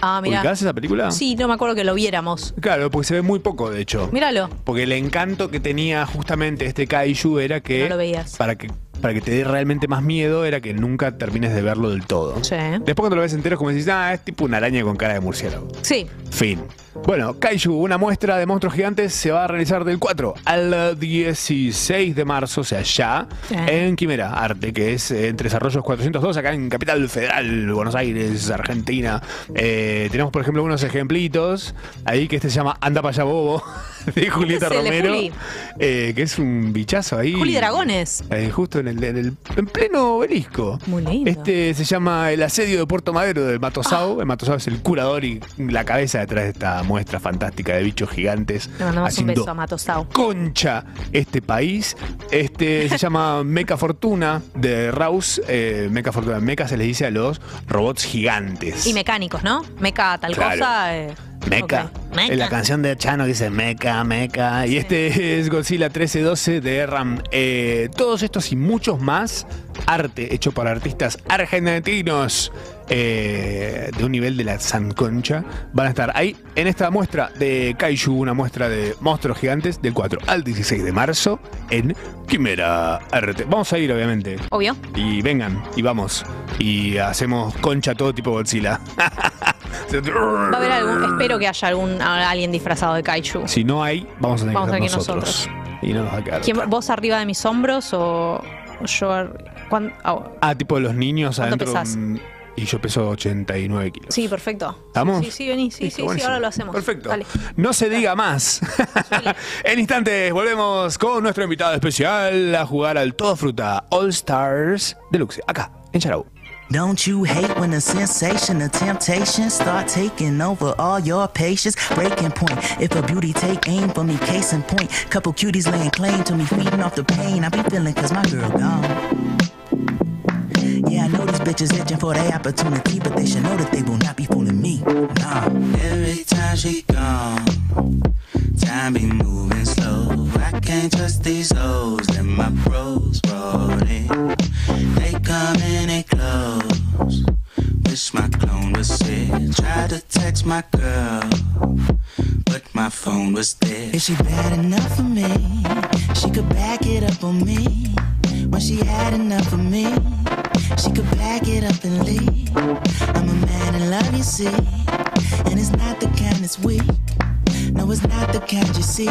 [SPEAKER 4] Ah, mira.
[SPEAKER 5] ¿Ubicás esa película?
[SPEAKER 4] Sí, no me acuerdo que lo viéramos.
[SPEAKER 5] Claro, porque se ve muy poco, de hecho.
[SPEAKER 4] Míralo.
[SPEAKER 5] Porque el encanto que tenía justamente este kaiju era que.
[SPEAKER 4] No lo veías.
[SPEAKER 5] Para que, para que te dé realmente más miedo, era que nunca termines de verlo del todo.
[SPEAKER 4] Sí.
[SPEAKER 5] Después cuando lo ves entero es como decís, ah, es tipo una araña con cara de murciélago.
[SPEAKER 4] Sí.
[SPEAKER 5] Fin. Bueno, Kaiju, una muestra de monstruos gigantes, se va a realizar del 4 al 16 de marzo, o sea, ya, en Quimera Arte, que es eh, en Tres Arroyos 402, acá en Capital Federal, Buenos Aires, Argentina. Eh, tenemos, por ejemplo, unos ejemplitos ahí que este se llama Anda para allá Bobo, de Julieta
[SPEAKER 4] es el de
[SPEAKER 5] Romero,
[SPEAKER 4] Juli.
[SPEAKER 5] eh, que es un bichazo ahí.
[SPEAKER 4] Juli Dragones.
[SPEAKER 5] Eh, justo en el, en el- en pleno obelisco.
[SPEAKER 4] Muy lindo. Ah.
[SPEAKER 5] Este se llama El asedio de Puerto Madero del Matosao. El Matosao es el curador y la cabeza detrás de esta muestra fantástica de bichos gigantes.
[SPEAKER 4] Le mandamos un
[SPEAKER 5] haciendo
[SPEAKER 4] beso a Matosao.
[SPEAKER 5] concha este país. Este se llama Meca Fortuna de Raus. Eh, Meca Fortuna. Meca se les dice a los robots gigantes.
[SPEAKER 4] Y mecánicos, ¿no? Meca tal
[SPEAKER 5] Claro.
[SPEAKER 4] cosa. eh,
[SPEAKER 5] Meca.
[SPEAKER 4] ok. Meca.
[SPEAKER 5] En la canción de Chano dice Meca, Meca. Y este es Godzilla 1312 de Ram. Eh, todos estos y muchos más, arte hecho por artistas argentinos eh, de un nivel de la San Concha, van a estar ahí en esta muestra de Kaiju, una muestra de monstruos gigantes del 4 al 16 de marzo en Quimera Arte. Vamos a ir, obviamente.
[SPEAKER 4] Obvio.
[SPEAKER 5] Y vengan, y vamos. Y hacemos concha todo tipo Godzilla.
[SPEAKER 4] Va a haber algún. Espero que haya algún a- alguien disfrazado de kaiju.
[SPEAKER 5] Si no hay, vamos a tener
[SPEAKER 4] Vamos
[SPEAKER 5] que
[SPEAKER 4] a tener
[SPEAKER 5] hacer
[SPEAKER 4] que
[SPEAKER 5] nosotros. Y no nos va a quedar.
[SPEAKER 4] ¿Quién-
[SPEAKER 5] otra.
[SPEAKER 4] ¿Vos arriba de mis hombros o yo ar- cuán- ah,
[SPEAKER 5] Ah, tipo los niños
[SPEAKER 4] ¿Cuánto
[SPEAKER 5] adentro.
[SPEAKER 4] pesás?
[SPEAKER 5] mm, Y yo peso 89 kilos.
[SPEAKER 4] Sí, perfecto.
[SPEAKER 5] ¿Vamos?
[SPEAKER 4] Sí, sí, vení, sí,
[SPEAKER 5] Listo,
[SPEAKER 4] sí, sí,
[SPEAKER 5] buenísimo.
[SPEAKER 4] ahora lo hacemos.
[SPEAKER 5] Perfecto.
[SPEAKER 4] Dale.
[SPEAKER 5] No se diga más. en instantes volvemos con nuestro invitado especial a jugar al Todo Fruta All Stars Deluxe. Acá, en Charau.
[SPEAKER 15] Don't you hate when the sensation of temptation start taking over all your patience? Breaking point. If a beauty take aim for me, case in point. Couple cuties laying claim to me, feeding off the pain I be feeling cause my girl gone. Yeah, I know these bitches itching for their opportunity, but they should know that they will not be fooling me. Nah.
[SPEAKER 16] Every time she gone, time be moving slow. I can't trust these hoes that my bros brought in. They come in and close. Wish my clone was sick. Tried to text my girl, but my phone was dead.
[SPEAKER 15] If she bad enough for me, she could back it up on me. When she had enough of me, she could back it up and leave. I'm a man in love, you see, and it's not the kind that's weak. No, it's not the kind you seek.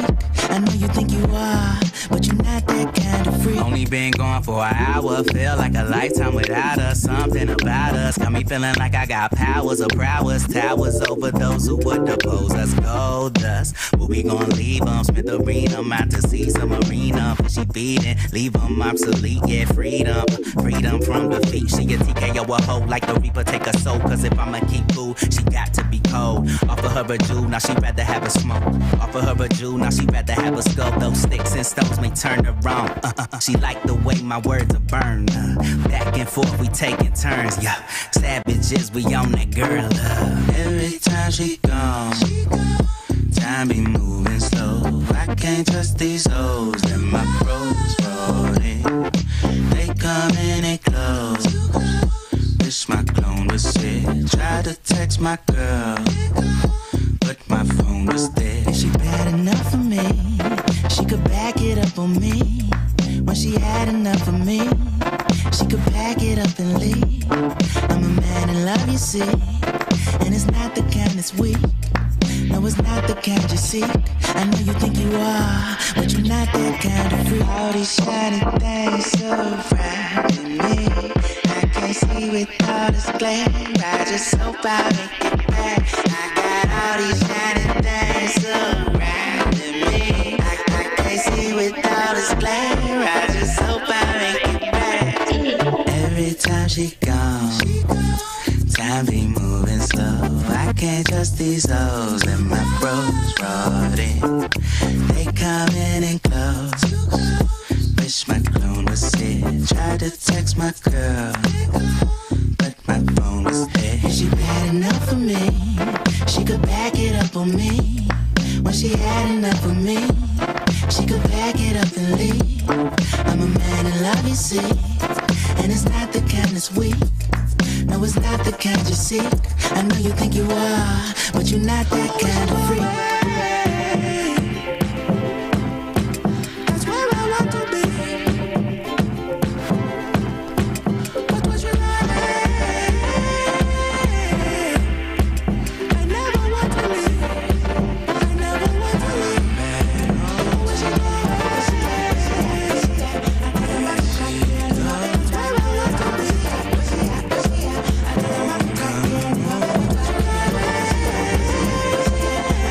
[SPEAKER 15] I know you think you are, but you're not that kind of freak.
[SPEAKER 16] Only been gone for an hour, feel like a lifetime without us. Something about us got me feeling like I got powers of prowess, towers over those who would oppose us. Gold dust, but we gon' leave them. Spent the them out to see some arena. But she feeding, leave them obsolete. Yeah, freedom, freedom from defeat. She a TKO a hoe like the Reaper take a soul. Cause if I'ma keep cool, she got to be cold. Offer her a jewel, now she rather have a smoke. Offer her a jewel, now she rather have a skull. Those sticks and stones may turn her wrong. Uh, uh, uh. She like the way my words are burned. Uh, back and forth, we taking turns. Yeah, savages, we on that girl. Uh.
[SPEAKER 15] Every time she
[SPEAKER 16] gone, time be moving slow. I can't trust these hoes that my bros brought in. They come in and close. Wish my clone was sick. Tried to text my girl, but my phone was dead.
[SPEAKER 15] She bad enough for me, she could back it up on me. When she had enough of me, she could pack it up and leave. I'm a man in love, you see, and it's not the kind that's weak. No, it's not the kind you seek. I know you think you are, but you're not that kind of freak. All these shiny things so bright in me. I
[SPEAKER 6] see without his glare. I just hope I make it back. I got all these shining things surrounding me. I, I can't see without his glare. I just hope I make it back. Every time she gone, time be moving slow. I can't trust these hoes and my bros brought in. They coming in close. Wish my clone was here. Tried to text my girl, but my phone was dead. Is she bad enough for me? She could back it up on me. When she had enough of me, she could pack it up and leave. I'm a man in love, you see. And it's not the kind that's weak. No, it's not the kind you seek. I know you think you are, but you're not that kind of freak. That's where I want to be. But what you like? I never want to leave. I never want to leave. What you like? What you like? I think about you. That's where I want to be. I think about you. What you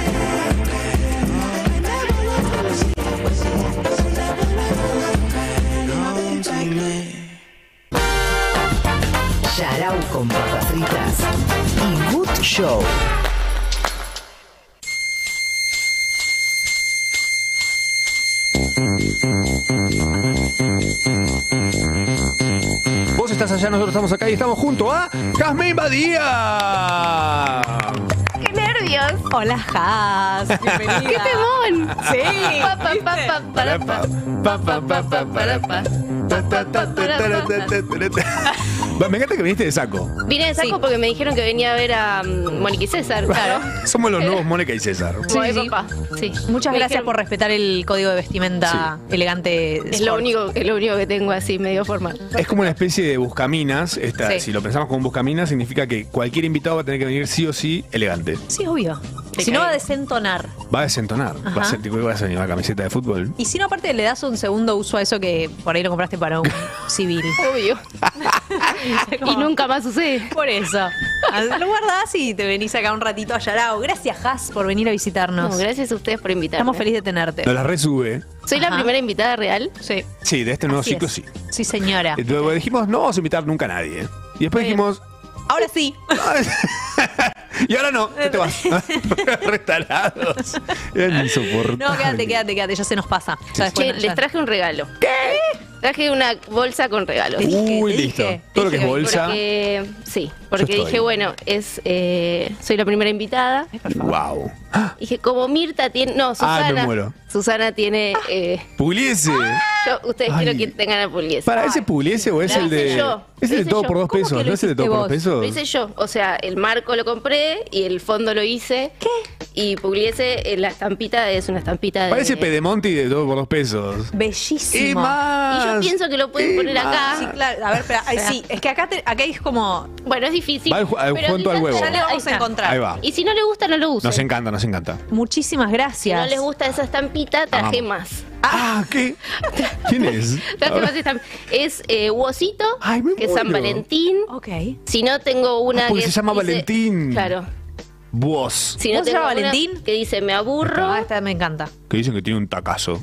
[SPEAKER 6] like? I never want to leave.
[SPEAKER 3] Yarau con papas fritas y Good Show.
[SPEAKER 5] Vos estás allá, nosotros estamos acá y estamos junto a Jasmine Badía.
[SPEAKER 17] ¡Qué nervios!
[SPEAKER 4] Hola, Jazz. Bienvenida.
[SPEAKER 17] ¡Qué temón!
[SPEAKER 4] Sí,
[SPEAKER 17] Pa, pa, pa, pa, para, pa, pa, pa, pa, pa, para, pa, pa, pa, pa, para, pa.
[SPEAKER 5] Va, Me encanta que viniste de saco.
[SPEAKER 17] Vine de saco porque me dijeron que venía a ver a mm, Mónica y César, claro.
[SPEAKER 5] Somos los nuevos Mónica y César.
[SPEAKER 17] Como de papá, sí.
[SPEAKER 4] Muchas
[SPEAKER 17] Me
[SPEAKER 4] gracias
[SPEAKER 17] dijeron-
[SPEAKER 4] por respetar el código de vestimenta elegante.
[SPEAKER 17] Es lo
[SPEAKER 4] sport.
[SPEAKER 17] único, es lo único que tengo así, medio formal.
[SPEAKER 5] Es como una especie de buscaminas. Esta,
[SPEAKER 17] Sí.
[SPEAKER 5] Si lo pensamos como un buscaminas, significa que cualquier invitado va a tener que venir sí o sí elegante.
[SPEAKER 4] Sí, obvio. Si no va a desentonar.
[SPEAKER 5] Va a desentonar.
[SPEAKER 4] Ajá.
[SPEAKER 5] Va a ser tipo que vas a llevar la camiseta de fútbol.
[SPEAKER 4] Y si no, aparte le das un segundo uso a eso que por ahí lo compraste para un civil.
[SPEAKER 17] Obvio.
[SPEAKER 4] y nunca más sucede. Por eso. Ah, Lo guardás y te venís acá un ratito a Yarao. Gracias, Has, por venir a visitarnos.
[SPEAKER 17] No, gracias eh. a ustedes por invitarme.
[SPEAKER 4] Estamos felices de tenerte.
[SPEAKER 5] Nos la resube.
[SPEAKER 17] ¿Soy la primera invitada real?
[SPEAKER 4] Sí.
[SPEAKER 5] Sí, de este nuevo
[SPEAKER 4] Así
[SPEAKER 5] ciclo
[SPEAKER 4] es.
[SPEAKER 5] sí. Eh,
[SPEAKER 4] Sí, señora.
[SPEAKER 5] Y Luego dijimos, no vamos a invitar nunca a nadie. ¿eh? Y después dijimos,
[SPEAKER 4] Ahora sí.
[SPEAKER 5] y ahora no, ya te vas. Retalados. Eran insoportables.
[SPEAKER 4] No, quédate, quédate, quédate. Ya se nos pasa. Ya después
[SPEAKER 17] Che,
[SPEAKER 4] no-
[SPEAKER 17] les
[SPEAKER 4] ya-
[SPEAKER 17] traje un regalo. ¿Qué? Traje una bolsa con regalos.
[SPEAKER 5] Uy, listo. Todo lo que es bolsa.
[SPEAKER 17] Porque- sí, porque
[SPEAKER 5] estoy.
[SPEAKER 17] dije, bueno, es eh, soy la primera invitada.
[SPEAKER 5] Wow.
[SPEAKER 17] Dije, como Mirta tiene. No, Susana.
[SPEAKER 5] me muero.
[SPEAKER 17] Susana tiene. eh,
[SPEAKER 5] Pugliese.
[SPEAKER 17] yo- ustedes
[SPEAKER 5] Ay.
[SPEAKER 17] quiero que tengan a Pugliese.
[SPEAKER 5] Para, ¿ese Pugliese o es
[SPEAKER 17] Lo
[SPEAKER 5] el
[SPEAKER 17] hice yo,
[SPEAKER 5] de. Es
[SPEAKER 17] lo
[SPEAKER 5] el de
[SPEAKER 17] hice
[SPEAKER 5] todo
[SPEAKER 17] yo.
[SPEAKER 5] por dos
[SPEAKER 17] ¿Cómo que
[SPEAKER 5] pesos,
[SPEAKER 17] lo
[SPEAKER 5] ¿no es el
[SPEAKER 17] hiciste
[SPEAKER 5] de todo por
[SPEAKER 17] vos?
[SPEAKER 5] dos pesos?
[SPEAKER 17] Lo hice yo. O sea, el marco lo compré y el fondo lo hice. ¿Qué? Y Pugliese, eh, la estampita es una estampita de.
[SPEAKER 5] Parece Pedemonti de todo por dos pesos.
[SPEAKER 4] Bellísimo.
[SPEAKER 17] Y más. Y yo pienso que lo pueden
[SPEAKER 4] Y
[SPEAKER 17] poner
[SPEAKER 4] más.
[SPEAKER 17] acá.
[SPEAKER 4] Sí, claro. A ver, espera. Ay,
[SPEAKER 17] O sea.
[SPEAKER 4] sí, es que acá, te- acá es como.
[SPEAKER 17] Bueno, es difícil.
[SPEAKER 5] Va al ju- al
[SPEAKER 17] pero
[SPEAKER 5] cuento al
[SPEAKER 17] quizás
[SPEAKER 5] huevo.
[SPEAKER 4] Ya le vamos a encontrar.
[SPEAKER 5] Ahí va.
[SPEAKER 17] Y si no le gusta, no lo usen.
[SPEAKER 5] Nos encanta, nos encanta.
[SPEAKER 4] Muchísimas
[SPEAKER 17] si
[SPEAKER 4] gracias.
[SPEAKER 17] no les gusta esa estampita, traje
[SPEAKER 5] Amamos.
[SPEAKER 17] más.
[SPEAKER 5] Ah, ¿qué? ¿Quién es?
[SPEAKER 17] Traje más estamp- Es eh, Huosito, que es San
[SPEAKER 5] muero.
[SPEAKER 17] Valentín.
[SPEAKER 4] Ok.
[SPEAKER 17] Si no, tengo una.
[SPEAKER 5] Ah, porque
[SPEAKER 17] que
[SPEAKER 5] se llama
[SPEAKER 17] dice-
[SPEAKER 5] Valentín.
[SPEAKER 17] Claro.
[SPEAKER 5] Vos.
[SPEAKER 17] Si no
[SPEAKER 4] ¿Cómo se
[SPEAKER 17] tengo
[SPEAKER 4] llama
[SPEAKER 17] una
[SPEAKER 4] Valentín?
[SPEAKER 17] Que dice, me aburro.
[SPEAKER 4] Ah, esta me encanta.
[SPEAKER 5] Que dicen que tiene un tacazo.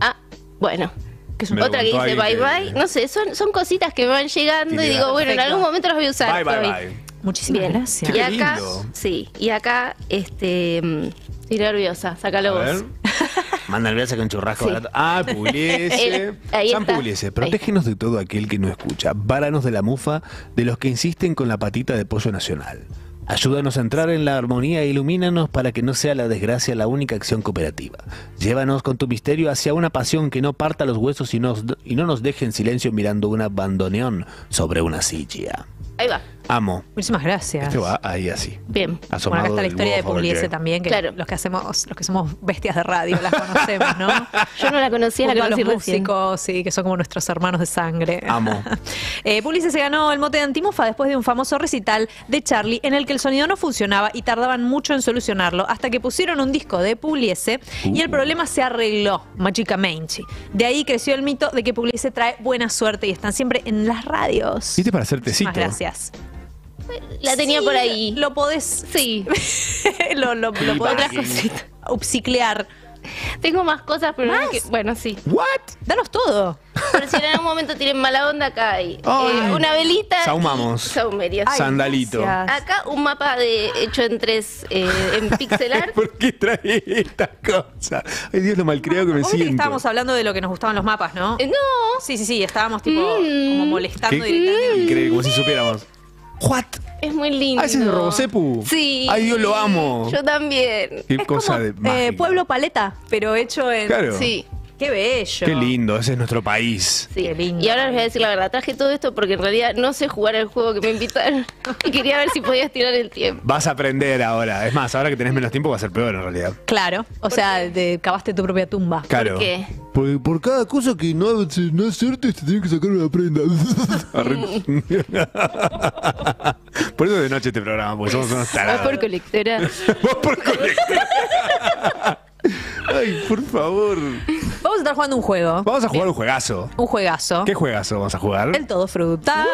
[SPEAKER 17] Ah, bueno.
[SPEAKER 5] es un- Me
[SPEAKER 17] Otra que
[SPEAKER 5] contó
[SPEAKER 17] dice bye
[SPEAKER 5] alguien que-
[SPEAKER 17] bye. No sé, son, son cositas que me van llegando y
[SPEAKER 5] Tiene
[SPEAKER 17] digo,
[SPEAKER 5] ganas.
[SPEAKER 17] bueno, en
[SPEAKER 5] Perfecto.
[SPEAKER 17] algún momento las voy a usar.
[SPEAKER 5] Bye, bye,
[SPEAKER 17] todavía.
[SPEAKER 5] bye.
[SPEAKER 4] Muchísimas gracias.
[SPEAKER 17] Y
[SPEAKER 5] Qué
[SPEAKER 17] acá,
[SPEAKER 5] lindo.
[SPEAKER 17] sí, y acá, este. mm, Estoy nerviosa,
[SPEAKER 5] A
[SPEAKER 17] sácalo vos.
[SPEAKER 5] ver. Manda el brazo con churrasco
[SPEAKER 17] Sí.
[SPEAKER 5] barato. Ah, Pugliese.
[SPEAKER 17] El- ahí
[SPEAKER 5] San
[SPEAKER 17] está.
[SPEAKER 5] Pugliese, protégenos de todo aquel que no escucha. Váranos de la mufa de los que insisten con la patita de pollo nacional. Ayúdanos a entrar en la armonía e ilumínanos para que no sea la desgracia la única acción cooperativa. Llévanos con tu misterio hacia una pasión que no parta los huesos y, nos- y no nos deje en silencio mirando una bandoneón sobre una silla.
[SPEAKER 17] Ahí va.
[SPEAKER 5] Amo.
[SPEAKER 4] Muchísimas gracias.
[SPEAKER 5] Esto Este va ahí así.
[SPEAKER 4] Bien. Bueno,
[SPEAKER 5] Asomado
[SPEAKER 4] acá está la
[SPEAKER 5] del
[SPEAKER 4] historia de
[SPEAKER 5] búho
[SPEAKER 4] Pugliese
[SPEAKER 5] favorito.
[SPEAKER 4] también, que los que hacemos, los que somos bestias de radio, las conocemos, ¿no?
[SPEAKER 17] Yo no la conocía, la
[SPEAKER 4] Junto a
[SPEAKER 17] conocí
[SPEAKER 4] los
[SPEAKER 17] recién.
[SPEAKER 4] músicos, sí, que son como nuestros hermanos de sangre.
[SPEAKER 5] Amo.
[SPEAKER 4] Eh, Pugliese se ganó el mote de Antimofa después de un famoso recital de Charlie en el que el sonido no funcionaba y tardaban mucho en solucionarlo, hasta que pusieron un disco de Pugliese y
[SPEAKER 5] Uh.
[SPEAKER 4] el problema se arregló, mágicamente. De ahí creció el mito de que Pugliese trae buena suerte y están siempre en las radios.
[SPEAKER 5] Viste para hacer tecito.
[SPEAKER 4] Muchísimas gracias.
[SPEAKER 17] La tenía
[SPEAKER 4] Sí,
[SPEAKER 17] por ahí.
[SPEAKER 4] Lo podés. Sí. lo, lo,
[SPEAKER 17] Sí,
[SPEAKER 4] lo podés
[SPEAKER 17] va, sí.
[SPEAKER 4] upciclear.
[SPEAKER 17] Tengo más cosas, pero no
[SPEAKER 4] ¿Más?
[SPEAKER 17] que- bueno, sí.
[SPEAKER 5] ¿What?
[SPEAKER 4] Danos todo.
[SPEAKER 17] Pero si en algún momento tienen mala onda, acá hay eh,
[SPEAKER 5] Ay.
[SPEAKER 17] una velita. y
[SPEAKER 5] Saumamos.
[SPEAKER 17] Saumerio.
[SPEAKER 5] Ay, Sandalito. gracias.
[SPEAKER 17] Acá un mapa de, hecho en tres, eh, en pixel art.
[SPEAKER 5] ¿Por qué trae esta cosa? Ay, Dios, lo malcriado que me
[SPEAKER 4] Vos viste que
[SPEAKER 5] siento.
[SPEAKER 4] estábamos hablando de lo que nos gustaban los mapas, ¿no?
[SPEAKER 17] Eh, no.
[SPEAKER 4] Sí, sí, sí. Estábamos tipo como molestando
[SPEAKER 5] ¿Qué?
[SPEAKER 4] directamente.
[SPEAKER 5] Increíble, como si supiéramos. ¿What?
[SPEAKER 17] Es muy lindo.
[SPEAKER 5] Ah, ese es de Robosepu.
[SPEAKER 17] Sí.
[SPEAKER 5] Ay, yo lo amo.
[SPEAKER 17] Yo también.
[SPEAKER 5] Qué cosa de
[SPEAKER 4] Eh,
[SPEAKER 5] mágica.
[SPEAKER 4] pueblo paleta, pero hecho en.
[SPEAKER 5] Claro.
[SPEAKER 17] Sí.
[SPEAKER 4] Qué bello.
[SPEAKER 5] Qué lindo, ese es nuestro país.
[SPEAKER 17] Sí. Y ahora les voy a decir la verdad, traje todo esto porque en realidad no sé jugar al juego que me invitaron y quería ver si podía estirar el tiempo.
[SPEAKER 5] Vas a aprender ahora. Es más, ahora que tenés menos tiempo va a ser peor en realidad.
[SPEAKER 4] Claro. O sea, de- cavaste tu propia tumba.
[SPEAKER 5] Claro.
[SPEAKER 18] Porque por cada cosa que no, no es cierto, te tienen que sacar una prenda.
[SPEAKER 5] Por eso es de noche este programa, porque somos unos
[SPEAKER 17] Vas
[SPEAKER 5] tarados.
[SPEAKER 17] por colectora.
[SPEAKER 5] Ay, por favor.
[SPEAKER 4] Vamos a estar jugando un juego.
[SPEAKER 5] Vamos a jugar un juegazo.
[SPEAKER 4] Un juegazo.
[SPEAKER 5] ¿Qué juegazo vamos a jugar?
[SPEAKER 4] El todo fruta.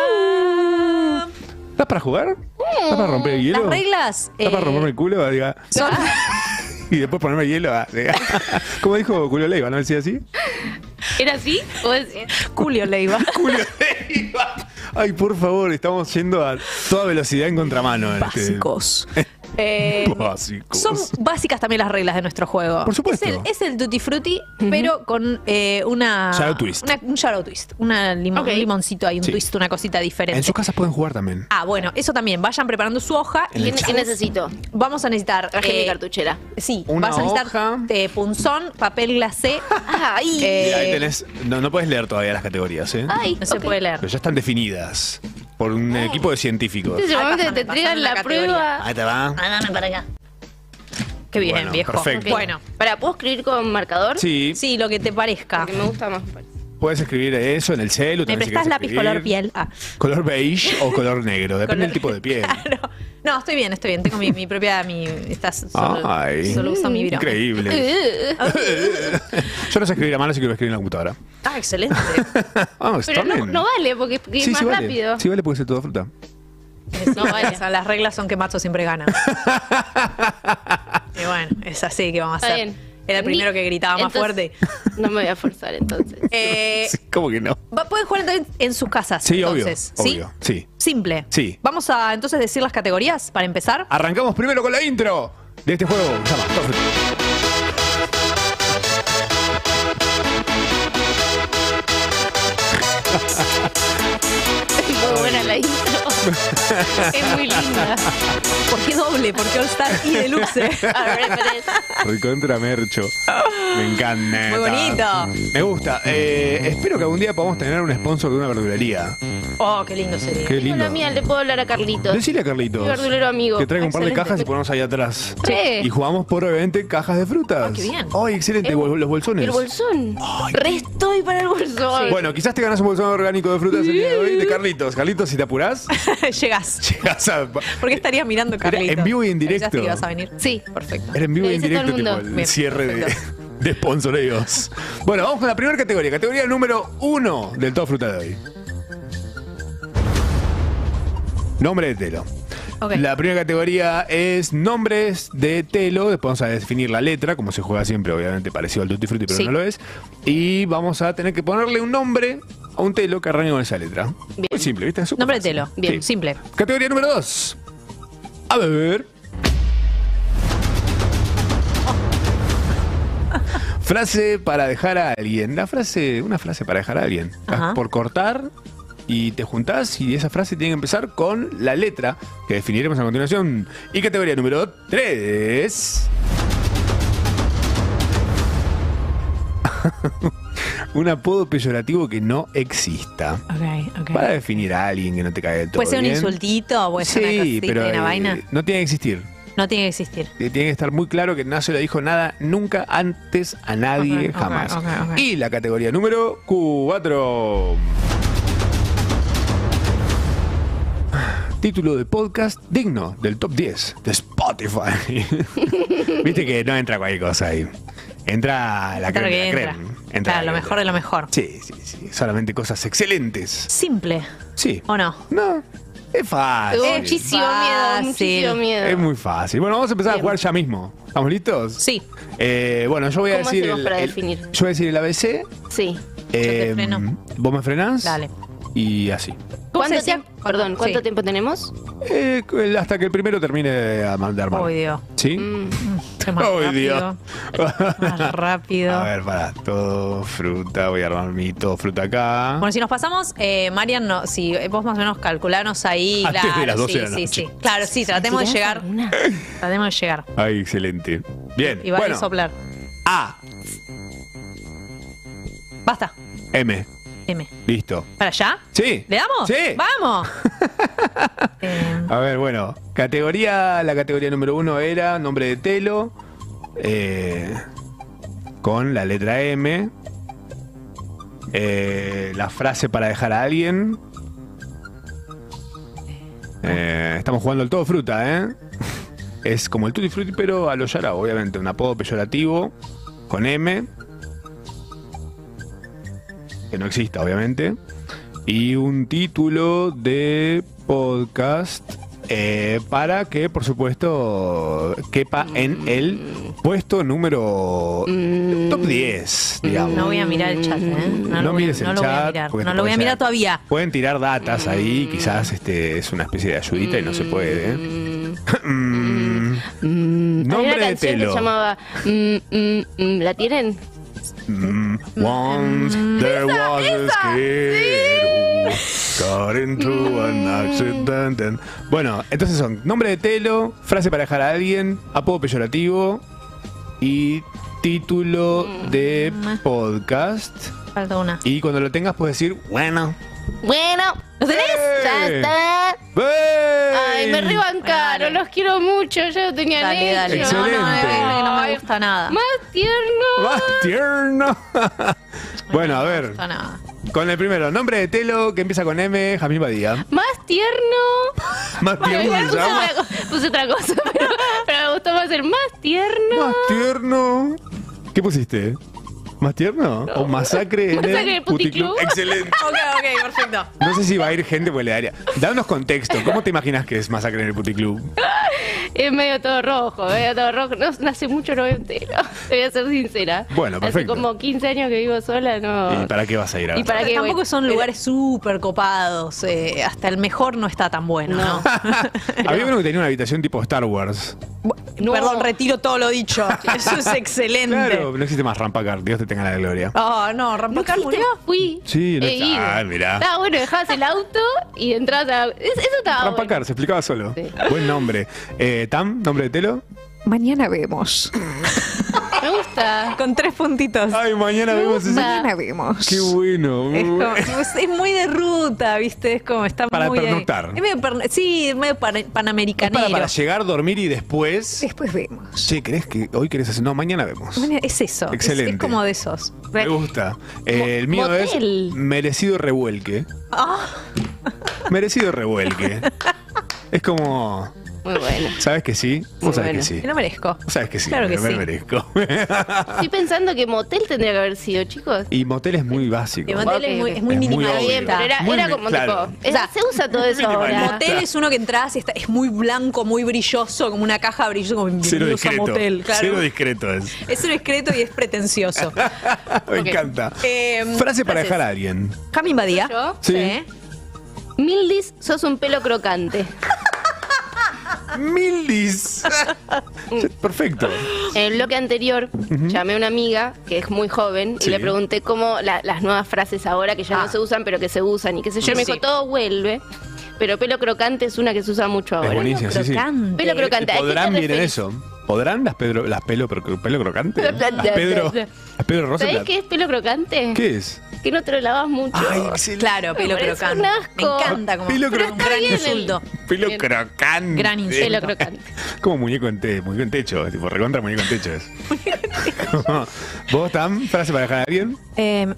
[SPEAKER 5] ¿Estás para jugar? ¿Estás para romper el hielo?
[SPEAKER 4] Mm, Las reglas.
[SPEAKER 5] ¿Estás para
[SPEAKER 4] eh,
[SPEAKER 5] romperme el culo? Diga.
[SPEAKER 4] son-
[SPEAKER 5] Y después ponerme hielo. ah, diga. ¿Cómo dijo Julio Leiva? ¿No decía así?
[SPEAKER 17] ¿Era así? ¿O es-
[SPEAKER 4] Julio Leiva.
[SPEAKER 5] Julio Leiva. Ay, por favor, estamos yendo a toda velocidad en contramano. este.
[SPEAKER 4] Básicos. eh,
[SPEAKER 5] Básicos.
[SPEAKER 4] Son básicas también las reglas de nuestro juego.
[SPEAKER 5] Por supuesto.
[SPEAKER 4] Es el, es el Tutti Frutti, pero con eh, una,
[SPEAKER 5] Shadow twist.
[SPEAKER 4] una- Un shadow twist. Una limo- Un limoncito ahí, un
[SPEAKER 5] Sí.
[SPEAKER 4] twist, una cosita diferente.
[SPEAKER 5] En sus casas pueden jugar también.
[SPEAKER 4] Ah, bueno, eso también. Vayan preparando su hoja.
[SPEAKER 5] En el ¿Qué- chat. qué
[SPEAKER 17] necesito?
[SPEAKER 4] Vamos a necesitar. eh,
[SPEAKER 17] Traje mi cartuchera.
[SPEAKER 4] Sí,
[SPEAKER 5] Una
[SPEAKER 4] vas a necesitar eh, punzón, papel glacé.
[SPEAKER 17] ¡Ay!
[SPEAKER 5] Y
[SPEAKER 4] eh.
[SPEAKER 5] ahí tenés. No, no puedes leer todavía las categorías, ¿eh?
[SPEAKER 4] no se puede leer.
[SPEAKER 5] Pero ya están definidas por un
[SPEAKER 4] Ah.
[SPEAKER 5] equipo de científicos.
[SPEAKER 17] Entonces, Este momento que te
[SPEAKER 4] pásame
[SPEAKER 17] entregan
[SPEAKER 4] la
[SPEAKER 17] la
[SPEAKER 4] categoría.
[SPEAKER 17] prueba.
[SPEAKER 5] Ahí te va.
[SPEAKER 17] Ah, dame para acá. Qué
[SPEAKER 5] bien, Bueno, viejo. perfecto.
[SPEAKER 17] Bueno, ¿para puedo escribir con marcador?
[SPEAKER 5] Sí.
[SPEAKER 4] Sí, lo que te parezca.
[SPEAKER 17] Porque me gusta más.
[SPEAKER 5] Puedes escribir eso en el celu.
[SPEAKER 4] ¿Me
[SPEAKER 5] también si
[SPEAKER 4] prestás
[SPEAKER 5] querés
[SPEAKER 4] lápiz
[SPEAKER 5] escribir.
[SPEAKER 4] color piel? Ah.
[SPEAKER 5] Color beige o color negro, depende
[SPEAKER 4] Color-
[SPEAKER 5] del tipo de piel.
[SPEAKER 4] No, estoy bien, estoy bien. Tengo mi, mi propia. Mi, estás solo,
[SPEAKER 5] Ay.
[SPEAKER 4] solo uso mi virón.
[SPEAKER 5] Increíble. Yo no sé escribir a mano, así que lo escribir en la computadora.
[SPEAKER 4] ah, excelente.
[SPEAKER 5] Vamos,
[SPEAKER 17] Pero
[SPEAKER 5] está
[SPEAKER 17] no,
[SPEAKER 5] bien.
[SPEAKER 17] no vale, porque es es
[SPEAKER 5] sí,
[SPEAKER 17] más
[SPEAKER 5] sí vale.
[SPEAKER 17] rápido.
[SPEAKER 5] Sí vale porque es el todo fruta.
[SPEAKER 4] No, vale. O sea, las reglas son que Matzo siempre gana. y bueno, es así que vamos a
[SPEAKER 17] Está
[SPEAKER 4] hacer.
[SPEAKER 17] bien.
[SPEAKER 4] Era el primero
[SPEAKER 17] Ni-
[SPEAKER 4] que gritaba más
[SPEAKER 17] Entonces,
[SPEAKER 4] fuerte.
[SPEAKER 17] No me voy a forzar entonces.
[SPEAKER 4] Eh,
[SPEAKER 5] Sí, ¿Cómo que no?
[SPEAKER 4] va- pueden jugar entonces en sus casas.
[SPEAKER 5] Sí,
[SPEAKER 4] entonces,
[SPEAKER 5] obvio.
[SPEAKER 4] ¿sí?
[SPEAKER 5] Obvio. Sí.
[SPEAKER 4] Simple.
[SPEAKER 5] Sí. Ah.
[SPEAKER 4] Vamos a entonces decir las categorías para empezar.
[SPEAKER 5] Arrancamos primero con la intro de este juego. Se llama Todo Fruta.
[SPEAKER 17] Es muy buena la intro. Es muy linda.
[SPEAKER 4] ¿Por qué doble? ¿Por qué All Star y Deluxe?
[SPEAKER 5] Recontra Mercho. Me encanta.
[SPEAKER 4] Ah. Muy bonito.
[SPEAKER 5] Me gusta. Eh, espero que algún día podamos tener un sponsor de una verdulería.
[SPEAKER 4] Oh, qué lindo sería.
[SPEAKER 5] Qué
[SPEAKER 17] Hola,
[SPEAKER 5] lindo.
[SPEAKER 17] mía, le puedo hablar a Carlitos.
[SPEAKER 5] Decile a Carlitos.
[SPEAKER 17] Mi verdulero amigo.
[SPEAKER 5] Que traiga un par de
[SPEAKER 17] Excelente.
[SPEAKER 5] cajas y ponemos ahí atrás.
[SPEAKER 17] Che.
[SPEAKER 5] Y jugamos por obviamente cajas de frutas.
[SPEAKER 17] Oh, qué bien.
[SPEAKER 5] Ay, excelente.
[SPEAKER 17] El-
[SPEAKER 5] bol- los bolsones.
[SPEAKER 17] El bolsón. Resto y para el bolsón.
[SPEAKER 5] Bueno, quizás te ganas un bolsón orgánico de frutas el día de hoy de Carlitos. Carlitos, si te apurás,
[SPEAKER 4] Llegás.
[SPEAKER 5] llegás a.
[SPEAKER 4] ¿Por qué estarías mirando Carlitos?
[SPEAKER 5] en vivo y en
[SPEAKER 4] ¿Avisaste
[SPEAKER 5] directo.
[SPEAKER 4] que ibas a venir?
[SPEAKER 17] Sí.
[SPEAKER 4] Perfecto.
[SPEAKER 5] Era en vivo
[SPEAKER 4] Lo
[SPEAKER 5] y en
[SPEAKER 4] dice todo el
[SPEAKER 5] directo, tipo
[SPEAKER 4] mundo.
[SPEAKER 5] el
[SPEAKER 4] Bien,
[SPEAKER 5] cierre de, de sponsoreos. Bueno, vamos con la primera categoría, categoría número uno del Todo Fruta de hoy. Nombre de telo. La primera categoría es nombres de telo. Después vamos a definir la letra, como se juega siempre, obviamente parecido al Tutti Frutti, pero
[SPEAKER 4] Sí.
[SPEAKER 5] no lo es. Y vamos a tener que ponerle un nombre a un telo que arranque con esa letra. Muy simple, ¿viste? Súper
[SPEAKER 4] Nombre de
[SPEAKER 5] fácil.
[SPEAKER 4] Telo. Bien,
[SPEAKER 5] Sí.
[SPEAKER 4] simple.
[SPEAKER 5] Categoría número 2. A ver. Frase para dejar a alguien. La frase, una frase para dejar a alguien. Estás
[SPEAKER 4] Ajá.
[SPEAKER 5] por cortar y te juntás y esa frase tiene que empezar con la letra que definiremos a continuación. Y categoría número 3. un apodo peyorativo que no exista.
[SPEAKER 4] Ok, ok.
[SPEAKER 5] Para definir a alguien que no te cae del todo.
[SPEAKER 4] Puede ser un
[SPEAKER 5] bien.
[SPEAKER 4] insultito, puede ser una,
[SPEAKER 5] Sí,
[SPEAKER 4] cosita,
[SPEAKER 5] pero
[SPEAKER 4] una
[SPEAKER 5] eh,
[SPEAKER 4] vaina.
[SPEAKER 5] no tiene que existir.
[SPEAKER 4] No tiene que existir.
[SPEAKER 5] Eh, Tiene que estar muy claro que no se le dijo nada nunca antes a nadie
[SPEAKER 4] Ok, ok,
[SPEAKER 5] jamás.
[SPEAKER 4] ok, ok.
[SPEAKER 5] Y la categoría número 4. Título de podcast digno del top 10 de Spotify. Viste que no entra cualquier cosa ahí. Entra la
[SPEAKER 4] Claro
[SPEAKER 5] crema
[SPEAKER 4] que
[SPEAKER 5] de la
[SPEAKER 4] entra.
[SPEAKER 5] creme.
[SPEAKER 4] Claro, lo mejor de lo mejor.
[SPEAKER 5] Sí, sí, sí. Solamente cosas excelentes.
[SPEAKER 4] Simple.
[SPEAKER 5] Sí.
[SPEAKER 4] ¿O no?
[SPEAKER 5] No. Es fácil.
[SPEAKER 17] Tengo muchísimo miedo,
[SPEAKER 4] fácil.
[SPEAKER 17] muchísimo miedo.
[SPEAKER 5] Es muy fácil. Bueno, vamos a empezar a jugar ya mismo. ¿Estamos listos? Eh,
[SPEAKER 4] Sí.
[SPEAKER 5] bueno, yo voy a
[SPEAKER 17] ¿Cómo
[SPEAKER 5] decir.
[SPEAKER 17] hacemos
[SPEAKER 5] el-
[SPEAKER 17] para
[SPEAKER 5] el-
[SPEAKER 17] definir?
[SPEAKER 5] Yo voy a decir el ABC.
[SPEAKER 17] Sí.
[SPEAKER 5] eh,
[SPEAKER 17] freno.
[SPEAKER 5] ¿Vos me frenás?
[SPEAKER 17] Dale.
[SPEAKER 5] Y así.
[SPEAKER 17] ¿Cuánto tiempo, perdón, ¿cuánto
[SPEAKER 4] Sí.
[SPEAKER 17] tiempo tenemos?
[SPEAKER 5] Eh, el- hasta que el primero termine de armar. de armar.
[SPEAKER 4] Uy, Dios.
[SPEAKER 5] ¿Sí?
[SPEAKER 4] Qué más
[SPEAKER 5] Uy,
[SPEAKER 4] Mm. rápido. Más rápido.
[SPEAKER 5] A ver, pará. Todo fruta. Voy a armar mi todo fruta acá.
[SPEAKER 4] Bueno, si nos pasamos, eh, Marian, no, si vos más o menos calculanos ahí.
[SPEAKER 5] Antes de
[SPEAKER 4] Claro,
[SPEAKER 5] las 12
[SPEAKER 4] sí,
[SPEAKER 5] de la
[SPEAKER 4] sí,
[SPEAKER 5] noche.
[SPEAKER 4] sí. Claro, sí, tratemos de
[SPEAKER 17] tirás
[SPEAKER 4] llegar. Tratemos de llegar.
[SPEAKER 5] Ay, excelente. Bien.
[SPEAKER 4] Y vale
[SPEAKER 5] bueno,
[SPEAKER 4] soplar.
[SPEAKER 5] A.
[SPEAKER 4] Basta.
[SPEAKER 5] M.
[SPEAKER 4] M.
[SPEAKER 5] Listo.
[SPEAKER 4] ¿Para allá?
[SPEAKER 5] Sí.
[SPEAKER 4] ¿Le damos?
[SPEAKER 5] Sí.
[SPEAKER 4] ¡Vamos! Eh,
[SPEAKER 5] A ver, bueno, categoría, la categoría número uno era nombre de Telo, eh, con la letra M, eh, la frase para dejar a alguien. Eh, estamos jugando el todo fruta, ¿eh? Es como el tutti frutti, pero a lo Yara, obviamente, un apodo peyorativo, con M, que no exista, obviamente. Y un título de podcast eh, para que, por supuesto, quepa en el puesto número top 10, digamos.
[SPEAKER 4] Mm. No voy a mirar el chat, ¿eh? No,
[SPEAKER 5] No,
[SPEAKER 4] lo voy a-
[SPEAKER 5] mires el
[SPEAKER 4] no lo voy a
[SPEAKER 5] chat.
[SPEAKER 4] mirar.
[SPEAKER 5] porque
[SPEAKER 4] No
[SPEAKER 5] te
[SPEAKER 4] lo voy a mirar
[SPEAKER 5] puede llegar.
[SPEAKER 4] todavía.
[SPEAKER 5] Pueden tirar datas ahí, quizás este es una especie de ayudita y no se puede. ¿eh? Mm.
[SPEAKER 17] Había una
[SPEAKER 5] Nombre de
[SPEAKER 17] canción que
[SPEAKER 5] Telo.
[SPEAKER 17] se llamaba mm, mm, mm, ¿La tienen?
[SPEAKER 5] Mm, Once
[SPEAKER 4] Mm.
[SPEAKER 5] there was a kid who got into an
[SPEAKER 4] Mm.
[SPEAKER 5] accident and- Bueno, entonces son nombre de Telo, frase para dejar a alguien, apodo peyorativo y título de
[SPEAKER 4] Mm.
[SPEAKER 5] podcast.
[SPEAKER 4] Falta una.
[SPEAKER 5] Y cuando lo tengas puedes decir, bueno.
[SPEAKER 17] Bueno, ¿lo tenés? Ya está. Ay, me rebancaron, los quiero mucho, yo lo tenía
[SPEAKER 4] Dale, dale.
[SPEAKER 17] hecho.
[SPEAKER 4] No, no, no,
[SPEAKER 5] Excelente.
[SPEAKER 4] no, no me gusta nada.
[SPEAKER 17] Más tierno.
[SPEAKER 5] ¡Más tierno! bueno, a ver,
[SPEAKER 4] No, nada.
[SPEAKER 5] con el primero, nombre de Telo que empieza con M, Jamil Badía.
[SPEAKER 17] Más tierno.
[SPEAKER 5] Más
[SPEAKER 17] Bueno,
[SPEAKER 5] tierno
[SPEAKER 17] igual
[SPEAKER 5] se
[SPEAKER 17] puse,
[SPEAKER 5] llama.
[SPEAKER 17] otra co- puse otra cosa, pero, pero me gustó más el más tierno.
[SPEAKER 5] Más tierno. ¿Qué pusiste? ¿Más tierno? ¿O masacre en
[SPEAKER 17] Masacre en
[SPEAKER 5] el
[SPEAKER 17] el puticlub.
[SPEAKER 5] puticlub? Excelente.
[SPEAKER 4] Ok, ok, perfecto.
[SPEAKER 5] No sé si va a ir gente porque le daría. Danos contexto. ¿Cómo te imaginas que es masacre en el puticlub?
[SPEAKER 17] Es medio todo rojo, medio todo rojo. No, no hace mucho no veo entero, te voy a ser sincera.
[SPEAKER 5] Bueno, perfecto.
[SPEAKER 17] Hace como 15 años que vivo sola, no.
[SPEAKER 5] ¿Y para qué vas a ir a
[SPEAKER 17] ¿Y para qué
[SPEAKER 4] Tampoco
[SPEAKER 17] voy?
[SPEAKER 4] son
[SPEAKER 17] Pero-
[SPEAKER 4] lugares súper copados. eh, hasta el mejor no está tan bueno, ¿no?
[SPEAKER 5] Había uno que tenía una habitación tipo Star Wars.
[SPEAKER 4] Perdón, retiro todo lo dicho. Eso es excelente.
[SPEAKER 5] Claro, no existe más Rampacar. Dios te tenga la gloria.
[SPEAKER 4] Oh, no, Rampacar murió.
[SPEAKER 17] Fui.
[SPEAKER 5] Sí, no
[SPEAKER 17] He
[SPEAKER 5] está-
[SPEAKER 17] ido.
[SPEAKER 5] Ah, mirá.
[SPEAKER 17] Ah, bueno, dejabas el auto y entras a. es- Eso estaba. Ah, bueno.
[SPEAKER 5] Rampacar, se explicaba solo.
[SPEAKER 17] Sí.
[SPEAKER 5] Buen nombre. Eh, Tam, nombre de Telo.
[SPEAKER 4] Mañana vemos.
[SPEAKER 17] Me gusta.
[SPEAKER 4] Con tres puntitos.
[SPEAKER 5] Ay, mañana
[SPEAKER 4] Me
[SPEAKER 5] vemos ese-
[SPEAKER 4] gusta. Mañana vemos.
[SPEAKER 5] Qué bueno. muy
[SPEAKER 4] Es, como-
[SPEAKER 5] bueno.
[SPEAKER 4] es- es muy de ruta, ¿viste? Es como está
[SPEAKER 5] Mm. Para
[SPEAKER 4] muy. ahí.
[SPEAKER 5] pernoctar.
[SPEAKER 4] Es medio per- sí, medio pan-
[SPEAKER 5] Es
[SPEAKER 4] panamericanero.
[SPEAKER 5] para, para llegar, dormir y después.
[SPEAKER 4] Después vemos.
[SPEAKER 5] Che, ¿crees que hoy querés hacer? No, mañana vemos.
[SPEAKER 4] Mañana- Es eso. es- Es,
[SPEAKER 5] Excelente.
[SPEAKER 4] como de esos.
[SPEAKER 5] Me gusta. Eh, el mío es merecido revuelque. Merecido revuelque. es como.
[SPEAKER 17] Muy bueno.
[SPEAKER 5] ¿Sabes que sí?
[SPEAKER 17] Muy
[SPEAKER 5] Vos sabés
[SPEAKER 17] bueno.
[SPEAKER 5] que sí.
[SPEAKER 4] Me lo merezco.
[SPEAKER 5] Vos sabés que sí.
[SPEAKER 17] Claro
[SPEAKER 5] me-
[SPEAKER 17] que
[SPEAKER 5] me
[SPEAKER 17] sí.
[SPEAKER 5] merezco.
[SPEAKER 17] Estoy pensando que motel tendría que haber sido, chicos.
[SPEAKER 5] y motel es muy básico.
[SPEAKER 4] El motel es muy, es muy minimalista.
[SPEAKER 5] obvio.
[SPEAKER 17] Bien, pero era,
[SPEAKER 5] Muy
[SPEAKER 17] era
[SPEAKER 5] mi-
[SPEAKER 17] como
[SPEAKER 5] claro.
[SPEAKER 17] tipo. es- se usa todo eso
[SPEAKER 4] El
[SPEAKER 17] ahora.
[SPEAKER 4] motel es uno que entras y está, es muy blanco, muy brilloso, como una caja brillosa, como
[SPEAKER 5] Cero
[SPEAKER 4] bienvenidos a
[SPEAKER 5] discreto.
[SPEAKER 4] motel. Claro.
[SPEAKER 5] Cero discreto es.
[SPEAKER 4] es un discreto y es pretencioso.
[SPEAKER 5] Me
[SPEAKER 4] Ok.
[SPEAKER 5] encanta.
[SPEAKER 4] Eh,
[SPEAKER 5] Frase para
[SPEAKER 4] frases.
[SPEAKER 5] dejar a alguien.
[SPEAKER 4] Cami Badía.
[SPEAKER 17] ¿Yo?
[SPEAKER 5] Sí.
[SPEAKER 17] Mildis, sos un pelo crocante.
[SPEAKER 5] Mildis. Perfecto.
[SPEAKER 17] En el bloque anterior llamé a una amiga que es muy joven
[SPEAKER 5] Sí. Ah.
[SPEAKER 17] y le pregunté cómo la- las nuevas frases ahora que ya no se usan pero que se usan y qué sé yo.
[SPEAKER 4] Sí,
[SPEAKER 17] Me dijo,
[SPEAKER 4] sí.
[SPEAKER 17] todo vuelve. Pero pelo crocante es una que se usa mucho ahora.
[SPEAKER 5] Es buenísimo, sí, sí.
[SPEAKER 17] Pelo crocante. ¿a qué te
[SPEAKER 5] ¿Podrán, miren
[SPEAKER 17] referís?
[SPEAKER 5] eso? ¿Podrán las, Pedro, las pelo, pero- pelo crocante?
[SPEAKER 17] Pla, pla,
[SPEAKER 5] Las
[SPEAKER 17] pla,
[SPEAKER 5] Pedro,
[SPEAKER 17] pla.
[SPEAKER 5] las Pedro Rosa.
[SPEAKER 17] ¿Sabés
[SPEAKER 5] pla-
[SPEAKER 17] qué es pelo crocante?
[SPEAKER 5] ¿Qué es?
[SPEAKER 17] Que no te lo lavas mucho.
[SPEAKER 4] Claro, pelo
[SPEAKER 17] Me parece
[SPEAKER 4] crocante.
[SPEAKER 17] un asco.
[SPEAKER 4] Me encanta como
[SPEAKER 17] Pelo
[SPEAKER 4] pero está
[SPEAKER 17] crocante.
[SPEAKER 4] bien el-
[SPEAKER 17] Insulto.
[SPEAKER 5] Pelo
[SPEAKER 17] Bien.
[SPEAKER 5] crocante.
[SPEAKER 4] Gran insulto. Pelo
[SPEAKER 17] crocante.
[SPEAKER 5] Como muñeco en, te- muñeco en techo, es tipo recontra muñeco en techo es. ¿Vos, Tam? ¿Frase para dejar a alguien?
[SPEAKER 4] Eh,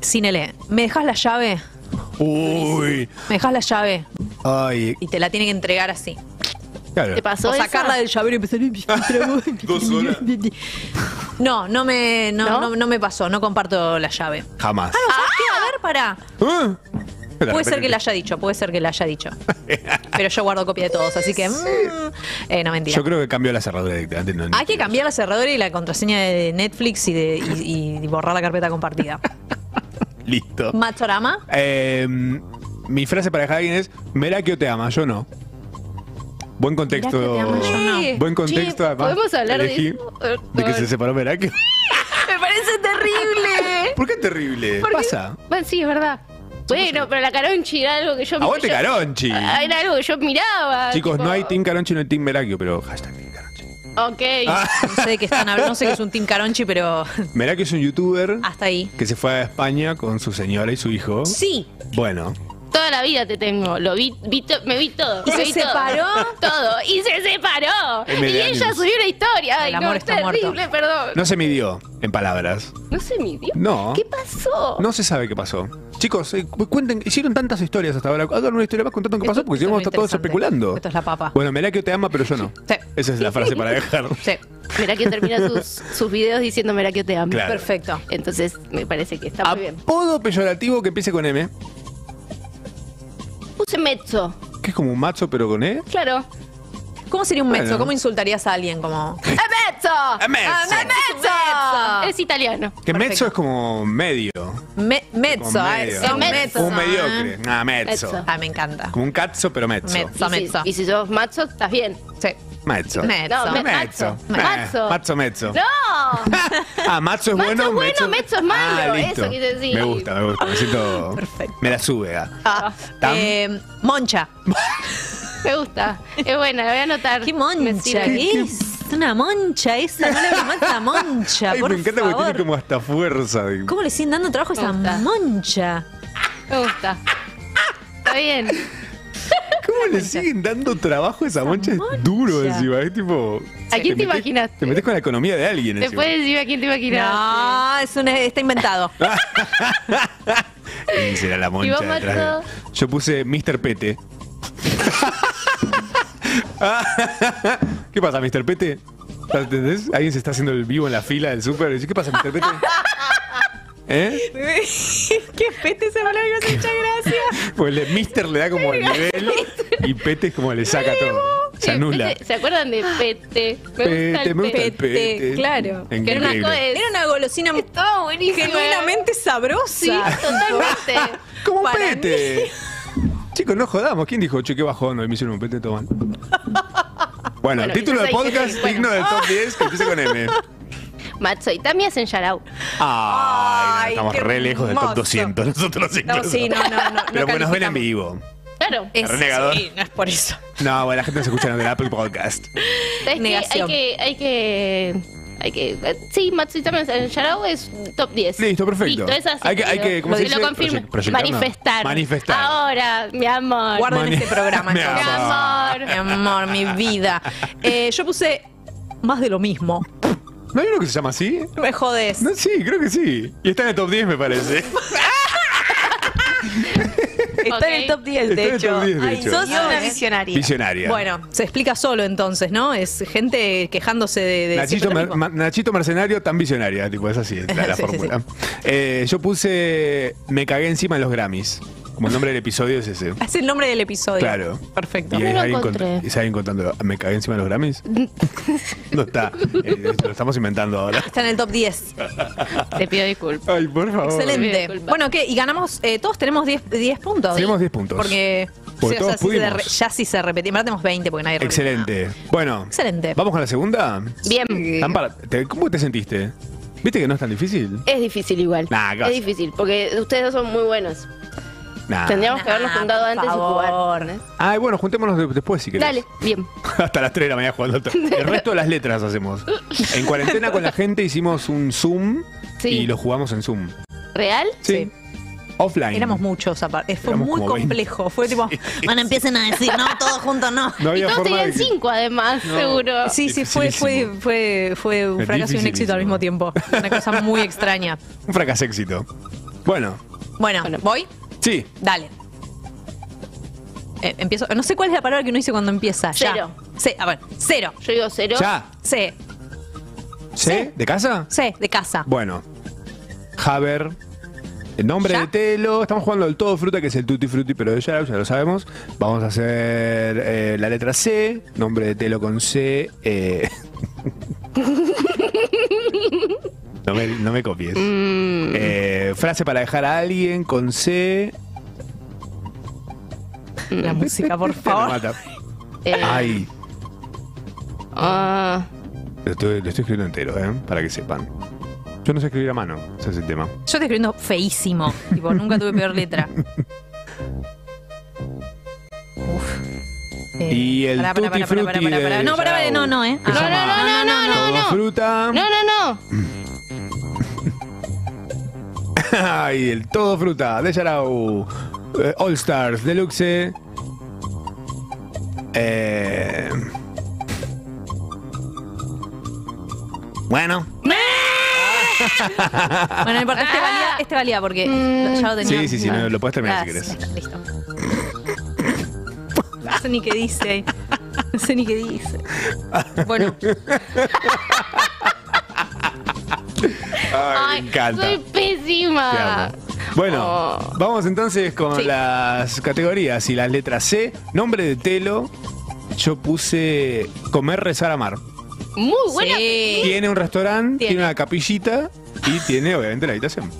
[SPEAKER 4] Sinele, ¿me dejas la llave?
[SPEAKER 5] Uy.
[SPEAKER 4] ¿Me dejas la llave?
[SPEAKER 5] Ay.
[SPEAKER 4] Y te la tiene que entregar así.
[SPEAKER 5] Claro.
[SPEAKER 4] O sacarla del llavero y empezar
[SPEAKER 5] Dos horas.
[SPEAKER 4] No, no me, no, no- no me pasó, no comparto la llave.
[SPEAKER 5] Jamás. ¿Eh?
[SPEAKER 4] Ah, no, ¿sabes qué? A ver, pará.
[SPEAKER 5] Pero
[SPEAKER 4] Puede ser
[SPEAKER 5] repente-
[SPEAKER 4] que la haya dicho, puede ser que la haya dicho. Pero yo guardo copia de todos, así que. mm, eh, no, mentira.
[SPEAKER 5] Yo creo que cambió la cerradura directamente. No, no.
[SPEAKER 4] Hay que cambiar la cerradura y la contraseña de Netflix y, de, y- y borrar la carpeta compartida.
[SPEAKER 5] Listo.
[SPEAKER 4] Machorama,
[SPEAKER 5] Eh, mi frase para dejar a alguien es: Merakio te ama, yo no. Buen contexto.
[SPEAKER 17] ama, yo no.
[SPEAKER 5] Buen contexto,
[SPEAKER 17] Che,
[SPEAKER 5] además.
[SPEAKER 17] ¿podemos hablar de
[SPEAKER 5] elegí
[SPEAKER 17] eso? Eh,
[SPEAKER 5] De que
[SPEAKER 17] eh.
[SPEAKER 5] se separó Merakio.
[SPEAKER 17] Me parece terrible.
[SPEAKER 5] ¿Por qué terrible?
[SPEAKER 17] ¿Por qué?
[SPEAKER 5] pasa?
[SPEAKER 17] Bueno, sí, es verdad. Bueno, pero la Caronchi era algo que yo
[SPEAKER 5] Aguante
[SPEAKER 17] yo-
[SPEAKER 5] Caronchi.
[SPEAKER 17] Ah, Era algo que yo miraba.
[SPEAKER 5] Chicos,
[SPEAKER 17] tipo,
[SPEAKER 5] no hay Team Caronchi, no hay Team Merakio, pero hashtag.
[SPEAKER 17] Ok.
[SPEAKER 5] Ah.
[SPEAKER 4] no sé de qué están hablando, no sé que es un Team Caronchi, pero
[SPEAKER 5] Merakio es un youtuber
[SPEAKER 17] Ah.
[SPEAKER 4] hasta ahí.
[SPEAKER 5] que se fue a España con su señora y su hijo.
[SPEAKER 4] Sí.
[SPEAKER 5] Bueno,
[SPEAKER 17] Toda la vida te tengo. Lo vi, vi to- me vi todo.
[SPEAKER 4] ¿Y
[SPEAKER 17] me
[SPEAKER 4] se
[SPEAKER 17] vi todo.
[SPEAKER 4] separó?
[SPEAKER 17] Todo. Y se separó.
[SPEAKER 5] M de
[SPEAKER 17] Y ella
[SPEAKER 5] años.
[SPEAKER 17] subió una historia. Ay,
[SPEAKER 4] El amor
[SPEAKER 17] no,
[SPEAKER 4] está
[SPEAKER 17] terrible,
[SPEAKER 4] muerto.
[SPEAKER 17] perdón.
[SPEAKER 5] no se midió en palabras.
[SPEAKER 17] No se midió.
[SPEAKER 5] No.
[SPEAKER 17] ¿Qué pasó?
[SPEAKER 5] No se sabe qué pasó. Chicos, eh, cu- cuenten, hicieron tantas historias hasta ahora. Hagan una historia más contando qué pasó, porque si no vamos a estar todos especulando.
[SPEAKER 4] Esto es la papa.
[SPEAKER 5] Bueno, Merakio te ama, pero yo no.
[SPEAKER 4] Sí.
[SPEAKER 5] Esa es la frase para dejar.
[SPEAKER 4] Sí.
[SPEAKER 17] Mira que termina sus, sus videos diciendo, mira que te amo.
[SPEAKER 5] Claro. Ah.
[SPEAKER 4] Perfecto.
[SPEAKER 17] Entonces, me parece que está muy bien.
[SPEAKER 5] Podo peyorativo que empiece con M,
[SPEAKER 17] Puse mezzo.
[SPEAKER 5] que es como un macho, pero con E.
[SPEAKER 17] Claro.
[SPEAKER 4] ¿Cómo sería un
[SPEAKER 5] Bueno.
[SPEAKER 4] mezzo? ¿Cómo insultarías a alguien? Como. Ah,
[SPEAKER 17] ¡Mezzo!
[SPEAKER 5] mezzo.
[SPEAKER 17] ¡Mezzo! Es italiano.
[SPEAKER 5] Ah, Que mezzo es como medio.
[SPEAKER 4] Me- mezzo,
[SPEAKER 5] Como
[SPEAKER 4] ah,
[SPEAKER 5] medio.
[SPEAKER 4] son
[SPEAKER 5] Un
[SPEAKER 4] mezzos.
[SPEAKER 5] mediocre. Ah, mezzo.
[SPEAKER 17] Mezzo.
[SPEAKER 4] Ah, me encanta.
[SPEAKER 5] Como un cazzo, pero mezzo.
[SPEAKER 4] Mezzo,
[SPEAKER 17] Y si,
[SPEAKER 4] mezzo.
[SPEAKER 17] y si sos macho, estás bien.
[SPEAKER 4] Sí.
[SPEAKER 5] Mezzo.
[SPEAKER 4] Mezzo.
[SPEAKER 17] No, me-
[SPEAKER 5] Mezzo.
[SPEAKER 17] mezzo. Mezzo.
[SPEAKER 5] Eh, Mazzo, mezzo.
[SPEAKER 17] ¡No!
[SPEAKER 5] Ah, macho es bueno,
[SPEAKER 17] es bueno, mezzo es malo,
[SPEAKER 5] Ah, listo.
[SPEAKER 17] eso quise decir.
[SPEAKER 5] Me gusta, me gusta. Me siento. Me la sube. ah.
[SPEAKER 4] Ah,
[SPEAKER 5] Tam.
[SPEAKER 4] eh, moncha.
[SPEAKER 17] Me gusta. Es buena, la voy a anotar.
[SPEAKER 4] ¿Qué
[SPEAKER 17] Me
[SPEAKER 4] moncha
[SPEAKER 17] sirve.
[SPEAKER 4] es? Una moncha esa, no le más la moncha.
[SPEAKER 5] Ay,
[SPEAKER 4] por
[SPEAKER 5] me encanta
[SPEAKER 4] favor.
[SPEAKER 5] porque tiene como hasta fuerza. de-
[SPEAKER 4] ¿Cómo le siguen dando trabajo a esa
[SPEAKER 17] Me gusta.
[SPEAKER 4] moncha?
[SPEAKER 17] Me gusta. Está bien.
[SPEAKER 5] ¿Cómo le siguen dando trabajo a esa moncha? Es duro encima, es tipo.
[SPEAKER 17] ¿A quién te
[SPEAKER 5] metes-
[SPEAKER 17] imaginaste?
[SPEAKER 5] Te metes con la economía de alguien
[SPEAKER 17] Te
[SPEAKER 5] encima.
[SPEAKER 17] puedes decir a quién te imaginas.
[SPEAKER 4] No, es un- está inventado.
[SPEAKER 5] Ah. Y será la moncha
[SPEAKER 17] vos,
[SPEAKER 5] detrás de- Yo puse Mr. Pete. ¿Qué pasa, Mr. Pete? ¿Entendés? Alguien se está haciendo el vivo en la fila del súper. Dice, ¿Qué pasa, Mr. Pete? ¿Eh?
[SPEAKER 4] Qué pete esa palabra que hace mucha gracia.
[SPEAKER 5] Pues el Mr. le da como el nivel y Pete es como le saca todo. Se
[SPEAKER 17] Eh,
[SPEAKER 5] anula.
[SPEAKER 17] ¿Se acuerdan de Pete? Me gusta
[SPEAKER 5] Pete,
[SPEAKER 17] el
[SPEAKER 5] me gusta el
[SPEAKER 17] Pete.
[SPEAKER 5] Pete.
[SPEAKER 4] claro.
[SPEAKER 5] Increíble.
[SPEAKER 17] Que era una cosa de-
[SPEAKER 4] Era una golosina
[SPEAKER 17] Estaba buenísimo.
[SPEAKER 4] genuinamente sabrosa.
[SPEAKER 17] Sí, totalmente.
[SPEAKER 5] Como un
[SPEAKER 4] Para
[SPEAKER 5] pete. Chicos, no jodamos. ¿Quién dijo, che, qué bajón? Hoy me hicieron un pete, toman. Bueno,
[SPEAKER 17] Bueno,
[SPEAKER 5] título del
[SPEAKER 17] quizás hay
[SPEAKER 5] podcast
[SPEAKER 17] gente que-
[SPEAKER 5] digno del top 10 que empieza con M.
[SPEAKER 17] Macho y Tami hacen Yarau.
[SPEAKER 5] Ay,
[SPEAKER 4] Ay,
[SPEAKER 5] estamos
[SPEAKER 4] qué
[SPEAKER 5] re lejos del top
[SPEAKER 4] hermoso.
[SPEAKER 5] 200 nosotros
[SPEAKER 4] No,
[SPEAKER 5] incluso.
[SPEAKER 4] sí, no, no, no. no
[SPEAKER 5] Pero porque nos ven en
[SPEAKER 4] calificamos.
[SPEAKER 5] vivo.
[SPEAKER 17] Claro.
[SPEAKER 4] Es-
[SPEAKER 5] Renegador.
[SPEAKER 4] sí, no es por eso.
[SPEAKER 5] No, bueno, la gente nos escucha en el Apple Podcast.
[SPEAKER 17] ¿Sabes qué? Hay
[SPEAKER 4] Negación.
[SPEAKER 17] que, hay que. Hay que. eh, Sí, Macho y Tami hacen Yarau es top 10.
[SPEAKER 5] Listo, perfecto.
[SPEAKER 17] Listo, es así.
[SPEAKER 5] Hay que- hay que- ¿cómo
[SPEAKER 17] lo,
[SPEAKER 5] se dice?
[SPEAKER 17] lo confirmo.
[SPEAKER 5] Proye- proyectar, no.
[SPEAKER 17] Manifestar.
[SPEAKER 5] Manifestar.
[SPEAKER 17] Ahora, mi amor.
[SPEAKER 4] Guarden
[SPEAKER 5] Mani-
[SPEAKER 4] este programa,
[SPEAKER 5] Mi
[SPEAKER 4] entonces.
[SPEAKER 17] amor.
[SPEAKER 4] Mi amor, mi vida. Eh, yo puse más de lo mismo.
[SPEAKER 5] ¿No hay uno que se llama así?
[SPEAKER 4] No me jodes.
[SPEAKER 5] No, sí, creo que sí. Y está en el top 10, me parece.
[SPEAKER 4] Está
[SPEAKER 17] Ok.
[SPEAKER 4] en el top 10, de
[SPEAKER 5] Está en el
[SPEAKER 4] hecho.
[SPEAKER 5] top 10, de
[SPEAKER 4] Ay,
[SPEAKER 5] hecho. ¿eh?
[SPEAKER 4] sos una
[SPEAKER 17] visionaria.
[SPEAKER 5] Visionaria.
[SPEAKER 4] Bueno, se explica solo entonces, ¿no? Es gente quejándose de. de
[SPEAKER 5] Nachito,
[SPEAKER 4] siempre lo
[SPEAKER 5] Mer-
[SPEAKER 4] mismo.
[SPEAKER 5] Ma- Nachito Mercenario, tan visionaria, tipo, es así la, la
[SPEAKER 4] Sí, sí,
[SPEAKER 5] fórmula. Eh, yo puse Me cagué encima en los Grammys. Como el nombre del episodio es ese.
[SPEAKER 4] es el nombre del episodio.
[SPEAKER 5] Claro.
[SPEAKER 4] Perfecto.
[SPEAKER 5] Y
[SPEAKER 17] No
[SPEAKER 5] es
[SPEAKER 17] lo
[SPEAKER 5] alguien, cont-
[SPEAKER 17] encontré.
[SPEAKER 5] es alguien contando, ¿me cagué encima de los Grammys? no está. Eh, lo estamos inventando ahora.
[SPEAKER 4] Está en el top 10.
[SPEAKER 5] Ah.
[SPEAKER 17] Te pido disculpas.
[SPEAKER 5] Ay, por favor.
[SPEAKER 4] Excelente.
[SPEAKER 17] Disculpa.
[SPEAKER 4] Bueno, ¿qué? Y ganamos, eh, todos tenemos 10, 10 puntos.
[SPEAKER 5] Tenemos 10 puntos.
[SPEAKER 4] Porque,
[SPEAKER 5] Porque todos
[SPEAKER 4] sí se
[SPEAKER 5] pudimos.
[SPEAKER 4] re- ya sí se repetía. Ahora tenemos 20 porque nadie repite nada.
[SPEAKER 5] Excelente. Bueno,
[SPEAKER 4] Excelente.
[SPEAKER 5] ¿vamos con la segunda?
[SPEAKER 17] Bien.
[SPEAKER 5] Lámpara, te- ¿Cómo te sentiste? ¿Viste que no es tan difícil?
[SPEAKER 17] Es difícil igual.
[SPEAKER 5] Nah, ¿qué vas a
[SPEAKER 17] es difícil, porque ustedes dos son muy buenos.
[SPEAKER 5] Nah.
[SPEAKER 17] Tendríamos que
[SPEAKER 4] Ah,
[SPEAKER 17] habernos juntado antes y jugar. ¿eh?
[SPEAKER 5] Ay, bueno, juntémonos de- después si querés.
[SPEAKER 17] Dale, bien.
[SPEAKER 5] Hasta las 3 de la mañana jugando al torneo. El resto de las letras hacemos. En cuarentena con la gente hicimos un Zoom
[SPEAKER 17] Sí.
[SPEAKER 5] y lo jugamos en Zoom.
[SPEAKER 17] ¿Real?
[SPEAKER 5] Sí. Offline.
[SPEAKER 4] Éramos muchos aparte. Fue
[SPEAKER 5] Éramos
[SPEAKER 4] muy
[SPEAKER 5] como veinte.
[SPEAKER 4] complejo. Fue tipo, bueno, empiecen a decir, no, todos juntos no.
[SPEAKER 5] No había
[SPEAKER 17] y todos
[SPEAKER 5] forma
[SPEAKER 17] tenían
[SPEAKER 5] de que-
[SPEAKER 17] cinco además,
[SPEAKER 5] No.
[SPEAKER 17] seguro.
[SPEAKER 4] Sí, sí, fue, fue, fue, fue un
[SPEAKER 5] Es
[SPEAKER 4] fracaso y un éxito al mismo tiempo. Una cosa muy extraña.
[SPEAKER 5] Un fracaso éxito. Bueno,
[SPEAKER 4] Bueno, ¿voy?
[SPEAKER 5] sí.
[SPEAKER 4] Dale. Eh, empiezo. No sé cuál es la palabra que uno dice cuando empieza.
[SPEAKER 17] Cero.
[SPEAKER 4] Ya. Sí, a ver, cero.
[SPEAKER 17] Yo digo cero.
[SPEAKER 5] Ya.
[SPEAKER 4] Sí,
[SPEAKER 5] ¿Sí? ¿De casa?
[SPEAKER 4] sí, de casa.
[SPEAKER 5] Bueno. Haber. El nombre de Telo. Estamos jugando al todo fruta, que es el tutti frutti, pero de Yarao, ya lo sabemos. Vamos a hacer eh, la letra C. Nombre de Telo con C. eh, no, me, no me copies.
[SPEAKER 4] Mm.
[SPEAKER 17] Mm,
[SPEAKER 5] Eh, frase para dejar a alguien con C.
[SPEAKER 4] La música, por
[SPEAKER 5] Me
[SPEAKER 4] favor.
[SPEAKER 5] Este mata.
[SPEAKER 17] Eh,
[SPEAKER 5] Ay.
[SPEAKER 17] ah,
[SPEAKER 5] Lo estoy, lo estoy escribiendo entero, ¿eh? Para que sepan. Yo no sé escribir a mano, ese es el tema.
[SPEAKER 4] Yo estoy escribiendo feísimo. tipo, nunca tuve peor letra. Eh,
[SPEAKER 5] y el
[SPEAKER 4] pará, pará,
[SPEAKER 5] tutti
[SPEAKER 4] pará, pará,
[SPEAKER 5] frutti
[SPEAKER 4] pará, pará.
[SPEAKER 5] de
[SPEAKER 4] No, pará, pará,
[SPEAKER 5] Yao,
[SPEAKER 4] no, no, ¿eh?
[SPEAKER 5] que
[SPEAKER 4] No,
[SPEAKER 5] se
[SPEAKER 4] no,
[SPEAKER 5] llama
[SPEAKER 4] no, no, no,
[SPEAKER 5] Todo
[SPEAKER 4] no.
[SPEAKER 5] fruta.
[SPEAKER 17] no, no, no.
[SPEAKER 5] Ay, el todo fruta de Yarau. Eh, All Stars Deluxe. Eh, Bueno.
[SPEAKER 4] Bueno, no importa, este valía, este valía porque ya lo tenía. Ah.
[SPEAKER 5] Sí, sí, sí, no, lo puedes terminar si querés.
[SPEAKER 4] Listo. No sé ni qué dice. No sé ni qué dice. Bueno.
[SPEAKER 5] Ay,
[SPEAKER 17] Ay,
[SPEAKER 5] me encanta.
[SPEAKER 17] Soy
[SPEAKER 5] Te
[SPEAKER 17] pésima.
[SPEAKER 5] amo. Bueno, vamos entonces con
[SPEAKER 17] Sí.
[SPEAKER 5] las categorías y las letras C. Nombre de Telo. Yo puse comer, rezar, amar.
[SPEAKER 17] Muy buena.
[SPEAKER 5] Tiene un restaurante, tiene.
[SPEAKER 17] Tiene.
[SPEAKER 5] una capillita y tiene obviamente la habitación.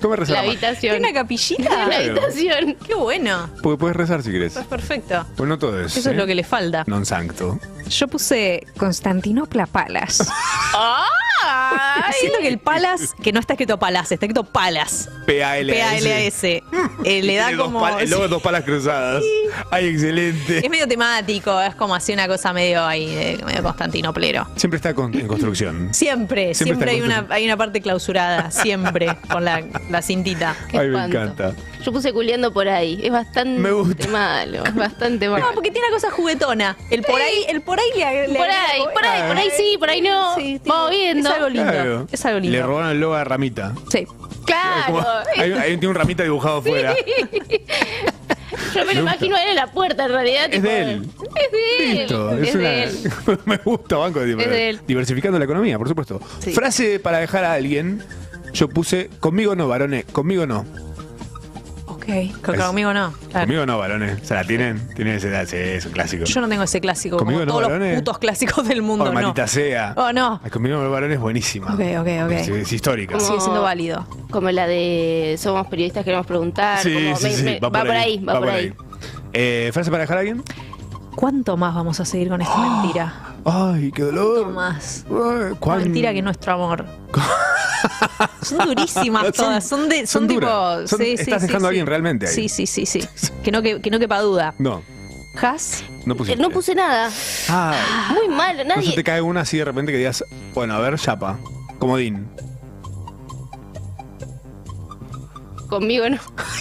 [SPEAKER 5] Comer, rezar,
[SPEAKER 17] La
[SPEAKER 5] amar.
[SPEAKER 17] habitación.
[SPEAKER 4] ¿Tiene una capillita?
[SPEAKER 5] Claro.
[SPEAKER 17] habitación.
[SPEAKER 4] Qué bueno.
[SPEAKER 5] Porque puedes rezar si querés.
[SPEAKER 4] Eso es perfecto.
[SPEAKER 5] Pues no todo es.
[SPEAKER 4] Eso es lo que le falta.
[SPEAKER 5] Non sancto.
[SPEAKER 4] Yo puse Constantinopla Palas. Siento que el Palas, que no está escrito Palas, está escrito Palas.
[SPEAKER 5] P-A-L-A-S.
[SPEAKER 4] P-A-L-A-S. Eh, le da
[SPEAKER 5] Ah. Tiene dos
[SPEAKER 4] como.
[SPEAKER 5] pal- el logo de dos palas cruzadas. Ay, excelente.
[SPEAKER 4] Es medio temático, es como así una cosa medio ahí, de- medio constantinoplero.
[SPEAKER 5] Siempre está con- en construcción.
[SPEAKER 4] Siempre,
[SPEAKER 5] Siempre
[SPEAKER 4] siempre,
[SPEAKER 5] está
[SPEAKER 4] hay, una,
[SPEAKER 5] contento.
[SPEAKER 4] hay una parte clausurada, siempre, con la, la cintita.
[SPEAKER 5] Ay, me encanta.
[SPEAKER 17] Yo puse culiando por ahí. Es bastante malo. Es bastante malo.
[SPEAKER 4] No, Ah, porque tiene una cosa juguetona. El por ahí, el por ahí le, le
[SPEAKER 17] Por
[SPEAKER 4] agrega
[SPEAKER 17] ahí,
[SPEAKER 4] como-
[SPEAKER 17] por
[SPEAKER 5] Ah.
[SPEAKER 17] ahí, por ahí sí, por ahí no.
[SPEAKER 4] Sí, tipo,
[SPEAKER 17] Vamos viendo.
[SPEAKER 4] Es algo lindo.
[SPEAKER 5] Claro.
[SPEAKER 4] Es algo lindo.
[SPEAKER 5] Le robaron el logo a Ramita.
[SPEAKER 4] Sí.
[SPEAKER 5] Como-
[SPEAKER 17] Claro.
[SPEAKER 5] hay, hay- tiene un ramita dibujado afuera.
[SPEAKER 17] Yo me
[SPEAKER 5] Me gusta.
[SPEAKER 17] lo imagino a él en la puerta, en realidad.
[SPEAKER 5] Es
[SPEAKER 17] tipo,
[SPEAKER 5] de él.
[SPEAKER 17] Es de él.
[SPEAKER 5] Listo.
[SPEAKER 17] Es,
[SPEAKER 5] Es una-
[SPEAKER 17] de él.
[SPEAKER 5] Me gusta, banco. de-
[SPEAKER 17] Es de él.
[SPEAKER 5] Diversificando la economía, por supuesto.
[SPEAKER 17] Sí.
[SPEAKER 5] Frase para dejar a alguien. Yo puse, conmigo no, varones, conmigo no.
[SPEAKER 4] Ok. Con- Conmigo no. claro.
[SPEAKER 5] Conmigo no, varones. O sea, tienen, tienen ese, sí, es un clásico.
[SPEAKER 4] Yo no tengo ese clásico, como
[SPEAKER 5] Conmigo no,
[SPEAKER 4] todos
[SPEAKER 5] varones.
[SPEAKER 4] los putos clásicos del mundo.
[SPEAKER 5] Oh,
[SPEAKER 4] no.
[SPEAKER 5] maldita sea.
[SPEAKER 4] Oh, no.
[SPEAKER 5] Ay, Conmigo no, varones, buenísima.
[SPEAKER 4] Ok, ok, ok.
[SPEAKER 5] Es, es histórica.
[SPEAKER 17] Como-
[SPEAKER 4] Sigue siendo válido.
[SPEAKER 17] Como la de somos periodistas, queremos preguntar. como me- me- va, por ahí, va por ahí.
[SPEAKER 5] Eh, ¿Frase para dejar a alguien?
[SPEAKER 4] ¿Cuánto más vamos a seguir con esta
[SPEAKER 5] Oh.
[SPEAKER 4] mentira?
[SPEAKER 5] Ay, qué dolor.
[SPEAKER 4] ¿Cuánto más?
[SPEAKER 5] Ay,
[SPEAKER 4] Una
[SPEAKER 5] cuán-
[SPEAKER 4] Mentira que es nuestro amor. son durísimas
[SPEAKER 5] Son-
[SPEAKER 4] todas. Son, de, son,
[SPEAKER 5] son
[SPEAKER 4] tipo.
[SPEAKER 5] duras. Son-
[SPEAKER 4] sí, sí,
[SPEAKER 5] estás
[SPEAKER 4] sí,
[SPEAKER 5] dejando a
[SPEAKER 4] sí.
[SPEAKER 5] alguien realmente ahí.
[SPEAKER 4] Sí, sí, sí, sí. Que no, que, que no quepa duda.
[SPEAKER 5] No,
[SPEAKER 4] ¿Has?
[SPEAKER 5] no
[SPEAKER 17] Eh,
[SPEAKER 5] pusiste. Ah.
[SPEAKER 17] No puse nada.
[SPEAKER 5] Ay,
[SPEAKER 17] Muy mal,
[SPEAKER 5] no se
[SPEAKER 17] nadie.
[SPEAKER 5] te cae una así de repente que digas, bueno, a ver, chapa. Comodín.
[SPEAKER 17] Conmigo no.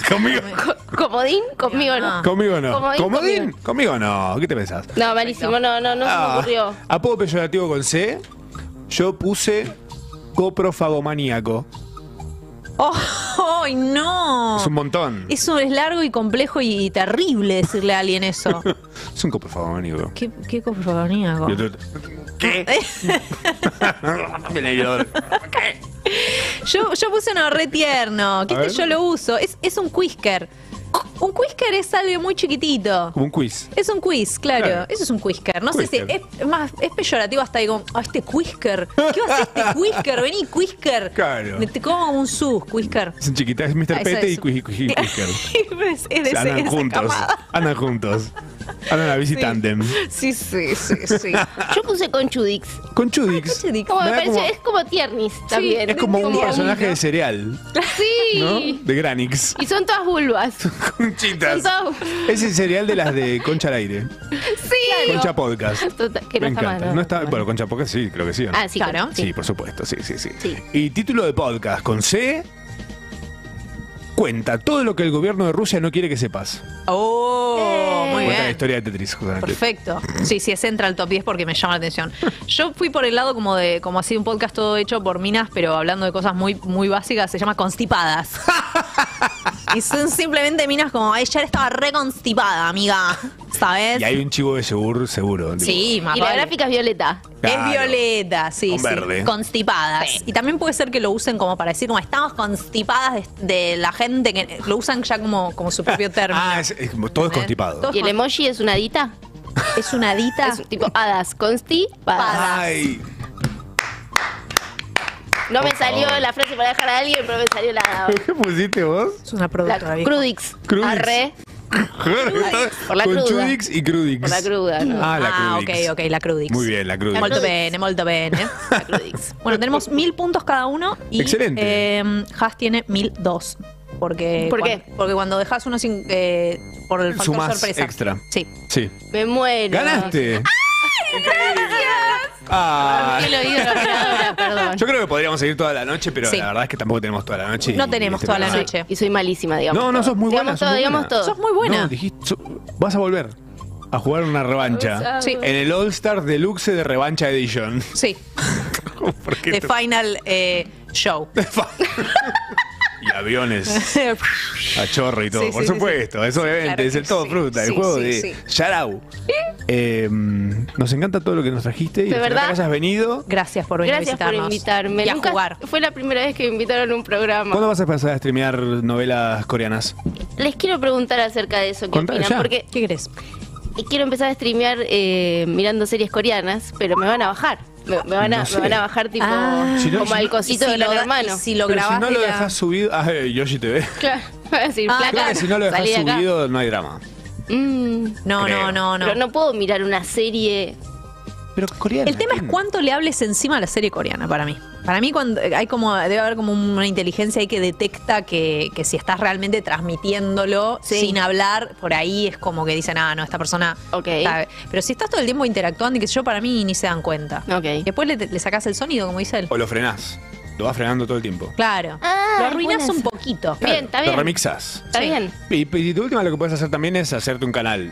[SPEAKER 5] Conmigo.
[SPEAKER 17] Co- Comodín, conmigo no.
[SPEAKER 5] Conmigo no.
[SPEAKER 17] Comodín,
[SPEAKER 5] ¿Comodín?
[SPEAKER 17] conmigo.
[SPEAKER 5] Conmigo no. ¿Qué te pensás?
[SPEAKER 17] No, malísimo, no, no, no se me
[SPEAKER 5] Ah,
[SPEAKER 17] ocurrió.
[SPEAKER 5] apodo peyorativo con C. Yo puse coprofagomaníaco.
[SPEAKER 4] ¡Oh, ¡Ay, no!
[SPEAKER 5] Es un montón.
[SPEAKER 4] Eso es largo y complejo y terrible decirle a alguien eso.
[SPEAKER 5] Es un coprofagomaníaco.
[SPEAKER 4] qué qué coprofagoníaco.
[SPEAKER 5] Yo te- ¿Qué? Viene el dolor.
[SPEAKER 4] Yo, yo puse uno re tierno, que
[SPEAKER 5] A
[SPEAKER 4] este yo
[SPEAKER 5] ver.
[SPEAKER 4] lo uso. Es, es un whisker. Un whisker es algo muy chiquitito.
[SPEAKER 5] Como un quiz.
[SPEAKER 4] Es un quiz, claro.
[SPEAKER 5] Claro.
[SPEAKER 4] Eso es un whisker. No sé
[SPEAKER 5] Whisker.
[SPEAKER 4] si es más, es peyorativo hasta digo, ah, este whisker. ¿Qué va a hacer este whisker? Vení, whisker.
[SPEAKER 5] Claro.
[SPEAKER 4] Te como un sus, whisker.
[SPEAKER 5] Es un chiquita, es
[SPEAKER 4] Ah,
[SPEAKER 5] Mr.
[SPEAKER 4] eso
[SPEAKER 5] Pete
[SPEAKER 4] es-
[SPEAKER 5] y Quiz- Quiz- Quiz- Whisker.
[SPEAKER 4] es, es de
[SPEAKER 5] Se
[SPEAKER 4] ese,
[SPEAKER 5] andan
[SPEAKER 4] esa
[SPEAKER 5] juntos.
[SPEAKER 4] camada.
[SPEAKER 5] Andan juntos. Ahora la visitante.
[SPEAKER 17] Sí, sí, sí, sí. Yo puse Conchudix.
[SPEAKER 5] Con Chudix.
[SPEAKER 17] Como me
[SPEAKER 5] da
[SPEAKER 17] pareció,
[SPEAKER 5] como-
[SPEAKER 17] es como tiernis también.
[SPEAKER 5] es como un personaje de cereal,
[SPEAKER 17] Sí.
[SPEAKER 5] ¿no? De Granix.
[SPEAKER 17] Y son todas vulvas.
[SPEAKER 5] Conchitas.
[SPEAKER 17] Son todas...
[SPEAKER 5] Es el cereal de las de Concha al aire.
[SPEAKER 17] Sí.
[SPEAKER 5] Concha Podcast.
[SPEAKER 17] Total, que no
[SPEAKER 5] Me
[SPEAKER 17] está
[SPEAKER 5] encanta.
[SPEAKER 17] mal.
[SPEAKER 5] No está- bueno, Concha Podcast sí, creo que sí. ¿o no?
[SPEAKER 17] Ah, sí, Claro.
[SPEAKER 5] Sí,
[SPEAKER 17] sí.
[SPEAKER 5] por supuesto, sí, sí, sí,
[SPEAKER 17] Sí.
[SPEAKER 5] Y título de podcast con C. Cuenta todo lo que el gobierno de Rusia no quiere que sepas.
[SPEAKER 17] Eh.
[SPEAKER 4] Oh, muy
[SPEAKER 5] Cuenta la
[SPEAKER 4] bien.
[SPEAKER 5] historia de Tetris, justamente.
[SPEAKER 4] Perfecto. Sí, sí, es entra al top 10 porque me llama la atención. Yo fui por el lado como de, como así un podcast todo hecho por minas, pero hablando de cosas muy, muy básicas, se llama constipadas. y son simplemente minas como, "Ay, ayer estaba re constipada, amiga. ¿Sabes?
[SPEAKER 5] Y hay un chivo de yogur seguro.
[SPEAKER 4] Sí, más
[SPEAKER 17] Y la
[SPEAKER 4] vale.
[SPEAKER 17] gráfica es violeta.
[SPEAKER 5] Claro.
[SPEAKER 4] Es violeta, sí,
[SPEAKER 5] Con
[SPEAKER 4] sí.
[SPEAKER 5] verde.
[SPEAKER 4] Constipadas. Y también puede ser que lo usen como para decir, como estamos constipadas de, de la gente, que lo usan ya como, como su propio término.
[SPEAKER 5] Ah, es- es como- todo es constipado.
[SPEAKER 17] ¿Y el emoji es una dita?
[SPEAKER 4] ¿Es una dita?
[SPEAKER 17] Es tipo hadas, consti,
[SPEAKER 5] Ay,
[SPEAKER 17] No me
[SPEAKER 5] Por
[SPEAKER 17] salió
[SPEAKER 5] favor.
[SPEAKER 17] la frase para dejar a alguien, pero me salió la,
[SPEAKER 5] ¿qué pusiste vos?
[SPEAKER 4] Es una
[SPEAKER 17] la
[SPEAKER 4] productora. vieja.
[SPEAKER 17] crudix.
[SPEAKER 5] Crudix.
[SPEAKER 17] Arre, Por la
[SPEAKER 5] Con
[SPEAKER 17] cruda.
[SPEAKER 5] Chudix y Crudix.
[SPEAKER 17] por la cruda. ¿no?
[SPEAKER 5] Ah, la
[SPEAKER 4] Ah,
[SPEAKER 5] Crudix.
[SPEAKER 4] ok, ok, la crudix.
[SPEAKER 5] Muy bien, la Crudix.
[SPEAKER 4] Molto bene, molto bene. Bueno, tenemos mil puntos cada uno y
[SPEAKER 5] Excelente.
[SPEAKER 4] eh, Haas tiene mil dos. Porque
[SPEAKER 17] ¿Por
[SPEAKER 4] cuan-
[SPEAKER 17] qué?
[SPEAKER 4] porque cuando dejas uno sin, eh, por el factor
[SPEAKER 5] Sumás
[SPEAKER 4] sorpresa.
[SPEAKER 5] extra.
[SPEAKER 4] Sí.
[SPEAKER 5] Sí.
[SPEAKER 17] Me muero.
[SPEAKER 5] ¡Ganaste! Ah.
[SPEAKER 17] Qué lo oído, la operadora, perdón.
[SPEAKER 5] Yo creo que podríamos seguir toda la noche, pero
[SPEAKER 17] Sí.
[SPEAKER 5] la verdad es que tampoco tenemos toda la noche. y
[SPEAKER 4] No tenemos
[SPEAKER 5] este
[SPEAKER 4] toda la
[SPEAKER 5] programa-
[SPEAKER 4] noche.
[SPEAKER 17] Y soy malísima, digamos.
[SPEAKER 5] No, no, sos muy buena.
[SPEAKER 17] Digamos todo, digamos todo.
[SPEAKER 4] Sos muy buena.
[SPEAKER 5] No, dijiste, so- vas a volver a jugar una revancha.
[SPEAKER 4] Sí.
[SPEAKER 5] En el All Star Deluxe de Revancha Edition.
[SPEAKER 4] Sí.
[SPEAKER 5] ¿Por qué
[SPEAKER 4] The
[SPEAKER 5] te-
[SPEAKER 4] Final eh, Show.
[SPEAKER 5] Y aviones a chorro y todo.
[SPEAKER 4] Sí,
[SPEAKER 5] Por
[SPEAKER 4] sí, sí,
[SPEAKER 5] supuesto,
[SPEAKER 4] sí.
[SPEAKER 5] eso obviamente.
[SPEAKER 4] Claro
[SPEAKER 5] es el
[SPEAKER 4] que
[SPEAKER 5] todo
[SPEAKER 4] sí.
[SPEAKER 5] fruta, el
[SPEAKER 4] Sí,
[SPEAKER 5] juego
[SPEAKER 4] sí,
[SPEAKER 5] de
[SPEAKER 4] sí.
[SPEAKER 5] Yarau. Eh, nos encanta todo lo que nos trajiste y
[SPEAKER 17] De
[SPEAKER 5] espero
[SPEAKER 17] verdad.
[SPEAKER 5] que hayas venido.
[SPEAKER 4] Gracias por venir a
[SPEAKER 17] Gracias por
[SPEAKER 4] visitarnos.
[SPEAKER 17] invitarme.
[SPEAKER 4] Y a
[SPEAKER 17] Nunca-
[SPEAKER 4] jugar.
[SPEAKER 17] Fue la primera vez que me invitaron a un programa.
[SPEAKER 5] ¿Cuándo vas a empezar a streamear novelas coreanas?
[SPEAKER 17] Les quiero preguntar acerca de eso, ¿qué
[SPEAKER 5] Contá
[SPEAKER 17] opinan?
[SPEAKER 5] ya.
[SPEAKER 17] Porque
[SPEAKER 4] ¿Qué crees?
[SPEAKER 17] quiero empezar a streamear eh, mirando series coreanas, pero me van a bajar. Me, me van, a,
[SPEAKER 5] No
[SPEAKER 17] me
[SPEAKER 5] sé.
[SPEAKER 17] van a bajar tipo
[SPEAKER 4] Ah.
[SPEAKER 5] Si no-
[SPEAKER 17] como
[SPEAKER 5] si
[SPEAKER 17] el
[SPEAKER 5] no-
[SPEAKER 17] cosito
[SPEAKER 4] y si
[SPEAKER 17] de
[SPEAKER 4] lo
[SPEAKER 17] los
[SPEAKER 4] gra-
[SPEAKER 17] hermanos.
[SPEAKER 4] y si lo
[SPEAKER 5] Pero si
[SPEAKER 4] grabas
[SPEAKER 5] no lo
[SPEAKER 4] era-
[SPEAKER 5] dejas subido. Ah, eh, Yoshi TV.
[SPEAKER 17] Claro, voy a
[SPEAKER 4] Ah,
[SPEAKER 17] decir,
[SPEAKER 5] Creo
[SPEAKER 17] flaca,
[SPEAKER 5] que si no lo dejas
[SPEAKER 17] salí de acá.
[SPEAKER 5] subido, no hay drama.
[SPEAKER 17] Mm,
[SPEAKER 4] No,
[SPEAKER 5] Creo.
[SPEAKER 4] no, no, no.
[SPEAKER 17] Pero no puedo mirar una serie.
[SPEAKER 5] Pero coreana.
[SPEAKER 4] El tema es
[SPEAKER 5] ¿quién?
[SPEAKER 4] cuánto le hables encima a la serie coreana para mí. Para mí cuando eh, hay como debe haber como una inteligencia ahí que detecta que, que si estás realmente transmitiéndolo
[SPEAKER 17] Sí.
[SPEAKER 4] sin hablar, por ahí es como que dicen, ah, no, esta persona
[SPEAKER 17] Ok.
[SPEAKER 4] sabe. Pero si estás todo el tiempo interactuando y que yo para mí ni se dan cuenta.
[SPEAKER 17] Ok.
[SPEAKER 4] Después le, le sacás el sonido, como dice él.
[SPEAKER 5] O lo frenás. Lo vas frenando todo el tiempo.
[SPEAKER 4] Claro.
[SPEAKER 17] Ah,
[SPEAKER 4] lo
[SPEAKER 17] buena
[SPEAKER 4] arruinas un
[SPEAKER 17] esa.
[SPEAKER 4] poquito.
[SPEAKER 17] Bien, está
[SPEAKER 5] Lo
[SPEAKER 17] bien.
[SPEAKER 5] remixas.
[SPEAKER 17] Está
[SPEAKER 4] Sí.
[SPEAKER 17] bien.
[SPEAKER 5] Y, y de última lo que puedes hacer también es hacerte un canal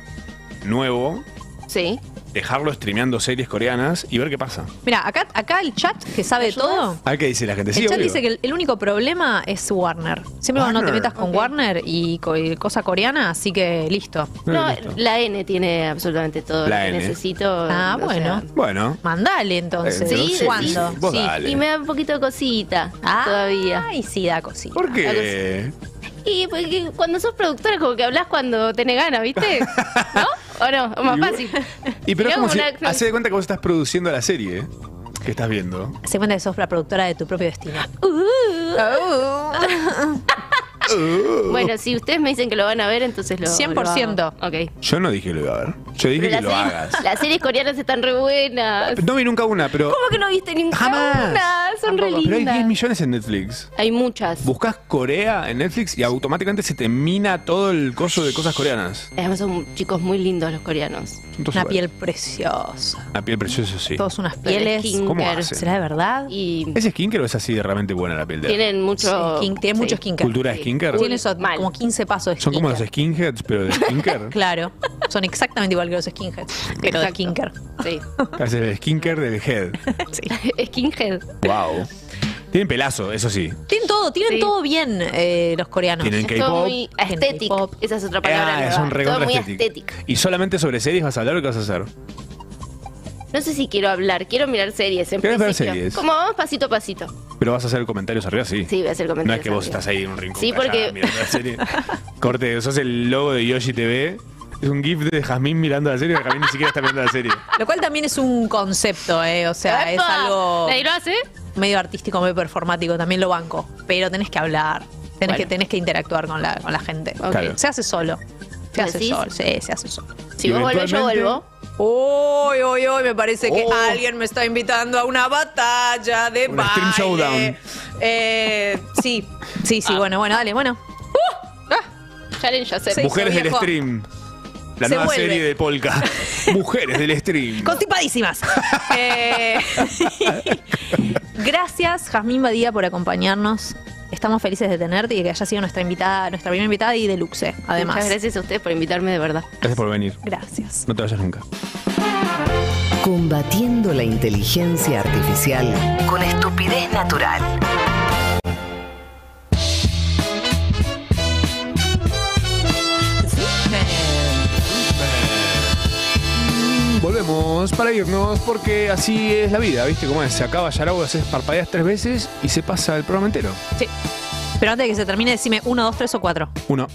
[SPEAKER 5] nuevo,
[SPEAKER 17] Sí.
[SPEAKER 5] dejarlo streameando series coreanas y ver qué pasa.
[SPEAKER 4] Mira, acá, acá el chat que sabe todo.
[SPEAKER 5] A ver qué dice la gente. Sí,
[SPEAKER 4] el chat
[SPEAKER 5] obvio.
[SPEAKER 4] dice que el, el único problema es Warner. Siempre cuando no te
[SPEAKER 5] Warner,
[SPEAKER 4] metas con Warner y, co- y cosa coreana, así que listo.
[SPEAKER 17] No, la N tiene absolutamente todo
[SPEAKER 5] La
[SPEAKER 17] lo que
[SPEAKER 5] N.
[SPEAKER 17] necesito.
[SPEAKER 4] Ah,
[SPEAKER 17] o
[SPEAKER 4] bueno.
[SPEAKER 17] sea,
[SPEAKER 5] Bueno.
[SPEAKER 4] Mandale entonces.
[SPEAKER 5] Eh,
[SPEAKER 17] sí,
[SPEAKER 5] sí,
[SPEAKER 4] ¿Cuándo?
[SPEAKER 5] sí, vos dale.
[SPEAKER 17] Y me da un poquito de cosita
[SPEAKER 4] Ah,
[SPEAKER 17] todavía.
[SPEAKER 4] Ay, sí, da cosita.
[SPEAKER 5] ¿Por
[SPEAKER 17] algo
[SPEAKER 5] qué?
[SPEAKER 17] Y porque cuando sos productora como que hablas cuando tenés ganas, ¿viste? ¿No? ¿O no? O más
[SPEAKER 5] Y bu-
[SPEAKER 17] fácil.
[SPEAKER 5] Y pero es como
[SPEAKER 17] Digamos
[SPEAKER 5] si
[SPEAKER 17] una-
[SPEAKER 5] hace de cuenta que vos estás produciendo la serie que estás viendo.
[SPEAKER 4] Se cuenta que sos la productora de tu propio destino.
[SPEAKER 17] Uh.
[SPEAKER 4] Ah.
[SPEAKER 17] Bueno, si ustedes me dicen que lo van a ver, entonces lo
[SPEAKER 4] 100%.
[SPEAKER 17] lo hago. Ok.
[SPEAKER 5] Yo no dije que lo iba a ver. Yo dije
[SPEAKER 17] Pero las,
[SPEAKER 5] que lo hagas.
[SPEAKER 17] series, las series coreanas están re buenas.
[SPEAKER 5] No vi nunca una, pero.
[SPEAKER 17] ¿Cómo que no viste ninguna?
[SPEAKER 5] Jamás.
[SPEAKER 17] Son re
[SPEAKER 5] Pero hay 10
[SPEAKER 17] lindas.
[SPEAKER 5] millones en Netflix.
[SPEAKER 17] Hay muchas.
[SPEAKER 5] Buscas Corea en Netflix y automáticamente se te mina todo el coso de cosas coreanas.
[SPEAKER 17] Además son chicos muy lindos los coreanos.
[SPEAKER 5] Son todos
[SPEAKER 4] Una
[SPEAKER 5] iguales.
[SPEAKER 4] piel preciosa.
[SPEAKER 5] La piel preciosa, sí.
[SPEAKER 4] Todos unas
[SPEAKER 17] Pero es
[SPEAKER 4] pieles.
[SPEAKER 17] skincare.
[SPEAKER 5] ¿Cómo hacen?
[SPEAKER 4] ¿Será de verdad?
[SPEAKER 17] Y
[SPEAKER 5] ¿Es skinker o es así de realmente buena la piel de
[SPEAKER 17] tienen mucho...
[SPEAKER 4] Skin- tiene mucho skinker.
[SPEAKER 5] ¿Cultura de skinker?
[SPEAKER 4] Tiene eso, como 15 pasos de
[SPEAKER 5] Son como los
[SPEAKER 4] skinker.
[SPEAKER 5] skinheads, pero de skinker.
[SPEAKER 4] Claro. Son exactamente igual que los skinheads. Pero de
[SPEAKER 17] Exacto.
[SPEAKER 4] skinker.
[SPEAKER 17] Sí.
[SPEAKER 5] Es el skinker del head.
[SPEAKER 4] Sí.
[SPEAKER 17] Skinhead.
[SPEAKER 5] Wow. Tienen pelazo, eso sí.
[SPEAKER 4] Tienen todo, tienen
[SPEAKER 17] Sí.
[SPEAKER 4] todo bien eh, los coreanos.
[SPEAKER 5] Tienen
[SPEAKER 17] Es todo
[SPEAKER 5] K-pop.
[SPEAKER 17] muy estético. Esa es otra palabra.
[SPEAKER 5] Ah,
[SPEAKER 17] nueva.
[SPEAKER 5] es un
[SPEAKER 17] todo
[SPEAKER 5] recontra
[SPEAKER 17] muy
[SPEAKER 5] estético.
[SPEAKER 17] estético.
[SPEAKER 5] ¿Y solamente sobre series vas a hablar o qué vas a hacer?
[SPEAKER 17] No sé si quiero hablar, quiero mirar series en
[SPEAKER 5] ¿Querés ver
[SPEAKER 17] principio.
[SPEAKER 5] series?
[SPEAKER 17] Como vamos pasito a pasito.
[SPEAKER 5] Pero vas a hacer comentarios arriba, sí.
[SPEAKER 17] Sí, voy a hacer comentarios.
[SPEAKER 5] No es que vos
[SPEAKER 17] arriba.
[SPEAKER 5] estás ahí en un rincón.
[SPEAKER 17] Sí,
[SPEAKER 5] callada
[SPEAKER 17] porque-
[SPEAKER 5] mirando la serie. Corte, sos el logo de Yoshi TV. Es un GIF de Jazmín mirando la serie, pero Jazmín ni siquiera está mirando la serie.
[SPEAKER 4] Lo cual también es un concepto, ¿eh? O sea, es
[SPEAKER 17] ¡Epa! eh?
[SPEAKER 4] algo
[SPEAKER 17] ¿Nadie lo hace?
[SPEAKER 4] medio artístico, medio performático, también lo banco. Pero tenés que hablar, tenés,
[SPEAKER 17] Bueno.
[SPEAKER 4] que, tenés que interactuar con la, con la gente.
[SPEAKER 17] Claro.
[SPEAKER 4] Se hace solo. Se hace
[SPEAKER 17] ¿Decís?
[SPEAKER 4] solo, sí, se hace solo.
[SPEAKER 17] Si vos volvés, yo vuelvo.
[SPEAKER 4] Uy, uy, uy, me parece que alguien me está invitando a una batalla de
[SPEAKER 5] Oh. Un stream
[SPEAKER 4] baile.
[SPEAKER 5] showdown.
[SPEAKER 4] Eh, sí, sí, sí, bueno, bueno, dale, bueno.
[SPEAKER 17] Challenge acepto.
[SPEAKER 5] Mujeres del
[SPEAKER 4] viejo.
[SPEAKER 5] stream. La
[SPEAKER 4] Se
[SPEAKER 5] nueva
[SPEAKER 4] vuelve.
[SPEAKER 5] serie de Polka. Mujeres del stream.
[SPEAKER 4] Constipadísimas. Eh, gracias, Jazmín Badía, por acompañarnos. Estamos felices de tenerte y de que haya sido nuestra invitada, nuestra primera invitada y de luxe, además.
[SPEAKER 17] Muchas gracias a ustedes por invitarme de verdad.
[SPEAKER 5] Gracias por venir.
[SPEAKER 4] Gracias.
[SPEAKER 5] No te vayas nunca.
[SPEAKER 3] Combatiendo la inteligencia artificial con estupidez natural.
[SPEAKER 5] Volvemos para irnos porque así es la vida, ¿viste? Como es, se acaba Yarau, haces parpadeas tres veces y se pasa el programa entero.
[SPEAKER 4] Sí. Pero antes de que se termine, decime 1, 2, 3 o 4.
[SPEAKER 5] Uno,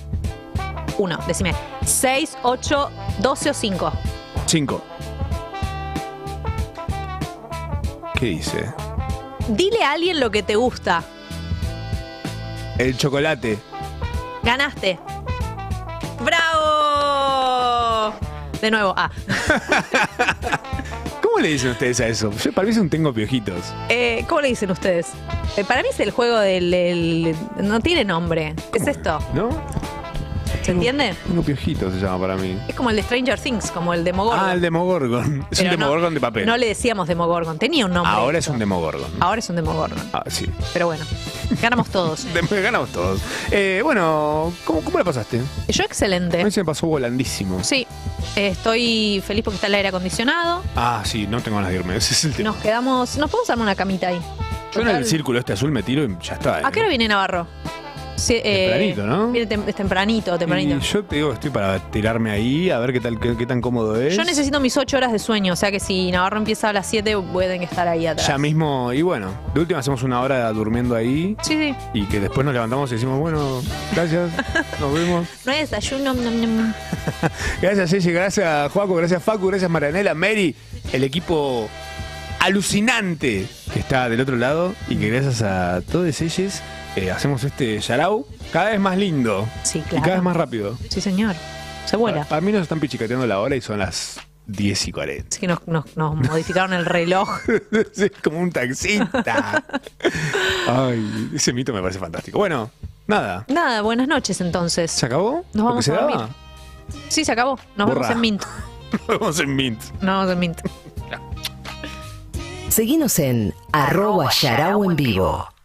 [SPEAKER 4] 1, decime 6, 8, 12 o 5.
[SPEAKER 5] cinco. ¿Qué dice?
[SPEAKER 4] Dile a alguien lo que te gusta.
[SPEAKER 5] El chocolate.
[SPEAKER 4] Ganaste. ¡Bravo! De nuevo, ah.
[SPEAKER 5] ¿Cómo le dicen ustedes a eso? Yo para mí es un tengo piojitos.
[SPEAKER 4] Eh, ¿Cómo le dicen ustedes? Eh, para mí es el juego del... del- no tiene nombre. Es esto.
[SPEAKER 5] ¿No?
[SPEAKER 4] ¿Se entiende?
[SPEAKER 5] Tengo piojitos se llama para mí.
[SPEAKER 4] Es como el de Stranger Things, como el Demogorgon.
[SPEAKER 5] Ah, el Demogorgon. Es
[SPEAKER 4] Pero
[SPEAKER 5] un
[SPEAKER 4] no-
[SPEAKER 5] Demogorgon de papel.
[SPEAKER 4] No le decíamos Demogorgon, tenía un nombre.
[SPEAKER 5] Ahora es un Demogorgon.
[SPEAKER 4] Ahora es un Demogorgon.
[SPEAKER 5] Ah, sí.
[SPEAKER 4] Pero bueno, ganamos todos.
[SPEAKER 5] De- Ganamos todos. Eh, bueno, ¿cómo, ¿cómo la pasaste?
[SPEAKER 4] Yo
[SPEAKER 5] A
[SPEAKER 4] excelente.
[SPEAKER 5] mí se me pasó volandísimo.
[SPEAKER 4] Eh. Sí, eh, estoy feliz porque está el aire acondicionado.
[SPEAKER 5] Ah, sí, no tengo ganas de irme. Ese es el tema.
[SPEAKER 4] Nos quedamos... ¿Nos podemos armar una camita ahí?
[SPEAKER 5] Yo en el
[SPEAKER 4] Total.
[SPEAKER 5] círculo este azul me tiro y ya está. ¿eh?
[SPEAKER 4] ¿A qué hora viene Navarro? Sí, eh,
[SPEAKER 5] Tempranito, ¿no?
[SPEAKER 4] Viene tem- es tempranito,
[SPEAKER 5] Y
[SPEAKER 4] tempranito.
[SPEAKER 5] yo te digo, estoy para tirarme ahí, a ver qué tal qué, qué tan cómodo es.
[SPEAKER 4] Yo necesito mis 8 horas de sueño, o sea que si Navarro empieza a las 7, pueden estar ahí atrás.
[SPEAKER 5] Ya mismo, y bueno, de última hacemos una hora durmiendo ahí
[SPEAKER 4] Sí, sí.
[SPEAKER 5] y que después nos levantamos y decimos, bueno, gracias, nos vemos.
[SPEAKER 4] No hay desayuno. nom, nom, nom.
[SPEAKER 5] Gracias, Gigi, gracias, Juaco, gracias, Facu, gracias, Marianela, Mary, el equipo alucinante que está del otro lado y que gracias a todos ellos eh, hacemos este Yarau cada vez más lindo
[SPEAKER 4] sí,
[SPEAKER 5] y cada vez más rápido.
[SPEAKER 4] Sí, señor. Se
[SPEAKER 5] Para,
[SPEAKER 4] vuela.
[SPEAKER 5] para mí nos están pichicateando la hora y son las 10 y 40.
[SPEAKER 4] Así que nos, nos- nos modificaron el reloj.
[SPEAKER 5] es como un taxista. Ay, ese mito me parece fantástico. Bueno, nada.
[SPEAKER 4] Nada, buenas noches entonces. ¿Se
[SPEAKER 5] acabó?
[SPEAKER 4] Nos
[SPEAKER 5] ¿Lo que
[SPEAKER 4] vamos
[SPEAKER 5] se
[SPEAKER 4] a dormir.
[SPEAKER 5] daba?
[SPEAKER 4] Sí, se acabó. Nos vemos
[SPEAKER 5] Borra.
[SPEAKER 4] en Mint.
[SPEAKER 5] Nos vemos en Mint.
[SPEAKER 4] Nos vemos en Mint.
[SPEAKER 3] Seguinos en arroba Yarao en vivo.